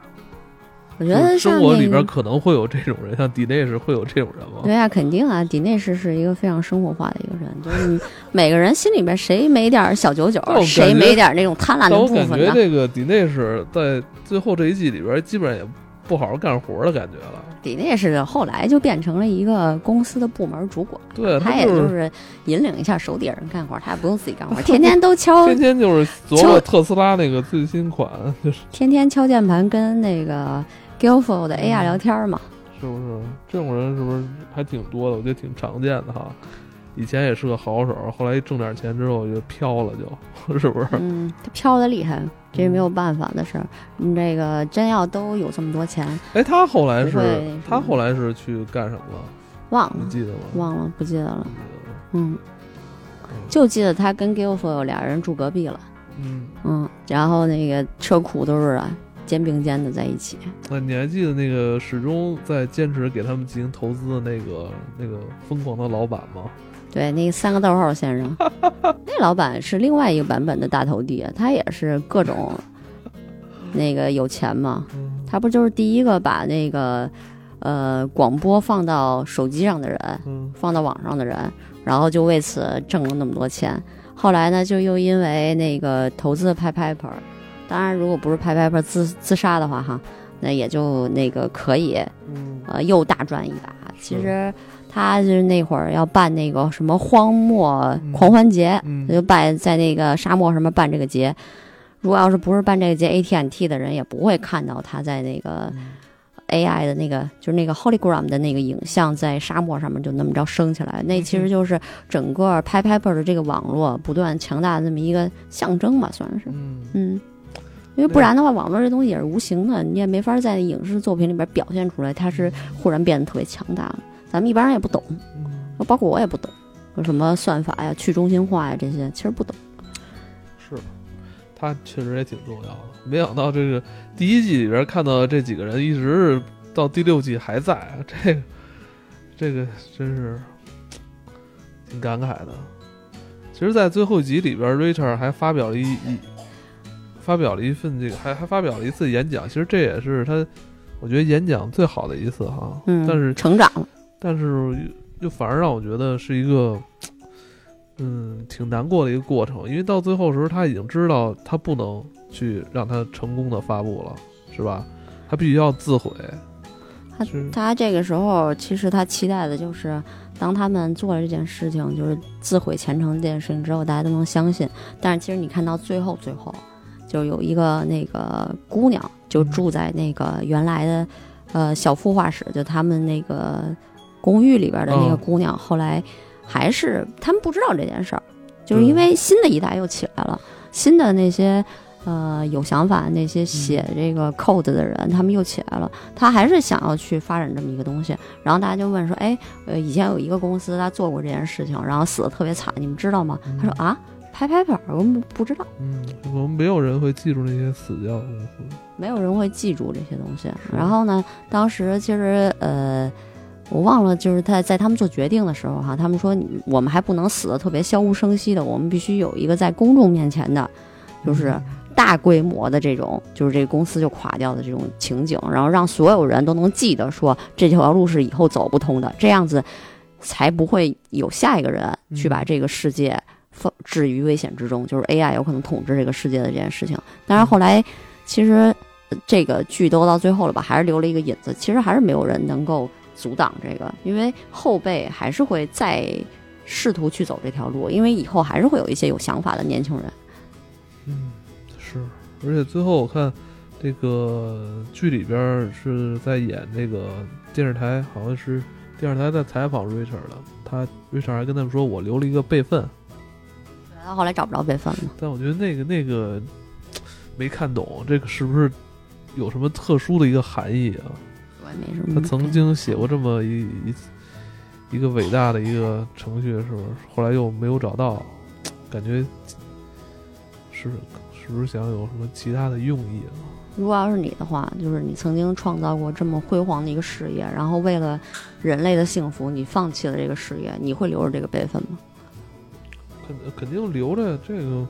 Speaker 5: 我觉
Speaker 2: 就是
Speaker 5: 得像
Speaker 2: 生
Speaker 5: 那
Speaker 2: 活
Speaker 5: 个
Speaker 2: 里边可能会有这种人，像迪内是会有这种人吗？
Speaker 5: 对啊，肯定啊，迪内是是一个非常生活化的一个人，就是你每个人心里边谁没点儿小九九
Speaker 2: 但我，
Speaker 5: 谁
Speaker 2: 感觉
Speaker 5: 没点儿那种贪婪的
Speaker 2: 但我
Speaker 5: 部
Speaker 2: 感
Speaker 5: 分
Speaker 2: 觉
Speaker 5: 呢？
Speaker 2: 这个迪内是在最后这一季里边，基本上也不好好干活的感觉了。
Speaker 5: 迪内是后来就变成了一个公司的部门主管，
Speaker 2: 对，啊
Speaker 5: 他
Speaker 2: 他
Speaker 5: 也就是是引领一下手底下人干活，他也不用自己 干活，天天都敲
Speaker 2: 天天就是琢
Speaker 5: 就
Speaker 2: 磨特斯拉那个最新款，就是
Speaker 5: 天天敲键盘跟那个 Guilfoyle 的 AI 聊天儿嘛。
Speaker 2: 是不是这种人是不是还挺多的？我觉得挺常见的哈。以前也是个好手，后来挣点钱之后就飘了就， 是不是？
Speaker 5: 嗯，他飘的厉害，这是没有办法的事儿。你这个真要都有这么多钱，
Speaker 2: 哎，他后来
Speaker 5: 不
Speaker 2: 是
Speaker 5: 会
Speaker 2: 他后来是去干什么了？
Speaker 5: 忘
Speaker 2: 你
Speaker 5: 了
Speaker 2: 记得吗？
Speaker 5: 忘了，不记得了。
Speaker 2: 了。
Speaker 5: 嗯， 就记得他跟 Guilfoyle 俩人住隔壁了。
Speaker 2: 嗯，
Speaker 5: 嗯，然后那个车库都是啊肩并肩的在一起。
Speaker 2: 那你还记得那个始终在坚持给他们进行投资的那个那个疯狂的老板吗？
Speaker 5: 对，那个三个逗号先生，那老板是另外一个版本的大头弟，他也是各种那个有钱嘛，
Speaker 2: 嗯
Speaker 5: 他不就是第一个把那个呃广播放到手机上的人，
Speaker 2: 嗯
Speaker 5: 放到网上的人，然后就为此挣了那么多钱。后来呢，就又因为那个投资拍拍 p 当然如果不是拍拍 p 自自杀的话哈，那也就那个可以
Speaker 2: 嗯
Speaker 5: 呃又大赚一把。其实他就是那会儿要办那个什么荒漠狂欢节，
Speaker 2: 嗯
Speaker 5: 他就办在那个沙漠什么办这个节。如果要是不是办这个节，AT&T 的人也不会看到他在那个 AI 的那个，就是那个 hologram 的那个影像在沙漠上面就那么着升起来。那其实就是整个 p i p i p e r 的这个网络不断强大的这么一个象征吧，算是
Speaker 2: 嗯
Speaker 5: 嗯。因为不然的话，网络这东西也是无形的，你也没法在影视作品里边表现出来，它是忽然变得特别强大了。咱们一般人也不懂，
Speaker 2: 嗯
Speaker 5: 包括我也不懂，有什么算法呀、去中心化呀这些，其实不懂。
Speaker 2: 是，他确实也挺重要的。没想到这个第一季里边看到这几个人，一直是到第六季还在，这个这个真是挺感慨的。其实，在最后一集里边，Richard 还发表了一一发表了一份这个，还还发表了一次演讲。其实这也是他，我觉得演讲最好的一次哈。
Speaker 5: 嗯，
Speaker 2: 但是
Speaker 5: 成长了，
Speaker 2: 但是又又反而让我觉得是一个，嗯，挺难过的一个过程，因为到最后时候他已经知道他不能去让他成功的发布了，是吧？他必须要自毁。
Speaker 5: 他
Speaker 2: 是
Speaker 5: 他这个时候其实他期待的就是，当他们做了这件事情，就是自毁前程这件事情之后，大家都能相信。但是其实你看到最后，最后就有一个那个姑娘，就住在那个原来的呃小孵化室，就他们那个公寓里边的那个
Speaker 2: 嗯
Speaker 5: 姑娘，后来还是他们不知道这件事儿，就是因为新的一代又起来了，新的那些。呃，有想法的那些写这个 code 的人，他们又起来了。他还是想要去发展这么一个东西。然后大家就问说：“哎，呃，以前有一个公司他做过这件事情，然后死的特别惨，你们知道吗？”他说：“啊，拍拍板，我们不知道，
Speaker 2: 嗯，我们没有人会记住那些死掉的公司。
Speaker 5: 没有人会记住这些东西。”然后呢，当时其实呃。我忘了，就是他在他们做决定的时候哈，他们说你我们还不能死的特别悄无声息的，我们必须有一个在公众面前的，就是
Speaker 2: 嗯
Speaker 5: 大规模的这种，就是这个公司就垮掉的这种情景，然后让所有人都能记得说这条路是以后走不通的，这样子才不会有下一个人去把这个世界放置于危险之中，就是 AI 有可能统治这个世界的这件事情。但是后来其实呃这个剧都到最后了吧，还是留了一个引子，其实还是没有人能够阻挡这个，因为后辈还是会再试图去走这条路，因为以后还是会有一些有想法的年轻人。
Speaker 2: 嗯，是，而且最后我看这个剧里边儿是在演这个电视台，好像是电视台在采访 Richard 的，他 Richard 还跟他们说我留了一个备份，
Speaker 5: 然后后来找不着备份了。
Speaker 2: 但我觉得那个那个没看懂，这个是不是有什么特殊的一个含义啊？
Speaker 5: 我也没什么。
Speaker 2: 他曾经写过这么一一一个伟大的一个程序，是不是？后来又没有找到，感觉是是不是想有什么其他的用意啊？
Speaker 5: 如果要是你的话，就是你曾经创造过这么辉煌的一个事业，然后为了人类的幸福，你放弃了这个事业，你会留着这个备份吗？
Speaker 2: 肯肯定留着这个，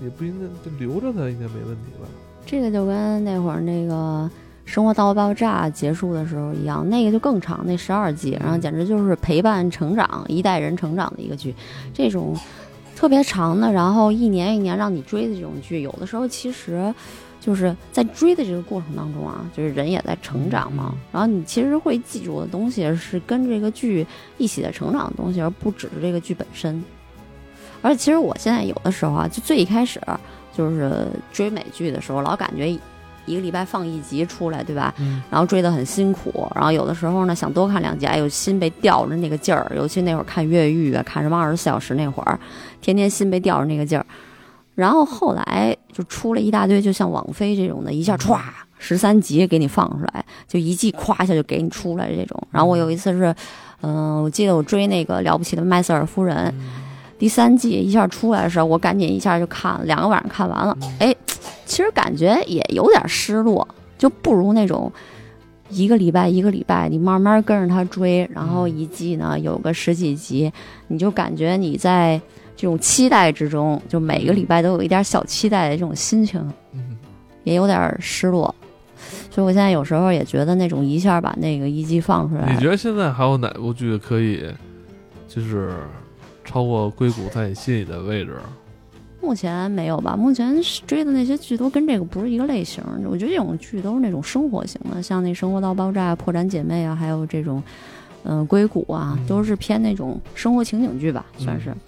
Speaker 2: 也不应该就留着它，应该没问题吧？
Speaker 5: 这个就跟那会儿那个《生活大爆炸》结束的时候一样，那个就更长，那十二集，然后简直就是陪伴成长一代人成长的一个剧。这种特别长的，然后一年一年让你追的这种剧，有的时候其实就是在追的这个过程当中啊，就是人也在成长嘛
Speaker 2: 嗯。
Speaker 5: 然后你其实会记住的东西是跟这个剧一起在成长的东西，而不只是这个剧本身。而且其实我现在有的时候啊，就最一开始就是追美剧的时候，老感觉一个礼拜放一集出来，对吧？
Speaker 2: 嗯
Speaker 5: 然后追得很辛苦，然后有的时候呢想多看两集，哎呦心被吊着那个劲儿，尤其那会儿看越狱啊，看什么二十四小时那会儿，天天心被吊着那个劲儿。然后后来就出了一大堆，就像网飞这种的，一下歘十三集给你放出来，就一季夸一下就给你出来这种。然后我有一次是，嗯、我记得我追那个了不起的麦瑟尔夫人，第三季一下出来的时候，我赶紧一下就看了，两个晚上看完了。哎，其实感觉也有点失落，就不如那种一个礼拜一个礼拜，你慢慢跟着它追，然后一季呢有个十几集，你就感觉你在这种期待之中，就每个礼拜都有一点小期待的这种心情，
Speaker 2: 嗯
Speaker 5: 也有点失落。所以我现在有时候也觉得那种一下把那个一季放出来
Speaker 2: 你，觉得现在还有哪部剧可以，就是超过《硅谷》在你心里的位置？
Speaker 5: 目前没有吧？目前是追的那些剧都跟这个不是一个类型。我觉得这种剧都是那种生活型的，像那《生活大爆炸》《破产姐妹》啊，还有这种，嗯、硅谷啊，
Speaker 2: 嗯
Speaker 5: 都是偏那种生活情景剧吧，算是
Speaker 2: 嗯。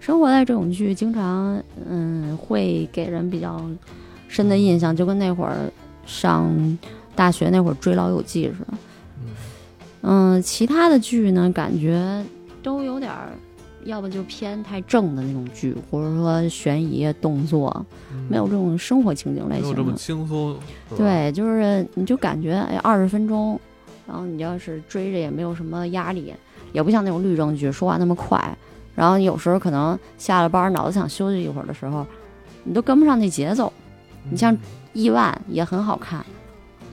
Speaker 5: 生活在这种剧，经常嗯会给人比较深的印象，就跟那会儿上大学那会儿追《老友记》似的。嗯，其他的剧呢，感觉都有点儿，要不就偏太正的那种剧，或者说悬疑、动作，没有这种生活情景类
Speaker 2: 嗯没有
Speaker 5: 型
Speaker 2: 这么
Speaker 5: 的。
Speaker 2: 轻松，是吧，
Speaker 5: 对，就是你就感觉哎，二十分钟，然后你要是追着也没有什么压力，也不像那种律政剧说话那么快。然后有时候可能下了班儿脑子想休息一会儿的时候，你都跟不上那节奏。
Speaker 2: 嗯
Speaker 5: 你像意外也很好看，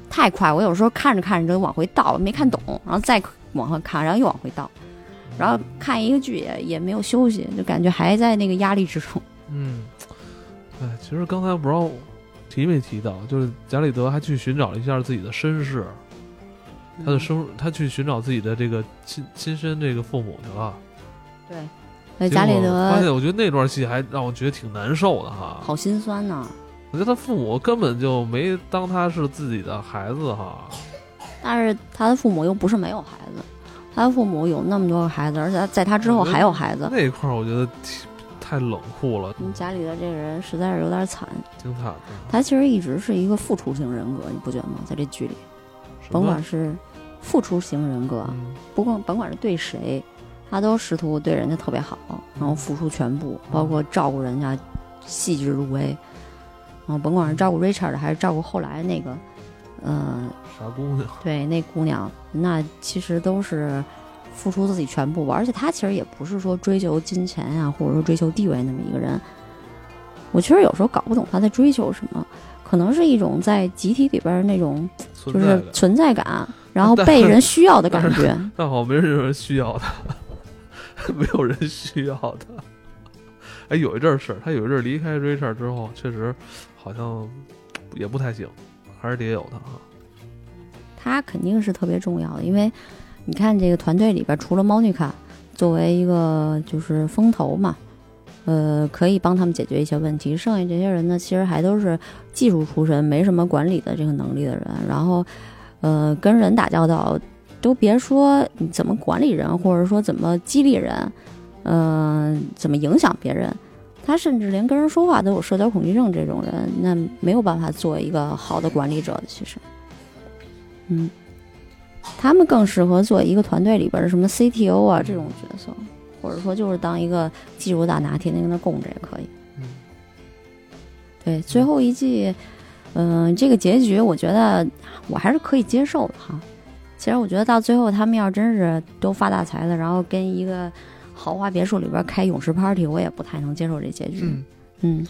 Speaker 5: 太快，我有时候看着看着就往回倒，没看懂，
Speaker 2: 嗯
Speaker 5: 然后再往后看，然后又往回倒，然后看一个剧也也没有休息，就感觉还在那个压力之中。
Speaker 2: 嗯，哎，其实刚才不知道提没提到，就是贾里德还去寻找了一下自己的身世，他
Speaker 5: 嗯
Speaker 2: 的生，他去寻找自己的这个亲亲生这个父母去了。
Speaker 5: 对，呃，贾里
Speaker 2: 结果发
Speaker 5: 德
Speaker 2: 现，我觉得那段戏还让我觉得挺难受的哈。
Speaker 5: 好心酸呐、
Speaker 2: 我觉得他父母根本就没当他是自己的孩子哈。
Speaker 5: 但是他的父母又不是没有孩子，他的父母有那么多个孩子，而且在他之后还有孩子。
Speaker 2: 那一块儿我觉得挺太冷酷了，
Speaker 5: 嗯贾里德这个人实在是有点惨，
Speaker 2: 挺惨的。
Speaker 5: 他其实一直是一个付出型人格，你不觉得吗？在这剧里，
Speaker 2: 什么
Speaker 5: 甭管是付出型人格，啊
Speaker 2: 嗯
Speaker 5: 不管甭管是对谁，他都试图对人家特别好，然后付出全部，
Speaker 2: 嗯
Speaker 5: 包括照顾人家，细致入微。然后甭管是照顾 Richard 还是照顾后来那个，呃，
Speaker 2: 傻姑娘，
Speaker 5: 对那姑娘，那其实都是付出自己全部吧。而且他其实也不是说追求金钱啊，或者说追求地位那么一个人。我其实有时候搞不懂他在追求什么，可能是一种在集体里边儿那种
Speaker 2: 存
Speaker 5: 就
Speaker 2: 在
Speaker 5: 是
Speaker 2: 的，
Speaker 5: 存在感，然后
Speaker 2: 但
Speaker 5: 被
Speaker 2: 是
Speaker 5: 人需要的感
Speaker 2: 但是
Speaker 5: 觉。
Speaker 2: 但好像没人需要他， 没有人需要他。哎，有一阵儿是，他有一阵儿离开 Richard 之后，确实好像也不太行，还是得有他啊。
Speaker 5: 他肯定是特别重要的，因为你看这个团队里边，除了 Monica 作为一个就是风投嘛，呃，可以帮他们解决一些问题，剩下这些人呢，其实还都是技术出身，没什么管理的这个能力的人，然后呃，跟人打交道，都别说你怎么管理人，或者说怎么激励人，呃，怎么影响别人。他甚至连跟人说话都有社交恐惧症，这种人那没有办法做一个好的管理者的。其实，嗯，他们更适合做一个团队里边的什么 CTO 啊这种角色，或者说就是当一个技术大拿，天天跟他供着也可以。
Speaker 2: 嗯
Speaker 5: 对，最后一季，嗯、这个结局我觉得我还是可以接受的哈。其实我觉得到最后他们要真是都发大财了，然后跟一个豪华别墅里边开泳池 party，我也不太能接受这结局。嗯